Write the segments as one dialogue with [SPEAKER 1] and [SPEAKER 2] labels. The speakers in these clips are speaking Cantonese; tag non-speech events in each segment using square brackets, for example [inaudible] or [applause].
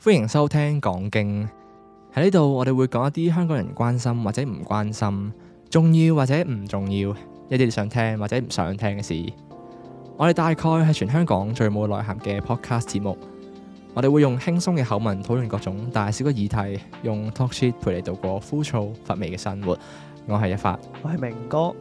[SPEAKER 1] 歡迎收聽講經喺呢度，我哋會講一啲香港人關心或者唔關心，重要或者唔重要，一啲你想聽或者唔想聽嘅事。我哋大概係全香港最冇內涵嘅 podcast 節目。我哋會用輕鬆嘅口吻討論各種大小嘅議題，用 talk shit 陪你度過枯燥乏味嘅生活。我係一發，
[SPEAKER 2] 我係明哥，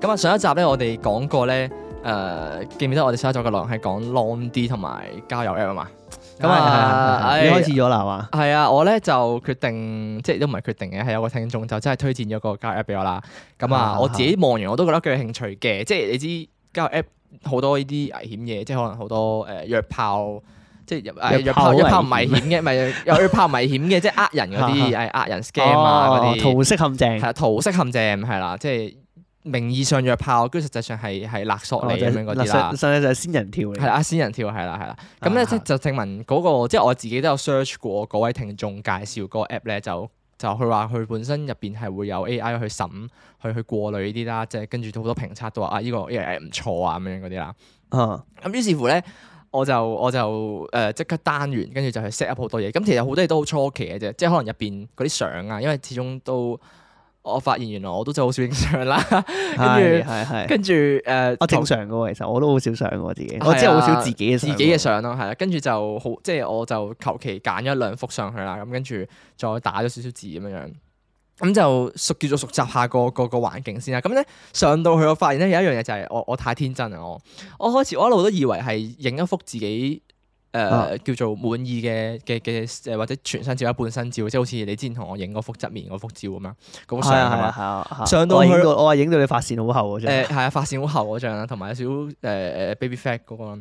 [SPEAKER 1] 咁啊，上一集咧，我哋講過咧，誒、記唔記得我哋上一集嘅內容係講 long D 同埋交友 app 啊嘛？咁啊，
[SPEAKER 2] 係係係係
[SPEAKER 1] 唉
[SPEAKER 2] 你開始咗啦係嘛？
[SPEAKER 1] 係啊，我咧就決定，即係都唔係決定嘅，係有個聽眾就真係推薦咗個交友 app 俾我啦。咁啊，
[SPEAKER 2] 啊
[SPEAKER 1] 我自己望完我都覺得幾有興趣嘅，即係你知交友 app 好多呢啲危險嘢，即係可能好多誒約炮，即係誒約
[SPEAKER 2] 約炮
[SPEAKER 1] 炮
[SPEAKER 2] 好
[SPEAKER 1] 約炮唔
[SPEAKER 2] 危
[SPEAKER 1] 危險嘅，咪有約炮唔危險嘅，即係呃人嗰啲誒呃人 scam 啊
[SPEAKER 2] 哦
[SPEAKER 1] 嗰啲，
[SPEAKER 2] 桃色陷阱
[SPEAKER 1] 係，啊圖式陷阱係啦，即係名義上約炮，跟住實際上係哦係勒索
[SPEAKER 2] 哦
[SPEAKER 1] 你咁樣嗰啲啦
[SPEAKER 2] 上。上嚟就係仙人跳嚟
[SPEAKER 1] 係。啦，啊仙人跳係啦，係啦。咁咧
[SPEAKER 2] 啊
[SPEAKER 1] 即係就證明嗰、個，即係我自己都有 search 過嗰位聽眾介紹嗰個 app 咧，就就佢話佢本身入邊係會有 AI 去審、去去過濾呢啲啦，即係跟住好多評測都話啊，呢、個 AI 唔錯啊咁樣嗰啲啦。
[SPEAKER 2] 啊，
[SPEAKER 1] 咁於是乎咧，我就我就誒、呃即刻 down 完，跟住就去 set up 好多嘢。咁其實好多嘢都好初期嘅啫，即係可能入邊嗰啲相啊，因為始終都我發現原來我都真係好少影相
[SPEAKER 2] [laughs]
[SPEAKER 1] 啦。
[SPEAKER 2] 係係係。
[SPEAKER 1] 跟住誒，呃
[SPEAKER 2] 我正常嘅喎，其實我都好少上嘅喎自己，
[SPEAKER 1] 係啊
[SPEAKER 2] 我知好少自己嘅
[SPEAKER 1] 自
[SPEAKER 2] 相
[SPEAKER 1] 己嘅相咯，係啦，跟住就好，即係我就求其揀咗一兩幅上去啦，咁跟住再打咗少少字咁樣樣，咁就熟叫做熟習下個個個環境先啦。咁咧上到去，我發現咧有一樣嘢就係我我太天真啦，啊我我開始我一路都以為係影一幅自己。誒、
[SPEAKER 2] 啊
[SPEAKER 1] 叫做滿意嘅嘅嘅誒或者全身照、一半身照，即係好似你之前同我影嗰幅側面嗰幅照咁樣，嗰幅
[SPEAKER 2] 係
[SPEAKER 1] 相
[SPEAKER 2] 啊
[SPEAKER 1] 係
[SPEAKER 2] 係
[SPEAKER 1] 嘛
[SPEAKER 2] 啊？係啊，
[SPEAKER 1] 上到
[SPEAKER 2] 我
[SPEAKER 1] 去
[SPEAKER 2] 影到我話影到你髮線好厚嘅
[SPEAKER 1] 誒
[SPEAKER 2] 啫，
[SPEAKER 1] 係啊，髮線好厚嗰張啦，同埋有少誒誒 baby fat 嗰、個嗰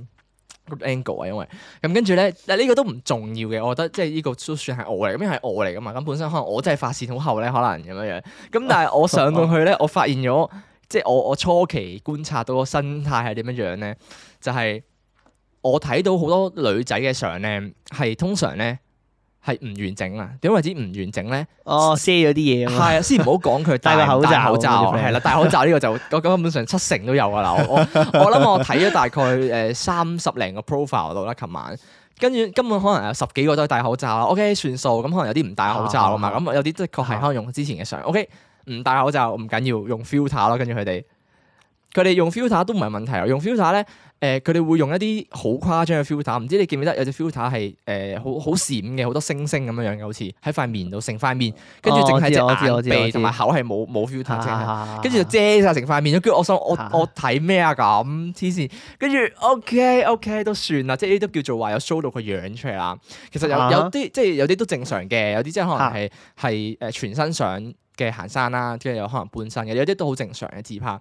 [SPEAKER 1] 個 angle 啊，因為咁跟住咧，嗱、呢個都唔重要嘅，我覺得即係呢個都算係我嚟，咁因為係我嚟噶嘛，咁本身可能我真係髮線好厚咧，可能咁樣樣，咁但係我上到去咧，我發現咗即係我我初期觀察到個生態係點樣樣咧，就係、我睇到好多女仔嘅相咧，係通常咧。係唔完整啊？點為之唔完整咧？
[SPEAKER 2] 哦遮咗啲嘢咁啊，
[SPEAKER 1] 係啊，先唔好講佢戴
[SPEAKER 2] [laughs] 戴個
[SPEAKER 1] 唔
[SPEAKER 2] 口
[SPEAKER 1] 戴
[SPEAKER 2] 罩
[SPEAKER 1] 口罩
[SPEAKER 2] 咁樣
[SPEAKER 1] 係啦，戴口罩呢個就
[SPEAKER 2] [laughs]
[SPEAKER 1] 我根本上七成都有噶啦。我我我諗我睇咗大概誒三十零個 profile 度啦，琴晚。跟住根本可能有十幾個都係戴口罩啦，OK 算數。咁可能有啲唔戴口罩啊嘛，
[SPEAKER 2] 啊
[SPEAKER 1] 咁有啲的確係
[SPEAKER 2] 啊
[SPEAKER 1] 可能用之前嘅相，OK 唔戴口罩唔緊要，用 filter 咯。跟住佢哋，佢哋用 filter 都唔係問題啊。用 filter 咧，誒、佢哋會用一啲好誇張嘅 filter，唔知你記唔記得有隻 filter 係誒好好閃嘅，好多星星咁樣樣嘅，好似喺塊面度成塊面，跟住
[SPEAKER 2] 哦
[SPEAKER 1] 淨
[SPEAKER 2] 我知我
[SPEAKER 1] 係
[SPEAKER 2] 知
[SPEAKER 1] 隻
[SPEAKER 2] 我
[SPEAKER 1] 眼
[SPEAKER 2] 知我
[SPEAKER 1] 鼻
[SPEAKER 2] 知
[SPEAKER 1] 同埋口係冇冇
[SPEAKER 2] [laughs]
[SPEAKER 1] filter 淨係。
[SPEAKER 2] 啊
[SPEAKER 1] 跟住就遮晒成塊面咗，跟住我心諗
[SPEAKER 2] 啊
[SPEAKER 1] 我我睇咩啊咁黐線，跟住 OK OK 都算啦，即係呢啲都叫做話有 show 到個樣出嚟啦。其實有
[SPEAKER 2] 啊
[SPEAKER 1] 有啲即係有啲都正常嘅，有啲即係可能係係誒全身相嘅行山啦，跟住有可能半身嘅，有啲都好正常嘅自拍。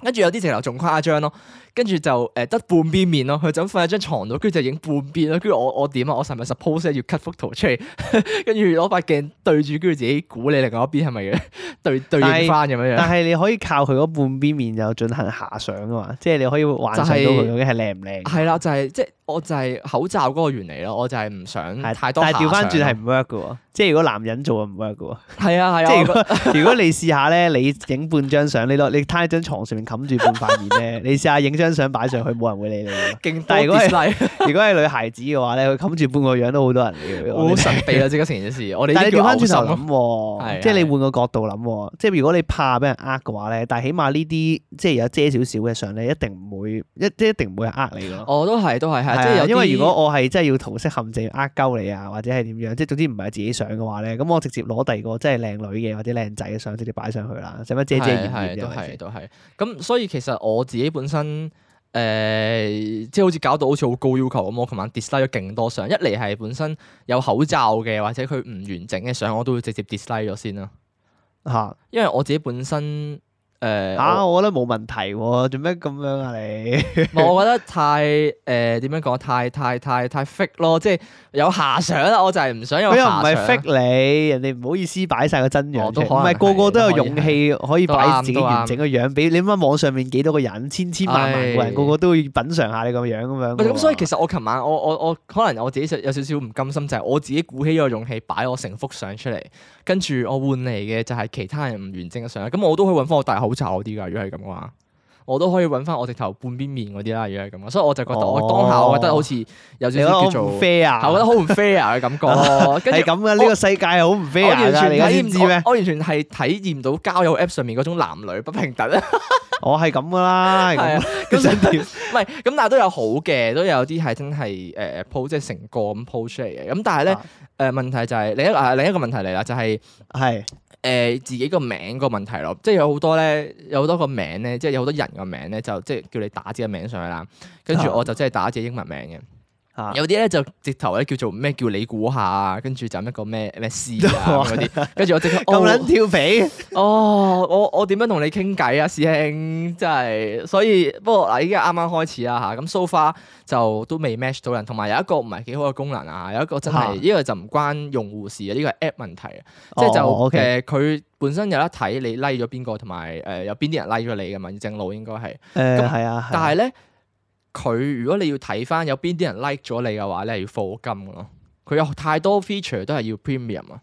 [SPEAKER 1] 跟住有啲直頭仲誇張咯，跟住就誒得半邊面咯，佢就咁瞓喺張床度，跟住就影半邊咯。跟住我我點啊？我係咪 suppose 要 cut 幅圖出嚟， [laughs] 跟住攞塊鏡對住，跟住自己估你另外一邊係咪嘅 [laughs] 對對應翻咁樣樣？
[SPEAKER 2] 但係你可以靠佢嗰半邊面就進行遐想啊嘛，即係你可以幻想到佢究竟係靚唔靚。
[SPEAKER 1] 係啦，就係、即係我就係口罩嗰個原理咯，我就係唔想
[SPEAKER 2] 係
[SPEAKER 1] 太多遐
[SPEAKER 2] 但
[SPEAKER 1] 想啊
[SPEAKER 2] 係
[SPEAKER 1] 咯。
[SPEAKER 2] 調翻轉係唔 work 嘅喎，即係如果男人做啊就唔 work 嘅
[SPEAKER 1] 係啊係啊，
[SPEAKER 2] 即係
[SPEAKER 1] 我
[SPEAKER 2] 如
[SPEAKER 1] 覺
[SPEAKER 2] 果 [laughs] 喎。如果你試下咧，你影半張相，你攞你攤喺張床上面冚住半塊面
[SPEAKER 1] [laughs]
[SPEAKER 2] 咧，你試下影張相擺上去，冇人會理你嘅。
[SPEAKER 1] 勁
[SPEAKER 2] 但係如
[SPEAKER 1] 多
[SPEAKER 2] 果係
[SPEAKER 1] dislike，
[SPEAKER 2] 如果係女孩子嘅話咧，佢冚住半個樣都好多人
[SPEAKER 1] [laughs]
[SPEAKER 2] 理嘅。我
[SPEAKER 1] 好
[SPEAKER 2] 哋
[SPEAKER 1] 神秘啊！即刻成件
[SPEAKER 2] [laughs]
[SPEAKER 1] 事，我哋
[SPEAKER 2] 但係
[SPEAKER 1] 呢
[SPEAKER 2] 你
[SPEAKER 1] 叫
[SPEAKER 2] 調翻
[SPEAKER 1] 嘔
[SPEAKER 2] 轉
[SPEAKER 1] 心
[SPEAKER 2] 頭
[SPEAKER 1] 咯。
[SPEAKER 2] 諗
[SPEAKER 1] 係
[SPEAKER 2] 喎，即係你
[SPEAKER 1] 係
[SPEAKER 2] 換個角度諗喎，即係如果你怕俾人呃嘅話咧，但係起碼呢啲即係有遮少少嘅相咧，一定唔會一即係一定唔會係呃你咯。
[SPEAKER 1] 我哦都係都係係，即係
[SPEAKER 2] 係啊
[SPEAKER 1] 有啲
[SPEAKER 2] 因為如果我係真係要桃色陷阱呃鳩你啊，或者係點樣，即係總之唔係自己相嘅話咧，咁我直接攞第二個真係靚女嘅或者靚仔嘅相直接擺上去啦，使乜遮遮掩
[SPEAKER 1] 係係
[SPEAKER 2] 掩
[SPEAKER 1] 都
[SPEAKER 2] 啫？係咪
[SPEAKER 1] 係
[SPEAKER 2] 先
[SPEAKER 1] 都係。咁所以其實我自己本身誒、呃即係好似搞到好似好高要求咁。我琴晚 dislike 咗勁多相，一嚟係本身有口罩嘅或者佢唔完整嘅相，我都會直接 dislike 咗先啦。
[SPEAKER 2] 嚇
[SPEAKER 1] 因為我自己本身呃誒，
[SPEAKER 2] 吓，
[SPEAKER 1] 我
[SPEAKER 2] 我覺得冇問題喎，做咩咁樣啊你？ [laughs]
[SPEAKER 1] 唔係我覺得太誒點樣講，太太太太 fit 咯，即係有遐想啦，我就係唔想有
[SPEAKER 2] [laughs] 佢又唔
[SPEAKER 1] 遐
[SPEAKER 2] 係
[SPEAKER 1] 想
[SPEAKER 2] fake 你，人哋唔好意思擺晒個真樣
[SPEAKER 1] 哦都
[SPEAKER 2] 出嚟，
[SPEAKER 1] 可
[SPEAKER 2] 唔
[SPEAKER 1] 能
[SPEAKER 2] 係個個
[SPEAKER 1] 係
[SPEAKER 2] 都有
[SPEAKER 1] 都可以
[SPEAKER 2] 勇氣可以
[SPEAKER 1] 都
[SPEAKER 2] 擺
[SPEAKER 1] 啱
[SPEAKER 2] 自己
[SPEAKER 1] 都啱
[SPEAKER 2] 完整嘅樣俾你。乜網上面幾多個人，千千萬萬個
[SPEAKER 1] 唉
[SPEAKER 2] 人，個個都會品嚐下你個樣咁樣
[SPEAKER 1] 唔
[SPEAKER 2] 㗎
[SPEAKER 1] 係
[SPEAKER 2] 喎。
[SPEAKER 1] 咁，所以其實我琴晚我我我可能我自己有少少唔甘心，就係、我自己鼓起咗勇氣擺我成幅相出嚟，跟住我換嚟嘅就係其他人唔完整嘅相。咁我都可以揾翻我戴口罩嗰啲㗎，如果係咁嘅話，我都可以揾翻我直頭半邊面嗰啲啦。如果係咁，所以我就覺得我
[SPEAKER 2] 哦
[SPEAKER 1] 當下我覺得好似有
[SPEAKER 2] 你
[SPEAKER 1] 少
[SPEAKER 2] 覺得
[SPEAKER 1] 少
[SPEAKER 2] 我
[SPEAKER 1] 叫
[SPEAKER 2] 唔
[SPEAKER 1] 做，
[SPEAKER 2] fair 啊？
[SPEAKER 1] 係我覺得好唔 fair 嘅感覺
[SPEAKER 2] [laughs]
[SPEAKER 1] 咯。跟
[SPEAKER 2] 係
[SPEAKER 1] 住
[SPEAKER 2] 咁嘅，呢個世啊界係好唔
[SPEAKER 1] 我
[SPEAKER 2] fair
[SPEAKER 1] 完
[SPEAKER 2] 㗎，你而家
[SPEAKER 1] 全
[SPEAKER 2] 先
[SPEAKER 1] 體
[SPEAKER 2] 知
[SPEAKER 1] 驗
[SPEAKER 2] 咩
[SPEAKER 1] 我？我完全係體驗到交友 App 上面嗰種男女不平等啊！
[SPEAKER 2] 我哦係咁噶啦，
[SPEAKER 1] 係
[SPEAKER 2] 係咁
[SPEAKER 1] 啊，
[SPEAKER 2] 你想點？
[SPEAKER 1] 唔係咁，但係都有好嘅，都有啲係真係誒誒 po 即係成個咁 po 出嚟嘅。咁但係咧
[SPEAKER 2] 啊
[SPEAKER 1] 誒問題就係、另一個啊另一個問題嚟啦，就係、
[SPEAKER 2] 係
[SPEAKER 1] 誒自己個名個問題咯，即係有好多咧，有好多個名咧，即係有好多人個名咧，就即係叫你打自己嘅名上去啦。跟住
[SPEAKER 2] 啊
[SPEAKER 1] 我就真係打自己英文名嘅。
[SPEAKER 2] 啊
[SPEAKER 1] 有啲咧就直頭咧叫做咩叫你估下啊，跟住就一個咩咩 C
[SPEAKER 2] [laughs]
[SPEAKER 1] 啊咁嗰啲，跟住我即刻
[SPEAKER 2] 咁
[SPEAKER 1] 哦
[SPEAKER 2] 撚跳皮，
[SPEAKER 1] 哦，我我點樣同你傾偈啊，師兄，真係，所以不過嗱，依家啱啱開始啦嚇，咁 so far 就都未 match 到人，同埋有一個唔係幾好嘅功能啊，有一個真
[SPEAKER 2] 嚇
[SPEAKER 1] 係呢個就唔關用戶事啊，呢個係 app 問題啊，即係
[SPEAKER 2] 哦
[SPEAKER 1] 就誒
[SPEAKER 2] OK
[SPEAKER 1] 佢本身有得睇你 like 咗邊個，同埋誒有邊啲人 like 咗你嘅嘛，正路應該係，
[SPEAKER 2] 誒
[SPEAKER 1] 咁
[SPEAKER 2] 係啊，
[SPEAKER 1] 但
[SPEAKER 2] 係
[SPEAKER 1] 係咧佢如果你要睇翻有邊啲人 like 咗你嘅話咧，係要課金嘅咯，佢有太多 feature 都係要 premium 啊。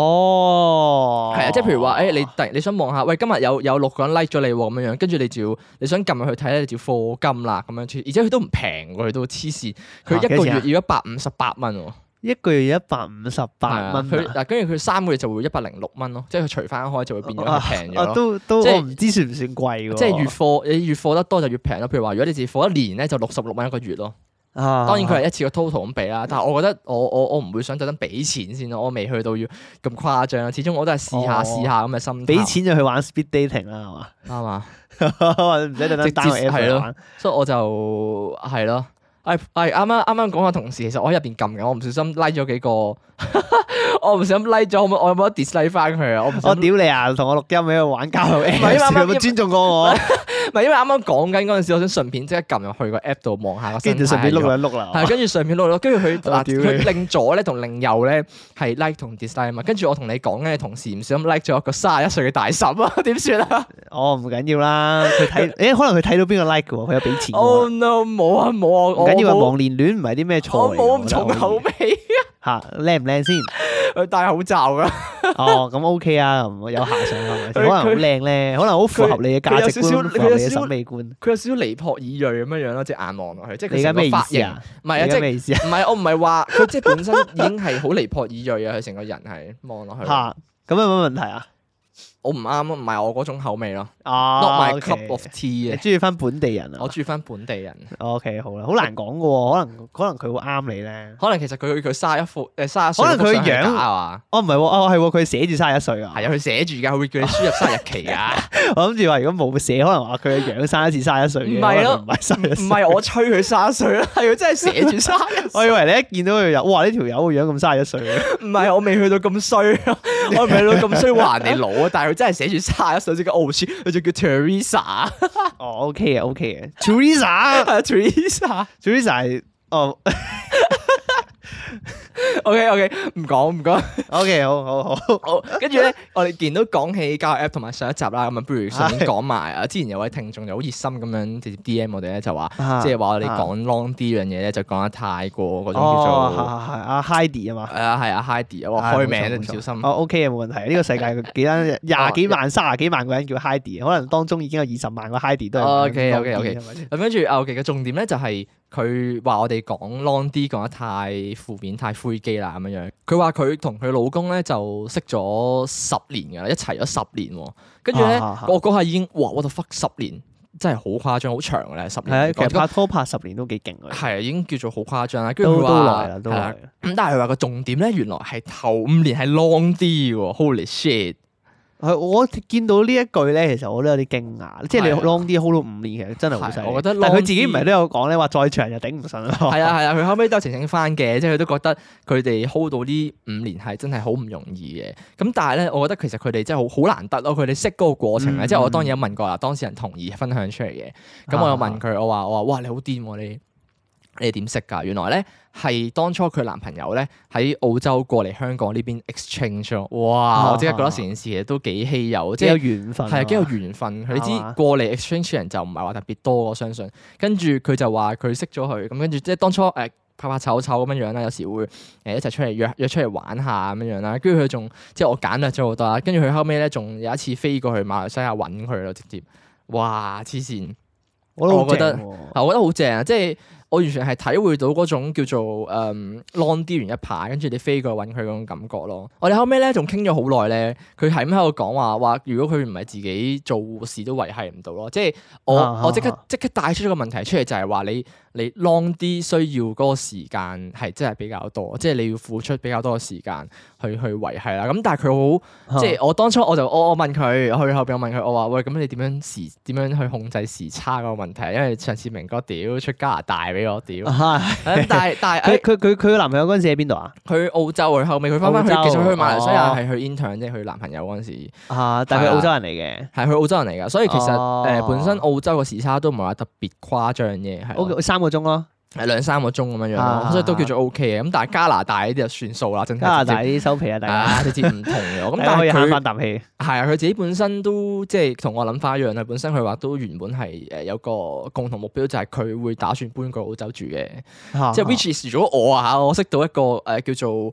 [SPEAKER 2] 哦，
[SPEAKER 1] 係啊，即係譬如話，誒、你突然你想望下，喂，今日有有六個人 like 咗你喎，咁樣樣，跟住你就要你想撳入去睇咧，你就要課金啦，咁樣，而且佢都唔平喎，佢都黐線，
[SPEAKER 2] 嚇
[SPEAKER 1] 佢
[SPEAKER 2] 幾
[SPEAKER 1] 一
[SPEAKER 2] 多
[SPEAKER 1] 個
[SPEAKER 2] 錢啊
[SPEAKER 1] 月要一百五十八蚊喎，
[SPEAKER 2] 一個月一百五十八蚊
[SPEAKER 1] 係啊佢
[SPEAKER 2] 啊
[SPEAKER 1] 嗱，跟住佢三個月就會一百零六蚊咯，即係佢除翻開就會變咗
[SPEAKER 2] 啊
[SPEAKER 1] 係平咗
[SPEAKER 2] 啊
[SPEAKER 1] 咯。
[SPEAKER 2] 都啊都
[SPEAKER 1] 即係
[SPEAKER 2] 我唔知算唔算貴喎，
[SPEAKER 1] 即係越課，你越課得多就越平咯。譬如話，如果你自己課一年咧，就六十六蚊一個月咯。
[SPEAKER 2] 啊，
[SPEAKER 1] 當然佢係一次過 total 咁俾啦，但係我覺得我我我唔會想特登俾錢先咯，我未去到要咁誇張啦。啊始終我都係試下
[SPEAKER 2] 哦
[SPEAKER 1] 試下咁嘅心態。
[SPEAKER 2] 俾錢就去玩 speed dating 啦，係嘛？ [laughs]
[SPEAKER 1] 啱啊！
[SPEAKER 2] 唔使特登
[SPEAKER 1] 直接
[SPEAKER 2] download app
[SPEAKER 1] 係
[SPEAKER 2] 嚟
[SPEAKER 1] 咯
[SPEAKER 2] 玩，
[SPEAKER 1] 所以我就係咯。係係啱啱啱啱講嘅同時，其實我喺入邊撳緊，我唔小心拉咗幾個， [laughs] 我唔小心拉咗，我冇我有冇得 dislike 翻佢啊？我唔小
[SPEAKER 2] 我
[SPEAKER 1] 心
[SPEAKER 2] 屌你啊！同我錄音喺度玩交友
[SPEAKER 1] 係因為
[SPEAKER 2] app，
[SPEAKER 1] 啱啱
[SPEAKER 2] 有冇尊重過我？
[SPEAKER 1] 唔係因為啱啱講緊嗰陣時，我想順便即刻撳入去個 app 度望下個啊
[SPEAKER 2] 跟住就順便碌兩碌啦
[SPEAKER 1] 係，。跟住上面碌咯，跟住佢
[SPEAKER 2] [laughs] 我
[SPEAKER 1] 嗱
[SPEAKER 2] 屌你
[SPEAKER 1] 佢令左咧同令右咧係 like 同 dislike 啊嘛，跟住我同你講緊嘅同時唔小心 like 咗一個三十一歲嘅大嬸啊， [laughs] 點算啊
[SPEAKER 2] 我哦唔緊要啦，
[SPEAKER 1] [laughs]
[SPEAKER 2] 佢睇，誒可能佢睇到邊個 like 嘅喎，佢有俾錢喎。
[SPEAKER 1] ？Oh no！冇啊冇啊，
[SPEAKER 2] 啊唔
[SPEAKER 1] 我
[SPEAKER 2] 緊要啊，
[SPEAKER 1] 冇
[SPEAKER 2] 忘年戀唔係啲咩錯
[SPEAKER 1] 我
[SPEAKER 2] 嚟㗎
[SPEAKER 1] 冇咁重口味，
[SPEAKER 2] 嚇靚唔靚先？
[SPEAKER 1] [laughs] 佢戴口罩啊㗎。
[SPEAKER 2] 哦，咁 OK 啊，咁有遐想係咪先？可
[SPEAKER 1] 佢
[SPEAKER 2] 能好靚咧，可能好符合你嘅價值
[SPEAKER 1] 佢佢有少
[SPEAKER 2] 觀，
[SPEAKER 1] 少
[SPEAKER 2] 符
[SPEAKER 1] 佢
[SPEAKER 2] 合你
[SPEAKER 1] 有
[SPEAKER 2] 嘅
[SPEAKER 1] 少少
[SPEAKER 2] 審美觀。
[SPEAKER 1] 佢有少少離破爾鋭咁樣樣咯，隻眼望落去，即係
[SPEAKER 2] 你
[SPEAKER 1] 佢
[SPEAKER 2] 而家
[SPEAKER 1] 成個
[SPEAKER 2] 咩意
[SPEAKER 1] 髮
[SPEAKER 2] 思
[SPEAKER 1] 型
[SPEAKER 2] 啊？，
[SPEAKER 1] 唔係
[SPEAKER 2] 你
[SPEAKER 1] 啊，
[SPEAKER 2] 而
[SPEAKER 1] 即
[SPEAKER 2] 家
[SPEAKER 1] 係
[SPEAKER 2] 咩意思啊？
[SPEAKER 1] 唔係我唔係話佢即係本身已經係好離破爾鋭啊，佢成個人係望落去，
[SPEAKER 2] 嚇，咁有乜問題啊？
[SPEAKER 1] 我唔啱咯，啊唔係我嗰種口味咯，not
[SPEAKER 2] 啊
[SPEAKER 1] my cup of tea
[SPEAKER 2] 你
[SPEAKER 1] 嘅，
[SPEAKER 2] 中意翻本地人啊
[SPEAKER 1] 我中意翻本地人。
[SPEAKER 2] ？OK，好啦，好難講嘅喎，可能可能佢會啱你咧。
[SPEAKER 1] 可能其實佢佢卅一副誒卅一歲
[SPEAKER 2] 可能佢
[SPEAKER 1] 嗰幅相係
[SPEAKER 2] 樣
[SPEAKER 1] 假啊
[SPEAKER 2] 哦，唔係喎，哦係喎，佢寫住卅一歲啊
[SPEAKER 1] 嘛，。係啊，佢寫住㗎，佢會叫你輸入生日期㗎，
[SPEAKER 2] [laughs] 我諗住話如果冇寫，可能話佢嘅樣生一次卅一歲嘅，
[SPEAKER 1] 唔係咯
[SPEAKER 2] 可能唔係卅一
[SPEAKER 1] 唔
[SPEAKER 2] 歲。
[SPEAKER 1] 係我吹佢卅歲啦， [laughs] 係佢真係寫住卅一歲
[SPEAKER 2] [laughs] 我以為你一見到佢就哇呢條友個樣咁卅一歲嘅，
[SPEAKER 1] 唔係，我未去到咁衰
[SPEAKER 2] [laughs]
[SPEAKER 1] 啊，我未去到咁衰還你老啊！但係佢真係寫住卅一歲即嘅傲雪，佢就叫 Teresa 啊
[SPEAKER 2] 哦 OK 嘅 OK 嘅，Teresa
[SPEAKER 1] 係 Teresa。
[SPEAKER 2] Teresa 係
[SPEAKER 1] [laughs]
[SPEAKER 2] 哦
[SPEAKER 1] OK OK，唔講唔講。
[SPEAKER 2] OK 好好好
[SPEAKER 1] 好，跟住咧，我哋見到講起交友 App 同埋上一集啦，咁啊，不如順便講埋啊。之前有位聽眾就好熱心咁樣直接 DM 我哋咧，就話
[SPEAKER 2] [laughs] 啊
[SPEAKER 1] 即係話我哋
[SPEAKER 2] 啊
[SPEAKER 1] 講 long D 樣嘢咧，就講得太過嗰種叫
[SPEAKER 2] 哦係
[SPEAKER 1] 做
[SPEAKER 2] 係係阿 Heidi 啊嘛。
[SPEAKER 1] 係啊係啊 Heidi 啊，我
[SPEAKER 2] 唉
[SPEAKER 1] 開
[SPEAKER 2] 冇錯
[SPEAKER 1] 名都唔
[SPEAKER 2] 冇錯
[SPEAKER 1] 小心哦
[SPEAKER 2] 哦。，OK 嘅，冇問題。呢個世界
[SPEAKER 1] [laughs]
[SPEAKER 2] 幾多廿幾萬、三十幾萬個人叫 Heidi，可能當中已經有二十萬個 Heidi 都係咁樣
[SPEAKER 1] 哦 OK，OK，OK
[SPEAKER 2] 講啲係咪先
[SPEAKER 1] 咁跟住啊，其嘅重點咧就係佢話我哋講 long D 講得太負面、太灰機啦咁樣樣。佢話佢同佢老公咧就識咗十年㗎啦，一齊咗十年喎。跟住咧，
[SPEAKER 2] 啊啊啊
[SPEAKER 1] 我嗰下已經哇，我 t fuck 十年真係好誇張，好長㗎啦，十
[SPEAKER 2] 係啊，
[SPEAKER 1] 年嚟
[SPEAKER 2] 其實
[SPEAKER 1] 講。
[SPEAKER 2] 拍拖拍十年都幾勁啊，
[SPEAKER 1] 係啊，已經叫做好誇張啦。跟住
[SPEAKER 2] 都
[SPEAKER 1] 佢
[SPEAKER 2] 都
[SPEAKER 1] 話
[SPEAKER 2] 耐啦，都
[SPEAKER 1] 係
[SPEAKER 2] 耐
[SPEAKER 1] 啦。咁但係佢話個重點咧，原來係頭五年係 long D 喎，Holy shit！
[SPEAKER 2] 係我見到呢一句咧，其實我都有啲驚訝，即係你
[SPEAKER 1] 係啊
[SPEAKER 2] long 啲 hold 到五年，其實真係好犀利。
[SPEAKER 1] 係我覺得
[SPEAKER 2] 但係佢
[SPEAKER 1] long
[SPEAKER 2] 自己唔係
[SPEAKER 1] 啲
[SPEAKER 2] 都有講咧，話再長就頂唔順啦。 [laughs]
[SPEAKER 1] 係啊係啊，佢後尾都有澄清翻嘅，即係佢都覺得佢哋 hold 到呢五年係真係好唔容易嘅。咁但係咧，我覺得其實佢哋真係好好難得咯，佢哋識嗰個過程咧。
[SPEAKER 2] 嗯
[SPEAKER 1] 即係我當然有問過啦，當事人同意分享出嚟嘅。咁我又問佢，我話我話哇你好癲喎你！你點識㗎？原來咧係當初佢男朋友咧喺澳洲過嚟香港呢邊 exchange 咯。哇！我即刻覺得成件事其實都幾稀有，
[SPEAKER 2] 即
[SPEAKER 1] 即
[SPEAKER 2] 係
[SPEAKER 1] 係
[SPEAKER 2] 有緣分。
[SPEAKER 1] 係啊，幾有緣分。佢你
[SPEAKER 2] 係嘛
[SPEAKER 1] 知過嚟 exchange 人就唔係話特別多，我相信。跟住佢就話佢識咗佢，咁跟住即係當初誒、呃拍拍醜醜咁樣樣啦，有時會誒、呃一齊出嚟約約出嚟玩下咁樣樣啦。跟住佢仲即係我簡略咗好多啦。跟住佢後尾咧，仲有一次飛過去馬來西亞揾佢咯，直接哇黐線！
[SPEAKER 2] 我都好
[SPEAKER 1] 我覺得
[SPEAKER 2] 正喎
[SPEAKER 1] 啊，我覺得好正啊！即係我完全係體會到嗰種叫做誒、嗯 long 啲完一排，跟住你飛過去揾佢嗰種感覺咯。我哋後尾咧仲傾咗好耐咧，佢係咁喺度講話話，如果佢唔係自己做護士都維係唔到咯。即係我、
[SPEAKER 2] 啊
[SPEAKER 1] 我即
[SPEAKER 2] 啊
[SPEAKER 1] 刻即刻帶出一個問題出嚟，就係話你你 long 啲需要嗰個時間係真係比較多，即係你要付出比較多嘅時間去去維係啦。咁但係佢好。即係我當初我就我我問佢，去後邊我問佢，我話喂，咁你點樣時點樣去控制時差嗰個問題？因為上次明哥屌出加拿大俾我屌，
[SPEAKER 2] [laughs] 啊
[SPEAKER 1] 咁但係但
[SPEAKER 2] 佢
[SPEAKER 1] 係
[SPEAKER 2] 佢佢佢個男朋友嗰陣時喺邊度啊？
[SPEAKER 1] 去澳洲佢後尾佢翻翻去，
[SPEAKER 2] 澳洲
[SPEAKER 1] 其實佢去馬來西
[SPEAKER 2] 哦
[SPEAKER 1] 亞係去 intern 即係佢男朋友嗰陣時
[SPEAKER 2] 啊，但係佢
[SPEAKER 1] 係
[SPEAKER 2] 澳
[SPEAKER 1] 啦
[SPEAKER 2] 洲人嚟嘅。
[SPEAKER 1] 係去澳洲人嚟㗎，所以其實
[SPEAKER 2] 哦
[SPEAKER 1] 誒本身澳洲嘅時差都唔係話特別誇張嘅，係啊
[SPEAKER 2] O
[SPEAKER 1] 咯
[SPEAKER 2] K，三個鐘咯，
[SPEAKER 1] 係兩三個鐘咁樣樣
[SPEAKER 2] 啊
[SPEAKER 1] 咯，所以都叫做 OK 嘅。咁但係加拿大呢啲就算數啦，真係
[SPEAKER 2] 加拿大
[SPEAKER 1] 直接
[SPEAKER 2] 啲收皮啊，大家
[SPEAKER 1] 啊直接唔同嘅。咁
[SPEAKER 2] [laughs] 大家
[SPEAKER 1] 但
[SPEAKER 2] 可以
[SPEAKER 1] 係
[SPEAKER 2] 慳
[SPEAKER 1] 佢
[SPEAKER 2] 翻。啖氣。
[SPEAKER 1] 係啊，佢自己本身都即係同我諗法一樣啦。啊本身佢話都原本係誒有個共同目標，就係佢會打算搬過澳洲住嘅。
[SPEAKER 2] 啊
[SPEAKER 1] 即係 which is 如果我啊嚇，我識到一個誒、叫做誒、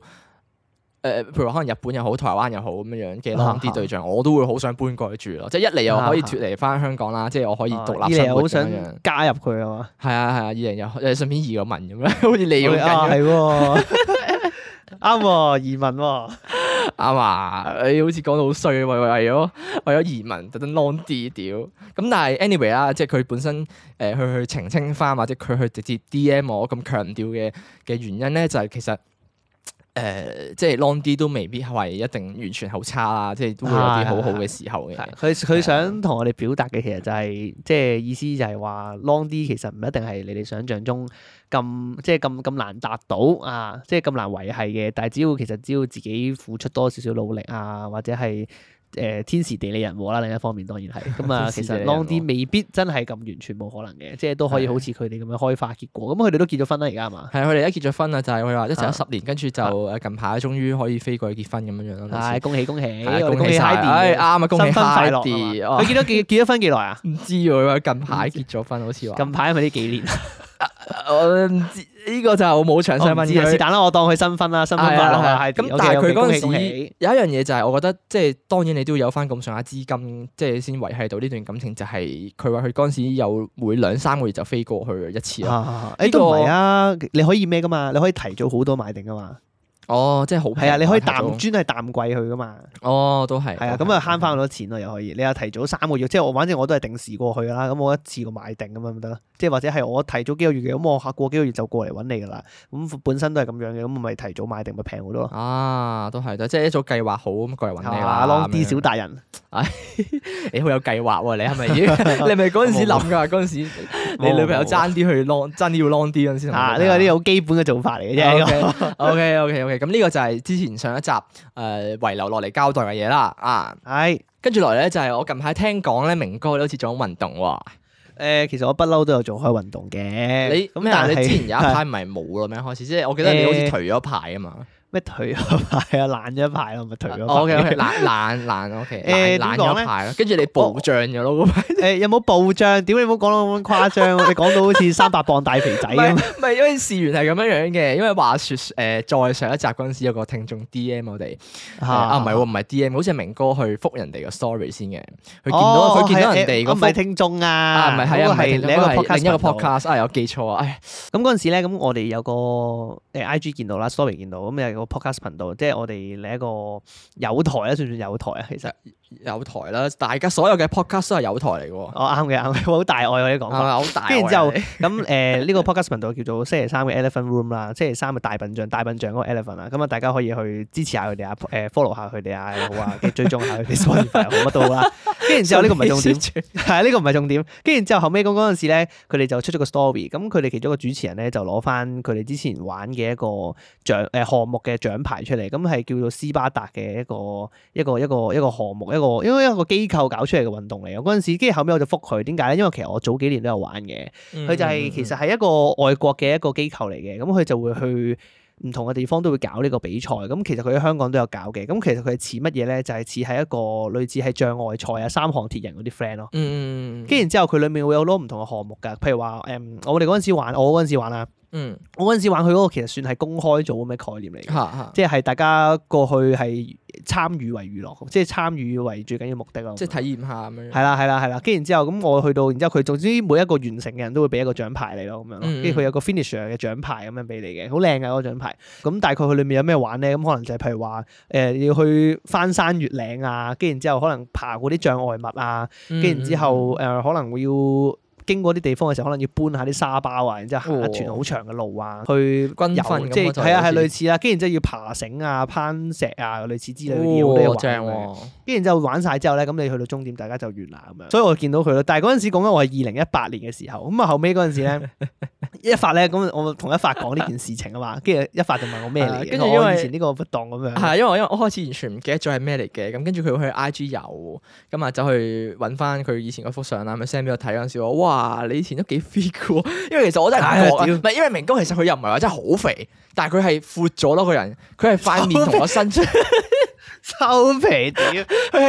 [SPEAKER 1] 譬如話可能日本又好、台灣又好咁樣樣嘅
[SPEAKER 2] 啊
[SPEAKER 1] long 啲對象，我都會好想搬過去住咯。即係一嚟又可以脱離翻香港啦，即係我可以獨立
[SPEAKER 2] 啊二嚟
[SPEAKER 1] 生活
[SPEAKER 2] 又好
[SPEAKER 1] 咁樣
[SPEAKER 2] 想
[SPEAKER 1] 樣。
[SPEAKER 2] 加入佢啊嘛。
[SPEAKER 1] 係啊係啊，二嚟又誒順便移個民咁樣， [laughs] 好似你咁
[SPEAKER 2] 啊，
[SPEAKER 1] 緊
[SPEAKER 2] 係喎，
[SPEAKER 1] [laughs]
[SPEAKER 2] 啱喎，移民喎。
[SPEAKER 1] 啱啊！你好似講到好衰啊，為為咗為咗移民特登 long 啲屌。咁但係 anyway 啦，即係佢本身誒、呃去去澄清翻，或者佢去直接 DM 我咁強調嘅嘅原因咧，就係、其實。誒、即係 long 啲都未必係一定完全好差啦，即係都會有啲好好嘅時候嘅。
[SPEAKER 2] 佢佢想同我哋表達嘅其實就係、即係意思就係話 long 啲其實唔一定係你哋想象中咁即係咁咁難達到啊，即係咁難維係嘅。但係只要其實只要自己付出多少少努力啊，或者係誒、呃天時地利人和啦，另一方面當
[SPEAKER 1] [laughs]
[SPEAKER 2] 然係咁啊。
[SPEAKER 1] 天時
[SPEAKER 2] 其
[SPEAKER 1] 地
[SPEAKER 2] 實
[SPEAKER 1] 利人
[SPEAKER 2] long
[SPEAKER 1] 和
[SPEAKER 2] 啲未必真係咁完全冇可能嘅，即係都可以
[SPEAKER 1] 係
[SPEAKER 2] 好似佢哋咁樣開花結果。咁佢哋都結咗婚啦，而家係嘛？
[SPEAKER 1] 係啊，佢哋而家結咗婚啦，就係佢話一齊
[SPEAKER 2] 啊
[SPEAKER 1] 咗十年，跟住就誒近排終於可以飛過去結婚咁樣樣咯。類
[SPEAKER 2] 係
[SPEAKER 1] 似
[SPEAKER 2] 恭喜恭喜，
[SPEAKER 1] 係
[SPEAKER 2] 我
[SPEAKER 1] 啊
[SPEAKER 2] 哋
[SPEAKER 1] 恭
[SPEAKER 2] 恭喜
[SPEAKER 1] 喜晒！唉
[SPEAKER 2] Heidi，
[SPEAKER 1] 啱啊，恭喜哦嗯
[SPEAKER 2] 新婚快樂係
[SPEAKER 1] Heidi！
[SPEAKER 2] 嘛佢
[SPEAKER 1] 哇
[SPEAKER 2] 結咗結結咗婚幾耐啊？
[SPEAKER 1] 唔知喎，佢話近排結咗婚，好似話。
[SPEAKER 2] 近排係咪呢幾年？
[SPEAKER 1] 我唔知呢個就我冇詳細
[SPEAKER 2] 我唔
[SPEAKER 1] 問
[SPEAKER 2] 知啊，是
[SPEAKER 1] 佢。
[SPEAKER 2] 但啦，我當佢新婚啦，新婚
[SPEAKER 1] 係
[SPEAKER 2] 快樂啊，
[SPEAKER 1] 啊係啊
[SPEAKER 2] 係
[SPEAKER 1] 咁
[SPEAKER 2] OK，
[SPEAKER 1] 但係佢
[SPEAKER 2] OK，
[SPEAKER 1] 嗰
[SPEAKER 2] 恭
[SPEAKER 1] 陣
[SPEAKER 2] 喜恭
[SPEAKER 1] 時
[SPEAKER 2] 喜
[SPEAKER 1] 有一樣嘢就係，我覺得即係當然你都要有翻咁上下資金，即係先維係到呢段感情。就係佢話佢嗰陣時有每兩三個月就飛過去一次咯。
[SPEAKER 2] 啊，
[SPEAKER 1] 呢
[SPEAKER 2] 誒
[SPEAKER 1] 個
[SPEAKER 2] 都唔係啊，你可以咩噶嘛？你可以提早好多買定噶嘛？
[SPEAKER 1] 哦，即係好平
[SPEAKER 2] 係啊，你可以淡
[SPEAKER 1] 買
[SPEAKER 2] 專係淡季去噶嘛？
[SPEAKER 1] 到哦，都係
[SPEAKER 2] 係啊，咁啊慳翻好多錢咯，又可以。你又提早三個月，即係我反正我都係定時過去啦，咁我一次過買定咁樣咪得咯。即係或者係我提早幾個月嘅，咁我下過幾個月就過嚟揾你噶啦。咁本身都係咁樣嘅，咁咪提早買定咪平好多咯。
[SPEAKER 1] 啊，都係即係一早計劃好咁過嚟揾你啦。
[SPEAKER 2] 啊，long
[SPEAKER 1] 咁
[SPEAKER 2] 啲
[SPEAKER 1] 樣
[SPEAKER 2] 小達
[SPEAKER 1] [laughs]
[SPEAKER 2] 人，
[SPEAKER 1] 你好有計劃喎！你係咪已經？你係咪嗰陣時諗㗎？嗰陣時你女朋友爭啲去 long，爭啲要 long 啲嗰陣時同佢
[SPEAKER 2] 啊
[SPEAKER 1] 講
[SPEAKER 2] 呢個呢個好基本嘅做法嚟嘅啫。呢個
[SPEAKER 1] O
[SPEAKER 2] [laughs]
[SPEAKER 1] K O K O K，咁呢個就係之前上一集誒、呃、遺留落嚟交代嘅嘢啦，啊，
[SPEAKER 2] 係。
[SPEAKER 1] 跟住落嚟咧就係、我近排聽講咧，明哥你好似做緊運動喎，
[SPEAKER 2] 誒、呃其實我不嬲都有做開運動嘅。
[SPEAKER 1] 你
[SPEAKER 2] 咁
[SPEAKER 1] 咩啊？
[SPEAKER 2] 但
[SPEAKER 1] 你
[SPEAKER 2] 係
[SPEAKER 1] 之前有一排唔係冇咯咩？開始即係我記得你好似
[SPEAKER 2] 誒
[SPEAKER 1] 頹咗一排啊
[SPEAKER 2] [laughs]
[SPEAKER 1] 嘛。
[SPEAKER 2] [laughs] 咩退咗牌啊， [laughs] 爛咗一排咯，咪退咗牌。
[SPEAKER 1] O K O [laughs] K，懶懶懶 O
[SPEAKER 2] 哦誒
[SPEAKER 1] K，懶
[SPEAKER 2] 點
[SPEAKER 1] 懶
[SPEAKER 2] 講
[SPEAKER 1] 咗
[SPEAKER 2] 啊咧
[SPEAKER 1] 一排咯，跟住你暴漲咗咯嗰排。
[SPEAKER 2] 誒、有冇暴漲？屌你唔好講到咁
[SPEAKER 1] [laughs]
[SPEAKER 2] 誇張，你講到好似三百磅大肥仔
[SPEAKER 1] 唔係
[SPEAKER 2] 咁。
[SPEAKER 1] 唔係，因為事源係咁樣樣嘅，因為話説誒、呃再上一集嗰陣時有個聽眾 D M 我哋。啊，唔係喎，唔係 D M，好似係明哥去覆人哋個 story 先嘅。佢見到
[SPEAKER 2] 哦
[SPEAKER 1] 佢見到人哋
[SPEAKER 2] 係誒
[SPEAKER 1] 個
[SPEAKER 2] 我唔係
[SPEAKER 1] po-
[SPEAKER 2] 聽眾啊，
[SPEAKER 1] 啊，唔係係啊，唔
[SPEAKER 2] 嗰
[SPEAKER 1] 係
[SPEAKER 2] 個係
[SPEAKER 1] 聽眾
[SPEAKER 2] 另一個
[SPEAKER 1] 嗰個係
[SPEAKER 2] podcast，
[SPEAKER 1] 另一個
[SPEAKER 2] 頻道
[SPEAKER 1] podcast 啊，有記錯啊，唉，
[SPEAKER 2] 咁嗰陣時咧，咁我哋有個誒 IG 見到啦
[SPEAKER 1] [laughs]
[SPEAKER 2] ，story 見到，咁有個 podcast 頻道，即係我哋另一個有台啦，算唔算有台啊？其實
[SPEAKER 1] 有台啦，大家所有嘅 podcast 都係有台嚟嘅喎，
[SPEAKER 2] 哦啱嘅啱嘅，好大愛我啲講
[SPEAKER 1] 係
[SPEAKER 2] 法。
[SPEAKER 1] 咪好大啊
[SPEAKER 2] 跟住
[SPEAKER 1] 位
[SPEAKER 2] 之後
[SPEAKER 1] 嚟
[SPEAKER 2] 咁呃誒呢個 podcast 頻道叫做星期三嘅 Elephant Room 啦，星期三嘅大笨象，大笨象嗰個 Elephant 啦，咁啊大家可以去支持下佢哋啊，誒 follow 下佢哋啊，又好啊，跟住追蹤下佢哋 Spotify 好乜都好啦。跟住之後呢個唔係重
[SPEAKER 1] [laughs]
[SPEAKER 2] 點，係啊呢個唔係重點。跟住之後後尾咁嗰陣時咧，佢哋就出咗個 story，咁佢哋其中一個主持人咧就攞翻佢哋之前玩嘅一個獎誒項目嘅獎牌出嚟，咁係叫做斯巴達嘅一個一個一個一個項目，一個因為一個機構搞出嚟嘅運動嚟。我嗰陣時跟住後尾我就覆佢點解咧？因為其實我早幾年都有玩嘅。
[SPEAKER 1] 嗯
[SPEAKER 2] 佢就係其實係一個外國嘅一個機構嚟嘅，咁佢就會去唔同嘅地方都會搞呢個比賽。咁其實佢喺香港都有搞嘅。咁其實佢係似乜嘢咧？就係似係一個類似係障礙賽啊、三項鐵人嗰啲 friend 咯。
[SPEAKER 1] 嗯嗯嗯嗯
[SPEAKER 2] 跟住然之後，佢裡面會有好多唔同嘅項目㗎，譬如話誒、嗯我哋嗰陣時玩，我嗰陣時玩啦，
[SPEAKER 1] 嗯
[SPEAKER 2] 我嗰陣時玩佢嗰個其實算係公開組咁嘅概念嚟嘅。
[SPEAKER 1] 嚇嚇，
[SPEAKER 2] 即係大家過去係參與為娛樂，即係參與為最緊要目的咯。
[SPEAKER 1] 即係體驗下咁樣。
[SPEAKER 2] 係啦係啦係啦，跟住然之後咁我去到，然之後佢總之每一個完成嘅人都會俾一個獎牌你咯，咁樣咯
[SPEAKER 1] 嗯嗯
[SPEAKER 2] 跟住佢有個 finisher 嘅獎牌咁樣俾你嘅，好靚嘅啊嗰個獎牌。咁大概佢裡面有咩玩咧？咁可能就係譬如話誒、呃你要去翻山越嶺啊，跟住然之後可能爬嗰啲障礙物啊，
[SPEAKER 1] 嗯
[SPEAKER 2] 跟住然之後誒、呃可能會要。經過啲地方嘅時候，可能要搬下啲沙包啊，然之後行一段好長嘅路啊，去
[SPEAKER 1] 軍
[SPEAKER 2] 遊
[SPEAKER 1] 訓咁
[SPEAKER 2] 即係
[SPEAKER 1] 嗰種
[SPEAKER 2] 係啊
[SPEAKER 1] 好
[SPEAKER 2] 係
[SPEAKER 1] 似
[SPEAKER 2] 類似啦。跟住然之後要爬繩啊、攀石啊，類似之類嗰啲好
[SPEAKER 1] 哦
[SPEAKER 2] 多嘢玩
[SPEAKER 1] 正
[SPEAKER 2] 咁樣
[SPEAKER 1] 喎，
[SPEAKER 2] 跟住然之後玩晒之後咧，咁你去到終點，大家就完啦咁樣。所以我見到佢咯，但係嗰陣時講緊我係二零一八年嘅時候，咁啊後尾嗰陣時 [laughs] 咧，一發咧咁我同一發講呢件事情啊嘛，跟住一發就問我咩嚟嘅，
[SPEAKER 1] 跟
[SPEAKER 2] 啊跟
[SPEAKER 1] 住
[SPEAKER 2] 住
[SPEAKER 1] 因為
[SPEAKER 2] 我以前呢個不當咁樣，
[SPEAKER 1] 係因為我因為我開始完全唔記得咗係咩嚟嘅，咁跟住佢去 I G 有，咁啊走去揾翻佢以前嗰幅相啦，咪 send 俾我睇嗰陣時，我哇你以前都幾 fit 嘅喎，因為其實我真係唔覺啊
[SPEAKER 2] 唉屌
[SPEAKER 1] 唔係因為明哥其實佢又唔係話真係好肥，但係佢係闊咗咯個人，佢係塊面同我身出，
[SPEAKER 2] [laughs] 收皮屌，
[SPEAKER 1] 佢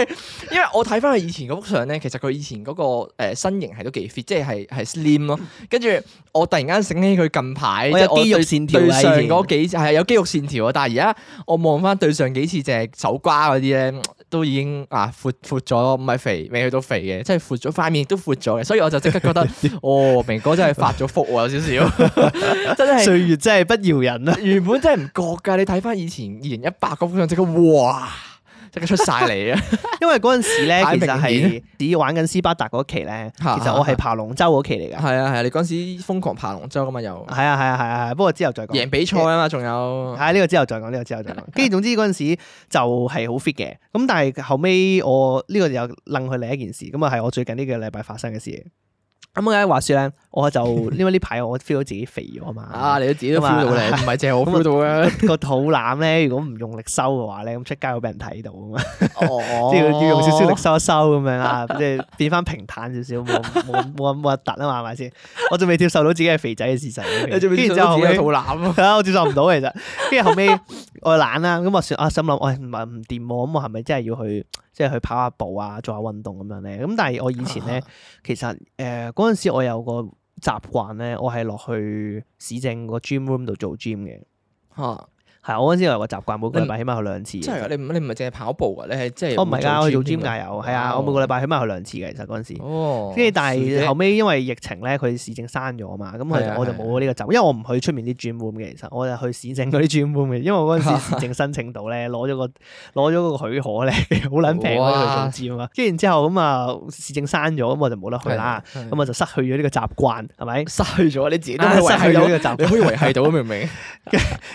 [SPEAKER 1] 係因為我睇翻佢以前嗰幅相咧，其實佢以前嗰個呃身形係都幾 fit，即係係係 slim 咯，跟住我突然間醒起佢近排
[SPEAKER 2] 我
[SPEAKER 1] 即係
[SPEAKER 2] 有肌肉
[SPEAKER 1] 對
[SPEAKER 2] 線條啊
[SPEAKER 1] 對
[SPEAKER 2] 啦，
[SPEAKER 1] 上嗰
[SPEAKER 2] 已
[SPEAKER 1] 幾次係有肌肉線條啊，但係而家我望翻對上幾次就係手瓜嗰啲咧，都已經啊闊闊咗，唔係肥，未去到肥嘅，即係闊咗塊面亦都闊咗嘅，所以我就即刻覺得，
[SPEAKER 2] [laughs]
[SPEAKER 1] 哦，明哥真係發咗福喎，有少少，真
[SPEAKER 2] 經
[SPEAKER 1] 係
[SPEAKER 2] 歲月真係不饒人啊！
[SPEAKER 1] 原本真係唔覺㗎，你睇翻以前二零一八嗰幅相，即刻哇，即刻出晒嚟啊！
[SPEAKER 2] [laughs] 因為嗰陣時咧，
[SPEAKER 1] 太
[SPEAKER 2] 其
[SPEAKER 1] 明
[SPEAKER 2] 實係只玩緊斯巴達嗰期咧，其
[SPEAKER 1] 嚇
[SPEAKER 2] 實我係爬龍舟嗰期嚟㗎，
[SPEAKER 1] 係啊係啊，你嗰陣時瘋狂爬龍舟㗎嘛，又
[SPEAKER 2] 係啊係啊係啊係啊，不過之後再講。
[SPEAKER 1] 贏比賽啊嘛，仲有
[SPEAKER 2] 係呢個之後再講，呢、個之
[SPEAKER 1] [laughs]
[SPEAKER 2] 後再講。跟住總之嗰陣時就係好 fit 嘅，咁但係後尾我呢、個又楞佢另一件事，咁啊係我最近呢個禮拜發生嘅事。咁咧話說咧，
[SPEAKER 1] [laughs]
[SPEAKER 2] 我就因為呢排我 feel 到自己肥咗嘛，
[SPEAKER 1] 啊，你都自己都 feel 到你，唔係淨係我 feel 到
[SPEAKER 2] [laughs]
[SPEAKER 1] 啊，
[SPEAKER 2] 個肚腩咧如果唔用力收嘅話咧，咁出街會俾人睇到啊嘛，
[SPEAKER 1] 哦
[SPEAKER 2] 即係要用少少力收一收咁樣啦， [laughs] 即係變翻平坦少少，冇冇冇冇冇突啊嘛，係咪先？我仲未接受到自己係肥仔嘅事實，
[SPEAKER 1] [laughs] 你仲
[SPEAKER 2] 跟
[SPEAKER 1] 未
[SPEAKER 2] 住
[SPEAKER 1] 知
[SPEAKER 2] 之後
[SPEAKER 1] 道
[SPEAKER 2] 後
[SPEAKER 1] 自己
[SPEAKER 2] 尾
[SPEAKER 1] 有肚腩啊？
[SPEAKER 2] 係啊，我接受唔到其實。跟住後尾我懶啦，咁我算啊心諗，我唔係唔掂喎，咁我係咪真係要去即係去跑下步啊，做下運動咁樣咧？咁但係我以前
[SPEAKER 1] 啊
[SPEAKER 2] 咧，其實誒嗰陣時我有個習慣咧，我係落去市政個 gym room 度做 gym 嘅。
[SPEAKER 1] 嚇！
[SPEAKER 2] 係，我嗰陣時有個習慣，每個禮
[SPEAKER 1] 你
[SPEAKER 2] 拜起碼去兩次嘅。
[SPEAKER 1] 真係㗎，你唔你唔係淨係跑步啊？你係即係
[SPEAKER 2] 我哦唔係㗎，我去做
[SPEAKER 1] 添
[SPEAKER 2] gym
[SPEAKER 1] 㗎
[SPEAKER 2] 㗎有，係啊，我每個禮拜起碼去兩次嘅。其實嗰陣時。
[SPEAKER 1] 哦，
[SPEAKER 2] 跟住，但係
[SPEAKER 1] 係
[SPEAKER 2] 後尾因為疫情咧，佢市政閂咗啊嘛，咁我
[SPEAKER 1] 係啊
[SPEAKER 2] 就我就冇呢個習，因為我唔去出面啲 gym room 嘅，其實我就去市政嗰啲 gym room 嘅，因為我嗰陣時市政申請到咧，攞咗個攞咗個許可咧， [laughs] 好撚平
[SPEAKER 1] 哇
[SPEAKER 2] 可以去做 gym 啊。跟住然之後咁啊，市政閂咗，咁我就冇得去啦，，咁
[SPEAKER 1] 咁
[SPEAKER 2] 我就失去咗呢個習慣，係咪？
[SPEAKER 1] 失去咗，你自己都
[SPEAKER 2] 啊
[SPEAKER 1] 可以
[SPEAKER 2] 失
[SPEAKER 1] 維
[SPEAKER 2] 去
[SPEAKER 1] 係
[SPEAKER 2] 咗呢
[SPEAKER 1] 到，
[SPEAKER 2] 個
[SPEAKER 1] 你
[SPEAKER 2] 習慣。
[SPEAKER 1] 可以維係到，明唔明？
[SPEAKER 2] [laughs]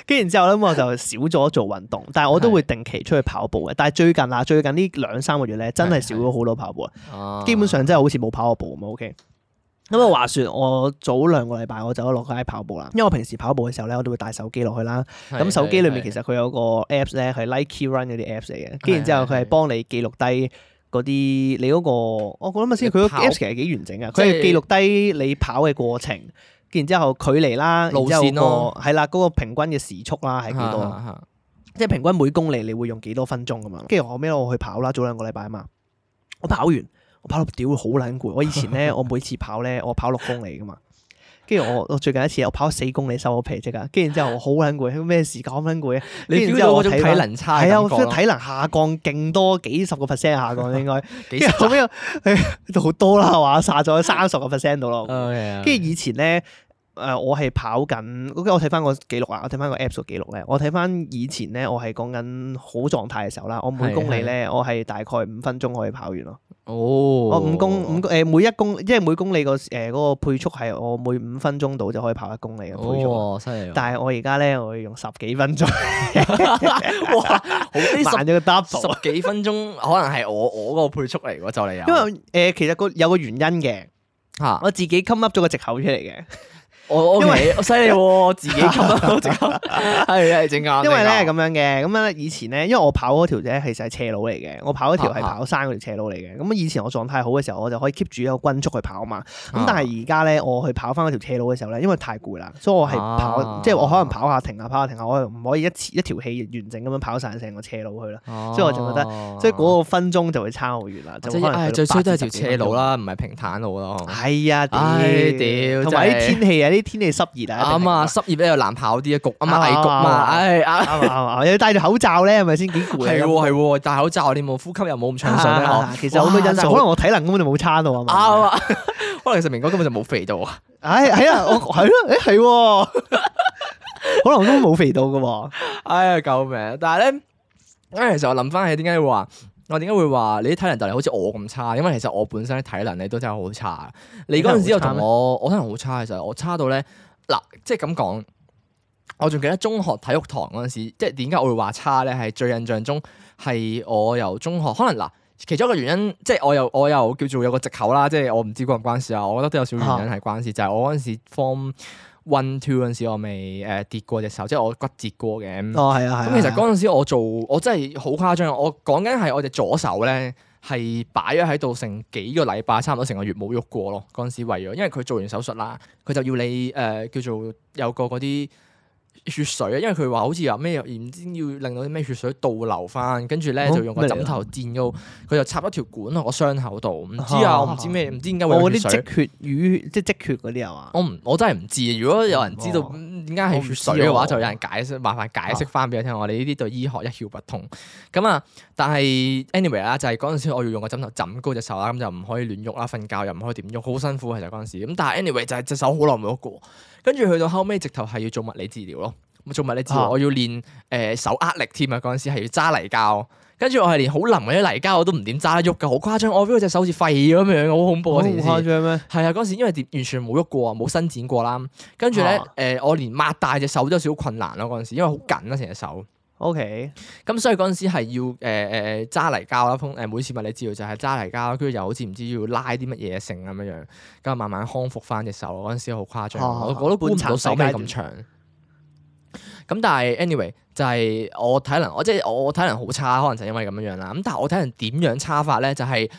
[SPEAKER 2] 跟住然之後咧，咁我就少咗做運動，但係我都
[SPEAKER 1] 係
[SPEAKER 2] 會定期出去跑步嘅。但係最近啊，最近呢兩三個月咧，真係少咗好多跑步 [laughs] 啊。基本上真係好似冇跑過步咁啊。OK，咁啊話説我早兩個禮拜我就落街跑步啦，因為我平時跑步嘅時候咧，我都會帶手機落去啦。
[SPEAKER 1] 係
[SPEAKER 2] 咁手機裏面其
[SPEAKER 1] 係
[SPEAKER 2] 實佢有個 Apps 咧，係 Nike Run 嗰啲 Apps 嚟嘅，跟住之後佢
[SPEAKER 1] 係
[SPEAKER 2] 係幫你記錄低。嗰啲你嗰個，我諗下先，佢個
[SPEAKER 1] 你跑
[SPEAKER 2] Apps 其實幾完整嘅，
[SPEAKER 1] 即
[SPEAKER 2] 佢
[SPEAKER 1] 係
[SPEAKER 2] 係記錄低你跑嘅過程，跟住之後距離啦，
[SPEAKER 1] 路
[SPEAKER 2] 然
[SPEAKER 1] 線
[SPEAKER 2] 之後
[SPEAKER 1] 咯
[SPEAKER 2] 個係啦，嗰個平均嘅時速啦係幾多啊啦，
[SPEAKER 1] 嚇
[SPEAKER 2] 即係平均每公里你會用幾多分鐘咁樣。 [laughs] 跟住後尾我去跑啦，早兩個禮拜啊嘛，我跑完我跑到屌好撚攰。我以前 [laughs] 咧，我每次跑咧，我跑六公里噶嘛。跟住我我最近一次我跑四公里收咗皮即刻，跟住之後我好撚攰，咩時間咁撚攰啊？
[SPEAKER 1] 你
[SPEAKER 2] 跟住
[SPEAKER 1] feel
[SPEAKER 2] 之
[SPEAKER 1] 到
[SPEAKER 2] 後
[SPEAKER 1] 嗰
[SPEAKER 2] 我
[SPEAKER 1] 種
[SPEAKER 2] 睇
[SPEAKER 1] 體
[SPEAKER 2] 返
[SPEAKER 1] 能差嘅
[SPEAKER 2] 係啊，我
[SPEAKER 1] 感覺
[SPEAKER 2] feel
[SPEAKER 1] 咯，
[SPEAKER 2] 體能下降勁多，幾十個 percent 下降應 [laughs] 該。
[SPEAKER 1] 幾
[SPEAKER 2] 跟住後
[SPEAKER 1] 十
[SPEAKER 2] 尾我好多啦，係嘛，殺咗三十個 percent 度咯。
[SPEAKER 1] OK，OK
[SPEAKER 2] 跟住以前咧，誒、誒，我係跑緊，我睇翻個記錄啊，我睇翻個 Apps 個記錄咧，我睇翻以前咧，我係講緊好狀態嘅時候啦，我每
[SPEAKER 1] 係
[SPEAKER 2] 公里咧，我係大概五分鐘可以跑完咯。
[SPEAKER 1] 哦，
[SPEAKER 2] 我
[SPEAKER 1] 我
[SPEAKER 2] 五公五誒每一公，即係每公里個誒嗰個配速係我每五分鐘度就可以跑一公里嘅配速。啊
[SPEAKER 1] 哦，犀利喎！
[SPEAKER 2] 但係我而家咧，我要用十幾
[SPEAKER 1] [laughs]
[SPEAKER 2] 分鐘
[SPEAKER 1] 哇，好
[SPEAKER 2] [laughs]
[SPEAKER 1] 呢
[SPEAKER 2] 慢咗個
[SPEAKER 1] [laughs]
[SPEAKER 2] double。
[SPEAKER 1] 十十幾分
[SPEAKER 2] [laughs]
[SPEAKER 1] 鐘，可能係我我嗰個配速嚟喎，就嚟有。
[SPEAKER 2] 因為誒、呃其實個有個原因嘅，
[SPEAKER 1] 嚇，
[SPEAKER 2] 我自己 come up 咗個藉口出嚟嘅，
[SPEAKER 1] 我我
[SPEAKER 2] 因
[SPEAKER 1] 為
[SPEAKER 2] [laughs]
[SPEAKER 1] 我犀利喎，我自己吸到直頭，係啊係正啱。
[SPEAKER 2] 因為咧
[SPEAKER 1] 正
[SPEAKER 2] 咁
[SPEAKER 1] 啱
[SPEAKER 2] 樣嘅，咁樣咧以前咧，因為我跑嗰條咧其實係斜路嚟嘅，我跑嗰條係
[SPEAKER 1] 啊啊
[SPEAKER 2] 跑山嗰條斜路嚟嘅，咁以前我狀態好嘅時候，我就可以 keep 住一個均速去跑嘛，咁
[SPEAKER 1] 啊
[SPEAKER 2] 但係而家咧，我去跑翻嗰條斜路嘅時候咧，因為太攰啦，所以我係跑，
[SPEAKER 1] 啊
[SPEAKER 2] 即係我可能跑下停下跑下停下，我唔可以一次一條氣完整咁樣跑晒成個斜路去啦，所以我就覺
[SPEAKER 1] 得
[SPEAKER 2] 即係嗰個分鐘就會差好遠啦，
[SPEAKER 1] 哦啊即
[SPEAKER 2] 就可
[SPEAKER 1] 係
[SPEAKER 2] 能
[SPEAKER 1] 唉
[SPEAKER 2] 去到
[SPEAKER 1] 最衰都係條
[SPEAKER 2] 8至10
[SPEAKER 1] 斜路啦，唔係平坦路啦。可能
[SPEAKER 2] 係啊，
[SPEAKER 1] 唉屌
[SPEAKER 2] 同埋
[SPEAKER 1] 真
[SPEAKER 2] 啲
[SPEAKER 1] 係
[SPEAKER 2] 天氣啊，啲天氣濕熱啊，一定係
[SPEAKER 1] 啱啊，
[SPEAKER 2] 咁
[SPEAKER 1] 濕葉咧又難跑啲啊，焗啊
[SPEAKER 2] 啱
[SPEAKER 1] 嘛，
[SPEAKER 2] 啊
[SPEAKER 1] 危焗
[SPEAKER 2] 啱
[SPEAKER 1] 嘛，
[SPEAKER 2] 啊
[SPEAKER 1] 唉啱。
[SPEAKER 2] 啱啊啱 [laughs] 啊，又要戴住口罩咧，係咪先幾攰啊？
[SPEAKER 1] 係喎係喎，戴口罩你冇呼吸又冇咁暢順
[SPEAKER 2] [laughs]
[SPEAKER 1] 咧，
[SPEAKER 2] 啊
[SPEAKER 1] 嗬。
[SPEAKER 2] 其實好多因素，可能我體能根本就冇差到啊
[SPEAKER 1] 啱
[SPEAKER 2] 嘛。
[SPEAKER 1] 啊，可能其實明哥根本就冇肥到啊。
[SPEAKER 2] 唉，係啊，我係
[SPEAKER 1] [laughs]
[SPEAKER 2] 咯，誒係喎，可能我根本冇肥到嘅喎。
[SPEAKER 1] 哎呀，救命！但係咧，因為其實我諗翻起點解會話，我點解會話你啲體能就嚟好似我咁差？因為其實我本身啲體能咧都真係好差。你嗰陣時又同我，我體能好差，其實我差到咧，嗱，即係咁講，我仲記得中學體育堂嗰陣時，即係點解我會話差咧？係最印象中係我由中學可能嗱。其中一個原因，即係我又我又叫做有個藉口啦，即係我唔知關唔關事啊，我覺得都有少少原因係關事，就係、我嗰陣時 form one two 嗰陣時，我未誒跌過隻手，即係我骨折過嘅。
[SPEAKER 2] 哦，係啊，係啊。
[SPEAKER 1] 嗯咁其實
[SPEAKER 2] 係啊
[SPEAKER 1] 嗰陣時我做，我真係好誇張。我講緊係我隻左手咧，係擺咗喺度成幾個禮拜，差唔多成個月冇喐過咯。嗰陣時為咗，因為佢做完手術啦，佢就要你誒、呃叫做有個嗰啲血水啊，因為佢話好似話咩唔知要令到啲咩血水倒流翻，跟住咧
[SPEAKER 2] 哦
[SPEAKER 1] 就用個
[SPEAKER 2] 咩嚟㗎
[SPEAKER 1] 枕頭墊高，佢就插咗條管落個傷口度。唔知啊，我唔知咩，唔知點解會
[SPEAKER 2] 我
[SPEAKER 1] 有
[SPEAKER 2] 哦嗰
[SPEAKER 1] 血
[SPEAKER 2] 啲
[SPEAKER 1] 水。
[SPEAKER 2] 積血瘀，即係積血嗰啲係嘛？
[SPEAKER 1] 我唔，我真係唔知。如果有人知道
[SPEAKER 2] 哦
[SPEAKER 1] 嗯點解係血水嘅
[SPEAKER 2] 我唔
[SPEAKER 1] 話，
[SPEAKER 2] 知喎
[SPEAKER 1] 就有人解釋，麻煩解釋翻俾我聽。我哋呢啲對醫學一竅不通。咁啊，但係 anyway 啦，就係嗰陣時我要用個枕頭枕高隻手啦，咁就唔可以亂喐啦，瞓覺又唔可以點喐，好辛苦其實嗰陣時。咁但係 anyway 就係隻手好耐冇喐過，跟住去到後尾直頭係要做物理治療咯。做物理治療，
[SPEAKER 2] 啊
[SPEAKER 1] 我要練誒、呃手握力添啊！嗰陣時係要揸泥膠，跟住我係連好腍嗰啲泥膠我都唔點揸得喐㗎，好誇張。我 feel 到隻手好似廢咁樣，好恐怖啊！
[SPEAKER 2] 咁
[SPEAKER 1] 成件事
[SPEAKER 2] 誇張咩？
[SPEAKER 1] 係啊，嗰時因為完全冇喐過啊，冇伸展過啦。跟住咧，誒
[SPEAKER 2] 啊、
[SPEAKER 1] 我連擘大隻手都有少少困難咯。嗰陣時，因為好緊啊，成隻手。
[SPEAKER 2] O K，
[SPEAKER 1] 咁所以嗰陣時係要誒誒呃揸泥膠啦，通誒每次物理治療就係揸泥膠啦，跟住又好似唔知要拉啲乜嘢性咁樣樣，咁啊慢慢康復翻隻手。嗰陣時好誇張，
[SPEAKER 2] 啊
[SPEAKER 1] 我我都估唔到手尾
[SPEAKER 2] 觀察世
[SPEAKER 1] 咁長。咁但係 anyway 就係我體能，我即係我體能好差，可能就因為咁樣樣啦。咁但係我體能點樣差法咧？就係、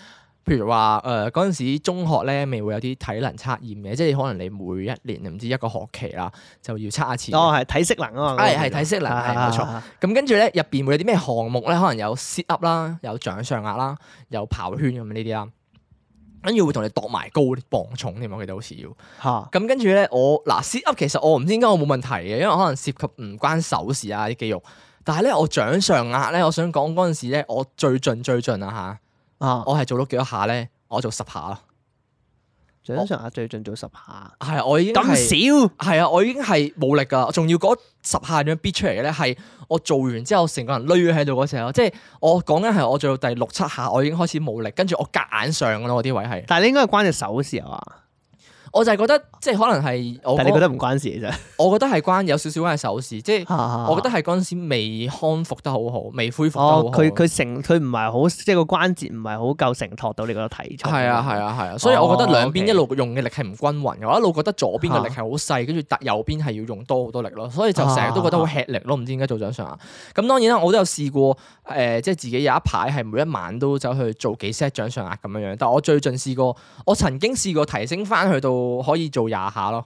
[SPEAKER 1] 譬如話誒嗰陣時中學咧，咪會有啲體能測驗嘅，即係可能你每一年唔知一個學期啦，就要測一次。
[SPEAKER 2] 哦係體適能啊嘛，
[SPEAKER 1] 係係體適能係冇錯。
[SPEAKER 2] 錯。
[SPEAKER 1] 咁跟住咧，入邊會有啲咩項目咧？可能有 sit up 啦，有掌上壓啦，有跑圈咁呢啲啦。跟住會同你度埋高磅重添，我記得好似要。
[SPEAKER 2] 嚇
[SPEAKER 1] 咁跟住咧，我嗱 sit up 其實我唔知點解我冇問題嘅，因為可能涉及唔關手事啊啲肌肉。但係咧，我掌上壓咧，我想講嗰陣時咧，我最盡最盡啊
[SPEAKER 2] 啊
[SPEAKER 1] 嚇，！我係做到幾多下咧？我做十下咯。
[SPEAKER 2] 掌上壓最盡做十下，
[SPEAKER 1] 係啊，我已經係
[SPEAKER 2] 咁少
[SPEAKER 1] 係啊，我已經係冇力噶，仲要嗰十下咁樣逼出嚟嘅咧，係我做完之後成個人累咗喺度嗰時候，即係我講緊係我做到第六七下，我已經開始冇力，跟住我夾硬上噶咯，我啲位係，
[SPEAKER 2] 但係你應該係關隻手事啊，
[SPEAKER 1] 我就係覺得即係可能係我
[SPEAKER 2] 但係你覺
[SPEAKER 1] 覺
[SPEAKER 2] 得唔關事嘅啫。
[SPEAKER 1] 我覺得係關有少少關係手事，即係我
[SPEAKER 2] 我
[SPEAKER 1] 覺得係嗰陣時未康復得好好，未恢復得好好
[SPEAKER 2] 啊哦，。佢佢承佢唔係好，即係個關節唔係好夠承托到你個體重。
[SPEAKER 1] 係啊，係啊，係啊，所以我覺得兩邊
[SPEAKER 2] OK
[SPEAKER 1] 一路用嘅力係唔均勻嘅，我一路覺得左邊嘅力係好細，跟住突右邊係要用多好多力咯，所以就成日都覺得好吃力咯，唔知點解做掌上壓。咁當然啦，我都有試過誒、呃即係自己有一排係每一晚都走去做幾 set 掌上壓咁樣樣，但我最盡試過，我曾經試過提升翻去到可以做廿下咯，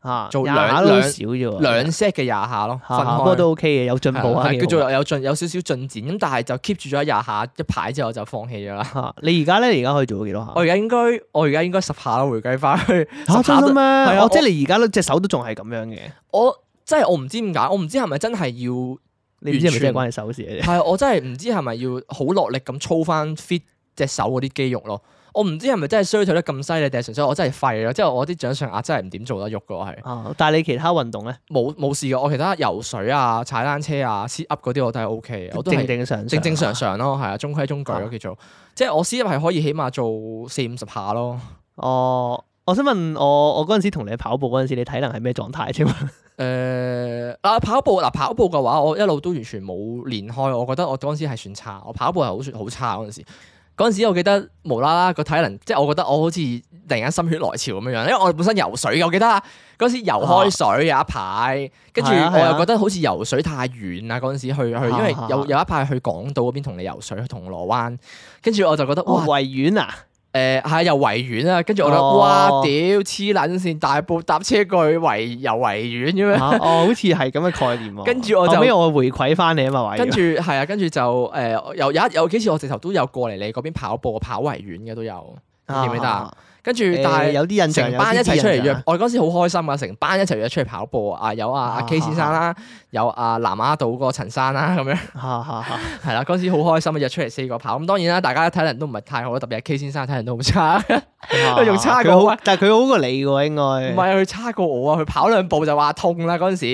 [SPEAKER 2] 啊，
[SPEAKER 1] 做
[SPEAKER 2] 廿
[SPEAKER 1] 兩
[SPEAKER 2] 下都好
[SPEAKER 1] 兩
[SPEAKER 2] 少啫喎，
[SPEAKER 1] 兩 set 嘅廿下咯，
[SPEAKER 2] 嚇
[SPEAKER 1] 分
[SPEAKER 2] 嚇不過
[SPEAKER 1] 開。
[SPEAKER 2] 都 OK 嘅，有進步啊，
[SPEAKER 1] 係
[SPEAKER 2] 幾
[SPEAKER 1] 叫
[SPEAKER 2] 好
[SPEAKER 1] 做有進有少少進展，咁但係就 keep 住咗廿下一排之後就放棄咗啦。
[SPEAKER 2] 嚇你而家咧，你而家可以做到幾多下
[SPEAKER 1] 我？而家應該我而家應該十下咯，回歸翻去
[SPEAKER 2] 嚇
[SPEAKER 1] 十
[SPEAKER 2] 真
[SPEAKER 1] 下都
[SPEAKER 2] 心咩？
[SPEAKER 1] 啊
[SPEAKER 2] 哦
[SPEAKER 1] 我
[SPEAKER 2] 即係你而家都隻手都仲係咁樣嘅，
[SPEAKER 1] 我真係我唔知點解，我唔知係咪真係要
[SPEAKER 2] 你唔知係咪真係關
[SPEAKER 1] 完
[SPEAKER 2] 你手事嘅啫？
[SPEAKER 1] 係我真係唔知係咪要好落力咁操翻 fit 隻手嗰啲肌肉咯。我唔知係咪真係衰退得咁犀利，定係純粹我真係廢咯？即係我啲掌上壓真係唔點做得喐嘅，我係
[SPEAKER 2] 啊，但係你其他運動咧，
[SPEAKER 1] 冇冇事嘅。我其他游水啊、踩單車啊、sit up 嗰啲我都係 O K 嘅，我都
[SPEAKER 2] 正
[SPEAKER 1] 係
[SPEAKER 2] 正常
[SPEAKER 1] 正正常。常咯，係啊，中規中矩咯
[SPEAKER 2] 啊
[SPEAKER 1] 叫做。即係我 sit up 係可以起碼做四五十下咯。
[SPEAKER 2] 哦，我想問我我嗰陣時同你跑步嗰陣時，你體能係咩狀態啫嘛？ [laughs]
[SPEAKER 1] 誒嗱、呃啊跑步嗱、跑步嘅話，我一路都完全冇練開，我覺得我嗰陣時係算差，我跑步係好算好差嗰陣時。嗰陣時我記得無啦啦個體能，即係我覺得我好似突然間心血來潮咁樣樣，因為我本身游水嘅，我記得啊嗰陣時游開水有一排，跟住
[SPEAKER 2] 係啊係
[SPEAKER 1] 我
[SPEAKER 2] 啊
[SPEAKER 1] 又覺得好似游水太遠啦，嗰陣時去去，因為
[SPEAKER 2] 啊
[SPEAKER 1] 有有一排去港島嗰邊同你游水去銅鑼灣，跟住我就覺得哇
[SPEAKER 2] 哦，維園啊，
[SPEAKER 1] 誒係又維園啊，跟住我覺得哇
[SPEAKER 2] 哦
[SPEAKER 1] 屌黐撚線，大埔搭車過去維遊維園咁樣。
[SPEAKER 2] 啊哦，好似係咁嘅概念喎。
[SPEAKER 1] 跟住我就
[SPEAKER 2] 後尾我回饋翻你啊嘛，維園
[SPEAKER 1] 跟住係啊，跟住就誒、呃有有一有幾次我直頭都有過嚟你嗰邊跑步，啊跑維園嘅都有，記唔記得啊？跟住
[SPEAKER 2] 誒
[SPEAKER 1] 但係
[SPEAKER 2] 有啲印象，
[SPEAKER 1] 成班一
[SPEAKER 2] 有啲
[SPEAKER 1] 齊出嚟
[SPEAKER 2] 印象
[SPEAKER 1] 約，我嗰陣時好開心啊！成班一齊約出嚟跑步啊！有啊阿
[SPEAKER 2] 啊
[SPEAKER 1] K 先生啦，有啊南丫島嗰個陳生啦，咁樣 [laughs]
[SPEAKER 2] 哈哈哈
[SPEAKER 1] 係啦，嗰陣時好開心啊！約出嚟四個跑，咁當然啦，大家體能都唔係太好，特別係 K 先生體能都好差，唔 [laughs]
[SPEAKER 2] 佢
[SPEAKER 1] 仲差過
[SPEAKER 2] 啊佢
[SPEAKER 1] 我啊
[SPEAKER 2] 好，但係佢好過你喎，應該
[SPEAKER 1] 係佢差過我啊！佢跑兩步就話痛啦嗰陣時，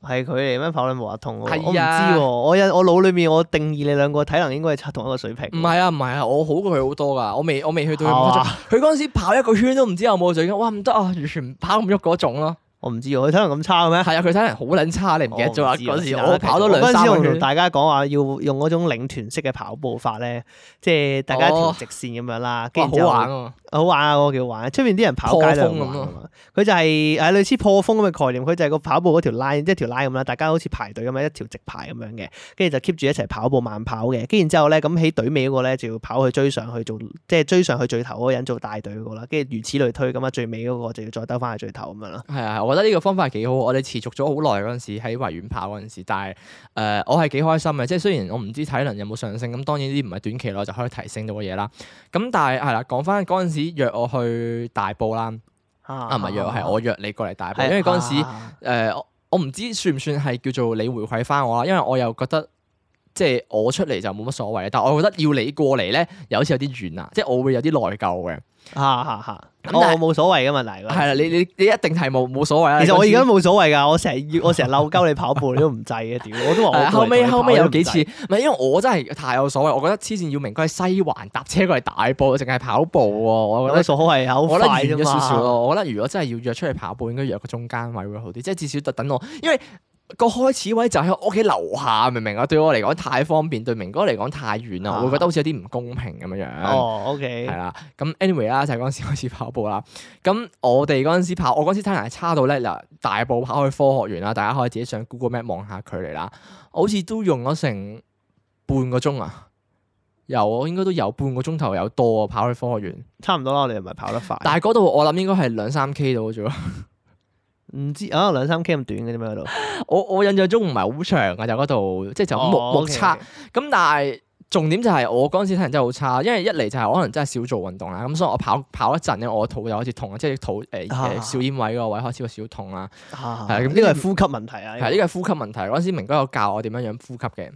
[SPEAKER 2] 係佢嚟咩跑兩無話痛
[SPEAKER 1] 係
[SPEAKER 2] 喎，我唔知
[SPEAKER 1] 啊
[SPEAKER 2] 喎，我有我腦裏面我定義你兩個體能應該係差同一個水平，
[SPEAKER 1] 唔係啊唔係啊，我好過佢好多噶，我未我未去到佢咁
[SPEAKER 2] 係
[SPEAKER 1] 誇張
[SPEAKER 2] 嘛
[SPEAKER 1] 佢嗰陣時跑一個圈都唔知有冇水嘅，哇唔得啊，完全唔跑唔喐嗰種
[SPEAKER 2] [laughs]
[SPEAKER 1] 咯。
[SPEAKER 2] 我唔知喎，佢體能咁差嘅咩？
[SPEAKER 1] 係啊，佢體能好撚差， [laughs] 你唔記得咗啊？
[SPEAKER 2] 我唔知啊
[SPEAKER 1] 嗰時
[SPEAKER 2] 是但啦
[SPEAKER 1] 我跑咗
[SPEAKER 2] 其實
[SPEAKER 1] 兩三個
[SPEAKER 2] 我嗰陣時我同
[SPEAKER 1] 圈，
[SPEAKER 2] 大家講話要用嗰種領團式嘅跑步法咧，即係大家一條
[SPEAKER 1] 哦
[SPEAKER 2] 直線咁樣啦，跟
[SPEAKER 1] 哇，
[SPEAKER 2] 住就
[SPEAKER 1] 好玩啊！
[SPEAKER 2] 好玩啊！嗰個叫玩，出面啲人跑街都有人玩
[SPEAKER 1] 破
[SPEAKER 2] 啊
[SPEAKER 1] 風咁
[SPEAKER 2] 嘛。佢就係誒類似破風咁嘅概念，佢就係個跑步嗰條 line 一條 line 咁啦，大家好似排隊咁樣一條直排咁樣嘅，跟住就 keep 住一齊跑步慢跑嘅。跟住然之後咧，咁喺隊尾嗰個咧就要跑去追上去做，即係追上去最頭嗰個人做大隊嗰個啦。跟住如此類推咁啊，最尾嗰個就要再兜翻去最頭咁樣啦。
[SPEAKER 1] 係啊，係我覺得呢個方法幾好。我哋持續咗好耐嗰陣時喺維園跑嗰陣時，但係誒、呃我係幾開心嘅。即係雖然我唔知體能有冇上升，咁當然呢啲唔係短期內就可以提升到嘅嘢啦。咁但係係啦，講翻嗰陣時約我去大埔啦，啊
[SPEAKER 2] 啊
[SPEAKER 1] 唔係約我係我約你過嚟大埔，
[SPEAKER 2] 係
[SPEAKER 1] 因為嗰陣時。
[SPEAKER 2] 啊
[SPEAKER 1] 誒、呃我我唔知算唔算係叫做你回饋翻我啦，因為我又覺得即係我出嚟就冇乜所謂，但我覺得要你過嚟咧，又好似有啲遠啊，即係我會有啲內疚嘅。
[SPEAKER 2] 啊啊啊
[SPEAKER 1] 咁
[SPEAKER 2] 我
[SPEAKER 1] 但係
[SPEAKER 2] 冇所謂噶嘛，嗱。如果
[SPEAKER 1] 係啦，你你你一定係冇冇所謂啦。
[SPEAKER 2] 其實我
[SPEAKER 1] 嗰
[SPEAKER 2] 而
[SPEAKER 1] 次
[SPEAKER 2] 家都冇所謂㗎，我成日要我成日嬲鳩你跑步，你都唔制嘅，屌！我都話
[SPEAKER 1] 係啊
[SPEAKER 2] 我
[SPEAKER 1] 呃後尾後尾有幾次，
[SPEAKER 2] 你
[SPEAKER 1] 唔係因為我真係太有所謂，我覺得黐線要明佢喺西環搭車過嚟大埔，淨係跑步喎，我覺
[SPEAKER 2] 我
[SPEAKER 1] 得。
[SPEAKER 2] 所謂啊好
[SPEAKER 1] 我覺得
[SPEAKER 2] 快
[SPEAKER 1] 遠
[SPEAKER 2] 啫
[SPEAKER 1] 咗少少
[SPEAKER 2] 嘛。
[SPEAKER 1] 咯。我覺得如果真係要約出去跑步，應該約個中間位會好啲，即係至少特等我，因為個開始位就喺我屋企樓下，明唔明啊？對我嚟講太方便，對明哥嚟講太遠啦，
[SPEAKER 2] 啊
[SPEAKER 1] 我會覺得好似有啲唔公平咁樣樣。
[SPEAKER 2] 哦，OK，
[SPEAKER 1] 係啦，咁 anyway 啦，就係嗰陣時開始跑步啦。咁我哋嗰陣時跑，我嗰陣時體能係差到咧嗱，大埔跑去科學園啦，大家可以自己上 Google Map 望下距離啦。我好似都用咗成半個鐘啊，有我應該都有半個鐘頭有多啊，跑去科學園。
[SPEAKER 2] 差唔多啦，我哋唔係跑得快，
[SPEAKER 1] 但係嗰度我諗應該係兩三 K 到嘅啫喎，
[SPEAKER 2] 唔知啊兩三 K 咁短嘅啫嘛嗰度。
[SPEAKER 1] [laughs] 我我印象中唔係好長啊，就嗰度即係
[SPEAKER 2] 哦
[SPEAKER 1] 就咁目、目測。咁但係重點就係我嗰陣時體能真係好差，因為一嚟就係我可能真係少做運動啦，咁所以我跑跑一陣咧，我肚就開始痛啦，即係肚誒
[SPEAKER 2] 啊
[SPEAKER 1] 誒小煙位嗰個位開始有少少痛啦。
[SPEAKER 2] 係
[SPEAKER 1] 係咁
[SPEAKER 2] 咁啊呢個係呼吸問題啊。
[SPEAKER 1] 係呢個係呼吸問題。嗰陣時明哥有教我點樣樣呼吸嘅。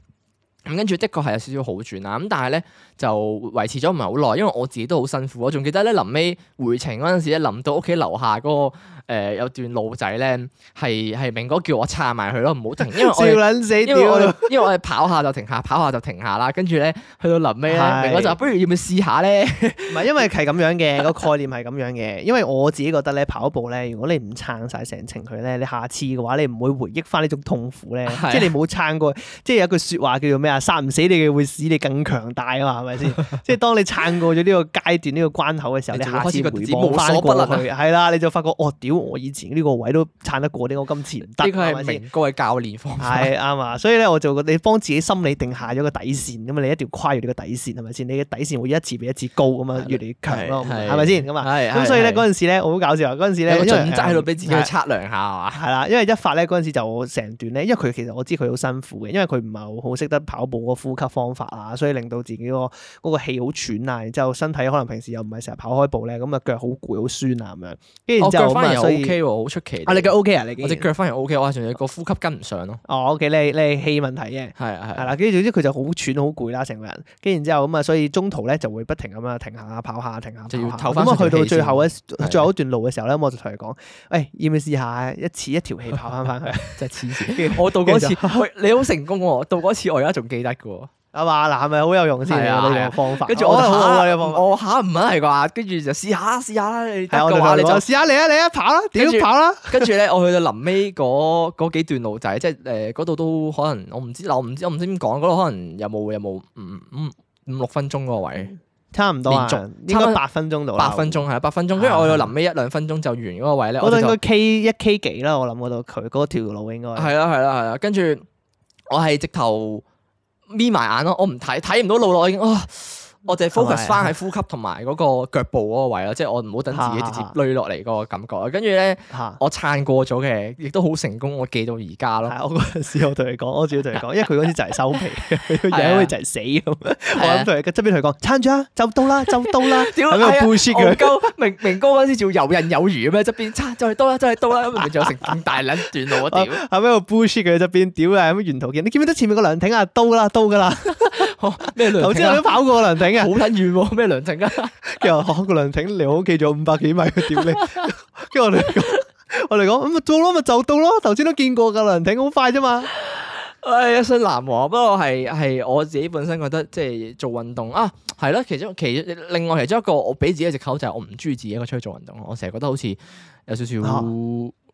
[SPEAKER 1] 咁跟住的確係有少少好轉啦，咁但係咧就維持咗唔係好耐，因為我自己都好辛苦。我仲記得咧臨尾回程嗰陣時咧，臨到屋企樓下嗰、個、呃、有段路仔咧，係係明哥叫我撐埋佢咯，唔好停，因為
[SPEAKER 2] [laughs] 笑
[SPEAKER 1] 我哋
[SPEAKER 2] 撚死
[SPEAKER 1] 因為我
[SPEAKER 2] 屌
[SPEAKER 1] 哋！因為我哋跑下就停下，跑下就停下啦。跟住咧去到臨尾咧，
[SPEAKER 2] 係
[SPEAKER 1] 明哥就話不如要唔要試下咧？
[SPEAKER 2] 唔係因為係咁樣嘅個概念係咁樣嘅，因為我自己覺得咧跑步咧，如果你唔撐晒成程佢咧，你下次嘅話你唔會回憶翻呢種痛苦咧，
[SPEAKER 1] 係啊
[SPEAKER 2] 即係你冇撐過，即係有句説話叫做咩啊？殺唔死你嘅會使你更強大啊嘛，係咪
[SPEAKER 1] [laughs]
[SPEAKER 2] 先？即係當你撐過咗呢個階段呢、個關口嘅時候，
[SPEAKER 1] 你
[SPEAKER 2] 你
[SPEAKER 1] 就會
[SPEAKER 2] 下
[SPEAKER 1] 開始覺得
[SPEAKER 2] 次
[SPEAKER 1] 自己
[SPEAKER 2] 回望翻
[SPEAKER 1] 無所不能
[SPEAKER 2] 過
[SPEAKER 1] 啊
[SPEAKER 2] 去，係啦，你就發覺哦，屌我以前呢個位都撐得過啲，我今次唔得，啊
[SPEAKER 1] 呢個
[SPEAKER 2] 係咪
[SPEAKER 1] 係
[SPEAKER 2] 先
[SPEAKER 1] 明哥嘅教練方法。
[SPEAKER 2] [laughs] 係啱啊，所以咧我就覺得你幫自己心理定下咗個底線，咁啊你一定要跨越呢個底線係咪先？你嘅底線會一次比一次高咁啊，越嚟越強咯，
[SPEAKER 1] 係
[SPEAKER 2] 係咪先咁啊？
[SPEAKER 1] 係
[SPEAKER 2] 咁所以咧
[SPEAKER 1] 係
[SPEAKER 2] 嗰陣時咧，我好搞笑啊！嗰陣時咧，
[SPEAKER 1] 有個
[SPEAKER 2] 因為
[SPEAKER 1] 準則喺度俾自己去
[SPEAKER 2] 係
[SPEAKER 1] 測量下係嘛？
[SPEAKER 2] 係啦，因為一發咧嗰陣時就成段咧，因為佢其實我知佢好辛苦嘅，因為佢唔係好識得跑步個呼吸方法啊，所以令到自己個嗰個氣好喘啊，然之後身體可能平時又唔係成日跑開步咧，咁啊腳好攰好酸啊咁樣，跟住然
[SPEAKER 1] 我
[SPEAKER 2] 之後
[SPEAKER 1] 腳
[SPEAKER 2] 咁
[SPEAKER 1] 反而
[SPEAKER 2] 啊
[SPEAKER 1] 好
[SPEAKER 2] 所以
[SPEAKER 1] OK 喎，好出奇。
[SPEAKER 2] 啊，你嘅 O K 啊，你
[SPEAKER 1] 我
[SPEAKER 2] 嘅
[SPEAKER 1] 只腳反而 OK，我仲有個呼吸跟唔上咯。
[SPEAKER 2] 哦，OK，你係你係氣問題
[SPEAKER 1] 係
[SPEAKER 2] 啫。
[SPEAKER 1] 啊係
[SPEAKER 2] 係
[SPEAKER 1] 啊。
[SPEAKER 2] 啦，跟住總之佢就好喘好攰啦，成個人。跟住然之後咁啊，所以中途咧就會不停咁啊停下跑下停下跑下
[SPEAKER 1] 就要唞返
[SPEAKER 2] 咁啊，去
[SPEAKER 1] 上條
[SPEAKER 2] 到
[SPEAKER 1] 氣
[SPEAKER 2] 最後一
[SPEAKER 1] 係
[SPEAKER 2] 最後一段路嘅時候咧，咁我就同佢講：，喂，要唔要試下一次一條氣跑翻翻去？
[SPEAKER 1] 真
[SPEAKER 2] [laughs]
[SPEAKER 1] 係黐線！我到嗰
[SPEAKER 2] 跟
[SPEAKER 1] 次，喂，你好成功喎！到嗰次我而家仲記得嘅喎。
[SPEAKER 2] 啊嘛，嗱係咪好有用先
[SPEAKER 1] 係
[SPEAKER 2] 啊？
[SPEAKER 1] 啊係
[SPEAKER 2] 呢個
[SPEAKER 1] 啊
[SPEAKER 2] 方法，
[SPEAKER 1] 跟住我
[SPEAKER 2] 覺
[SPEAKER 1] 就
[SPEAKER 2] 得好好啊，
[SPEAKER 1] 嚇
[SPEAKER 2] 呢個方法。
[SPEAKER 1] 我嚇唔係啩？跟住就試下試下啦，你得
[SPEAKER 2] 係我
[SPEAKER 1] 嘅
[SPEAKER 2] 哋
[SPEAKER 1] 話
[SPEAKER 2] 話
[SPEAKER 1] 你
[SPEAKER 2] 你就
[SPEAKER 1] 就
[SPEAKER 2] 試下嚟啊嚟啊跑啦，屌
[SPEAKER 1] 跟住
[SPEAKER 2] 跑啦！
[SPEAKER 1] 跟住咧，我去到臨尾嗰嗰幾段路仔，即係誒嗰度都可能我唔知，我唔知我唔知點講，嗰度可能有冇有冇五五五六分鐘嗰個位，
[SPEAKER 2] 差唔多啊
[SPEAKER 1] 連續，
[SPEAKER 2] 應
[SPEAKER 1] 差唔
[SPEAKER 2] 該
[SPEAKER 1] 多
[SPEAKER 2] 八分鐘到啦。
[SPEAKER 1] 八分鐘係啊八分鐘，跟住我去到臨尾一兩分鐘就完嗰個位咧，
[SPEAKER 2] 嗰
[SPEAKER 1] 我
[SPEAKER 2] 度
[SPEAKER 1] 哋
[SPEAKER 2] 應
[SPEAKER 1] 就
[SPEAKER 2] 該 K 一 K 幾啦，我諗嗰度佢嗰條路應該
[SPEAKER 1] 係啦係啦係啦，跟住我係直頭眯埋眼咯，我唔睇睇唔到路咯，我已經啊。我淨係
[SPEAKER 2] 係咪
[SPEAKER 1] focus 翻喺呼吸同埋嗰個腳步嗰個位咯，即係我唔好等自己直接
[SPEAKER 2] 啊啊啊
[SPEAKER 1] 累落嚟嗰個感覺。跟住咧，
[SPEAKER 2] 嚇。
[SPEAKER 1] 我撐過咗嘅，亦都好成功，我記到而家 [laughs] 咯。
[SPEAKER 2] 係啊我嗰陣時，我同佢講，我主要同
[SPEAKER 1] [laughs]
[SPEAKER 2] 佢講，因為佢嗰時就係收皮，佢
[SPEAKER 1] 係啊
[SPEAKER 2] 樣好似就係死咁。我
[SPEAKER 1] 啊
[SPEAKER 2] 諗同佢側邊同佢講，撐住啊，就到啦，就到啦，
[SPEAKER 1] [laughs] 屌
[SPEAKER 2] 咁樣
[SPEAKER 1] 係啊
[SPEAKER 2] push
[SPEAKER 1] 戇
[SPEAKER 2] 佢。
[SPEAKER 1] 鳩明明哥嗰陣時仲游刃有餘咁樣，側邊差就係多啦，就係多啦，咁明明仲有成咁大撚段路啊！屌，
[SPEAKER 2] [laughs] 後尾我 push 佢側邊，屌啊！咁沿途見你見唔見得前面個涼亭啊？到啦，到噶啦！
[SPEAKER 1] [laughs] 咩
[SPEAKER 2] 頭
[SPEAKER 1] 梁靜
[SPEAKER 2] 先我
[SPEAKER 1] 啊
[SPEAKER 2] 都？跑過個涼亭啊
[SPEAKER 1] 好，撚遠喎，咩梁靜啊？
[SPEAKER 2] 跟住我話哦個涼亭離我屋企仲有五百幾米，屌你！跟住我哋講，我哋講咁咪到咯，咪就到咯。頭先都見過噶涼亭，好快啫嘛。
[SPEAKER 1] 唉，一身難忘。不過係係我自己本身覺得，即係做運動啊，係咯。其中其另外其中一個我俾自己嘅藉口就係我唔中意自己一個出去做運動。我成日覺得好似有少
[SPEAKER 2] 啊
[SPEAKER 1] 少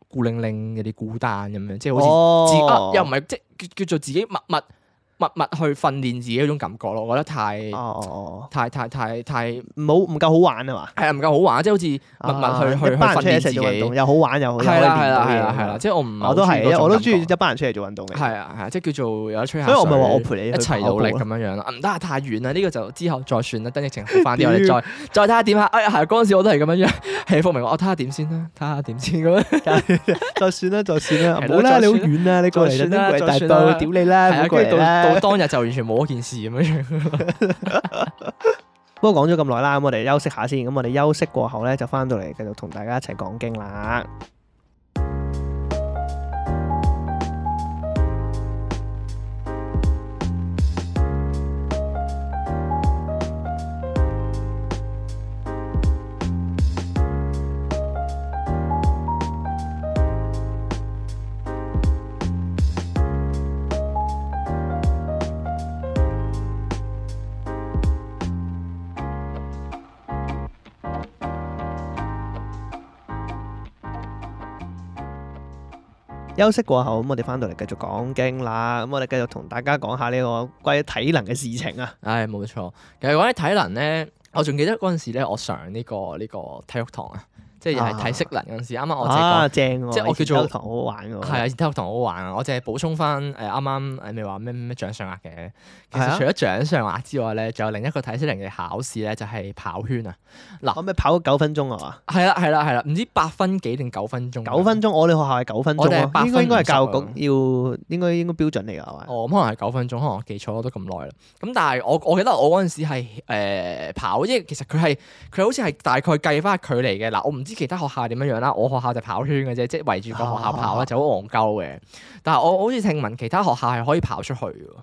[SPEAKER 1] 孤零零，有啲孤單咁樣，即係好似。自啊
[SPEAKER 2] 哦，
[SPEAKER 1] 又唔係即叫叫做自己默默默默去訓練自己嗰種感覺咯，我覺得太
[SPEAKER 2] 哦哦哦，
[SPEAKER 1] 太太太太係
[SPEAKER 2] 唔好唔夠好玩啊嘛。
[SPEAKER 1] 啊唔夠好玩，即係好似默默去
[SPEAKER 2] 啊
[SPEAKER 1] 去去
[SPEAKER 2] 一班
[SPEAKER 1] 訓
[SPEAKER 2] 人出嚟一
[SPEAKER 1] 練自
[SPEAKER 2] 齊
[SPEAKER 1] 己，
[SPEAKER 2] 做運動，
[SPEAKER 1] 係
[SPEAKER 2] 又好玩又好，又可
[SPEAKER 1] 啦係
[SPEAKER 2] 以練到
[SPEAKER 1] 啦係
[SPEAKER 2] 嘢
[SPEAKER 1] 啦係啦，
[SPEAKER 2] 啊。
[SPEAKER 1] 即係我唔
[SPEAKER 2] 我都係，我都中意一
[SPEAKER 1] 係
[SPEAKER 2] 班人出嚟做運動嘅。
[SPEAKER 1] 啊係啊，即係叫做有得吹下
[SPEAKER 2] 所以我咪話我
[SPEAKER 1] 水
[SPEAKER 2] 陪你
[SPEAKER 1] 一
[SPEAKER 2] 去
[SPEAKER 1] 齊
[SPEAKER 2] 跑
[SPEAKER 1] 努力
[SPEAKER 2] 步 [laughs]
[SPEAKER 1] 咁
[SPEAKER 2] 咯
[SPEAKER 1] 樣樣啦，啊唔得啊太遠啦，呢個就之後再
[SPEAKER 2] [laughs]
[SPEAKER 1] 算啦，等疫情好翻啲，我哋
[SPEAKER 2] 屌
[SPEAKER 1] 再再睇下點啊！哎呀，係嗰陣時我都係咁樣樣， [laughs] 係福明話我睇下點先啦，睇下點先咁
[SPEAKER 2] [laughs]
[SPEAKER 1] 樣，
[SPEAKER 2] 就算啦，就算啦，
[SPEAKER 1] 係
[SPEAKER 2] 唔
[SPEAKER 1] 咯
[SPEAKER 2] 好
[SPEAKER 1] 就
[SPEAKER 2] 啦，你好
[SPEAKER 1] 算
[SPEAKER 2] 遠啊啦，你過嚟
[SPEAKER 1] 就
[SPEAKER 2] 就
[SPEAKER 1] 算啦
[SPEAKER 2] 過嚟
[SPEAKER 1] 就
[SPEAKER 2] 大
[SPEAKER 1] 算
[SPEAKER 2] 埔，
[SPEAKER 1] 啦
[SPEAKER 2] 屌你啦，
[SPEAKER 1] 係
[SPEAKER 2] 哎唔好
[SPEAKER 1] 啊，
[SPEAKER 2] 過
[SPEAKER 1] 跟
[SPEAKER 2] 嚟
[SPEAKER 1] 住到
[SPEAKER 2] 啦
[SPEAKER 1] 到。當日就完全冇嗰件事咁樣樣。 [laughs]
[SPEAKER 2] 不過講咗咁耐啦，咁我哋休息下先，咁我哋休息過後咧就翻到嚟繼續同大家一齊講經啦。休息過後，咁我哋翻到嚟繼續講經啦。咁我哋繼續同大家講下呢個關於體能嘅事情啊。
[SPEAKER 1] 唉，冇錯。其實講起體能咧，我仲記得嗰陣時咧，我上呢、個呢、個體育堂啊，即係又係
[SPEAKER 2] 啊
[SPEAKER 1] 睇適能嗰陣時。啱啱我淨係講
[SPEAKER 2] 啊，正喎！
[SPEAKER 1] 哦即係我叫做
[SPEAKER 2] 以前體育堂好好玩嘅喎。
[SPEAKER 1] 係啊，體育堂好好玩啊！我淨係補充翻誒啱啱誒咪話咩咩獎上額嘅。其
[SPEAKER 2] 係
[SPEAKER 1] 實
[SPEAKER 2] 啊
[SPEAKER 1] 除咗獎上額之外咧，仲有另一個體適能嘅考試咧，就係、跑圈啊。
[SPEAKER 2] 可唔可以跑九分鐘啊嘛？
[SPEAKER 1] 係啦係啦係啦，唔知八分幾定九分鐘。啊
[SPEAKER 2] 九分鐘，我哋學校係九分
[SPEAKER 1] 我哋
[SPEAKER 2] 鐘啊
[SPEAKER 1] 係八分
[SPEAKER 2] 咯，
[SPEAKER 1] 啊
[SPEAKER 2] 應該應該係教
[SPEAKER 1] 五
[SPEAKER 2] 育局要應該應該標準嚟㗎係嘛？
[SPEAKER 1] 哦，咁可能係九分鐘，可能我記錯咗都咁耐啦。咁但係我我記得我嗰陣時係、呃、跑，因為其實佢係佢好似係大概計翻距離嘅。嗱，我唔知其他學校點樣樣啦，我學校就跑圈嘅啫，即係圍住個學校跑啦，就好戇鳩嘅。但係我好似聽聞其他學校係可以跑出去嘅喎，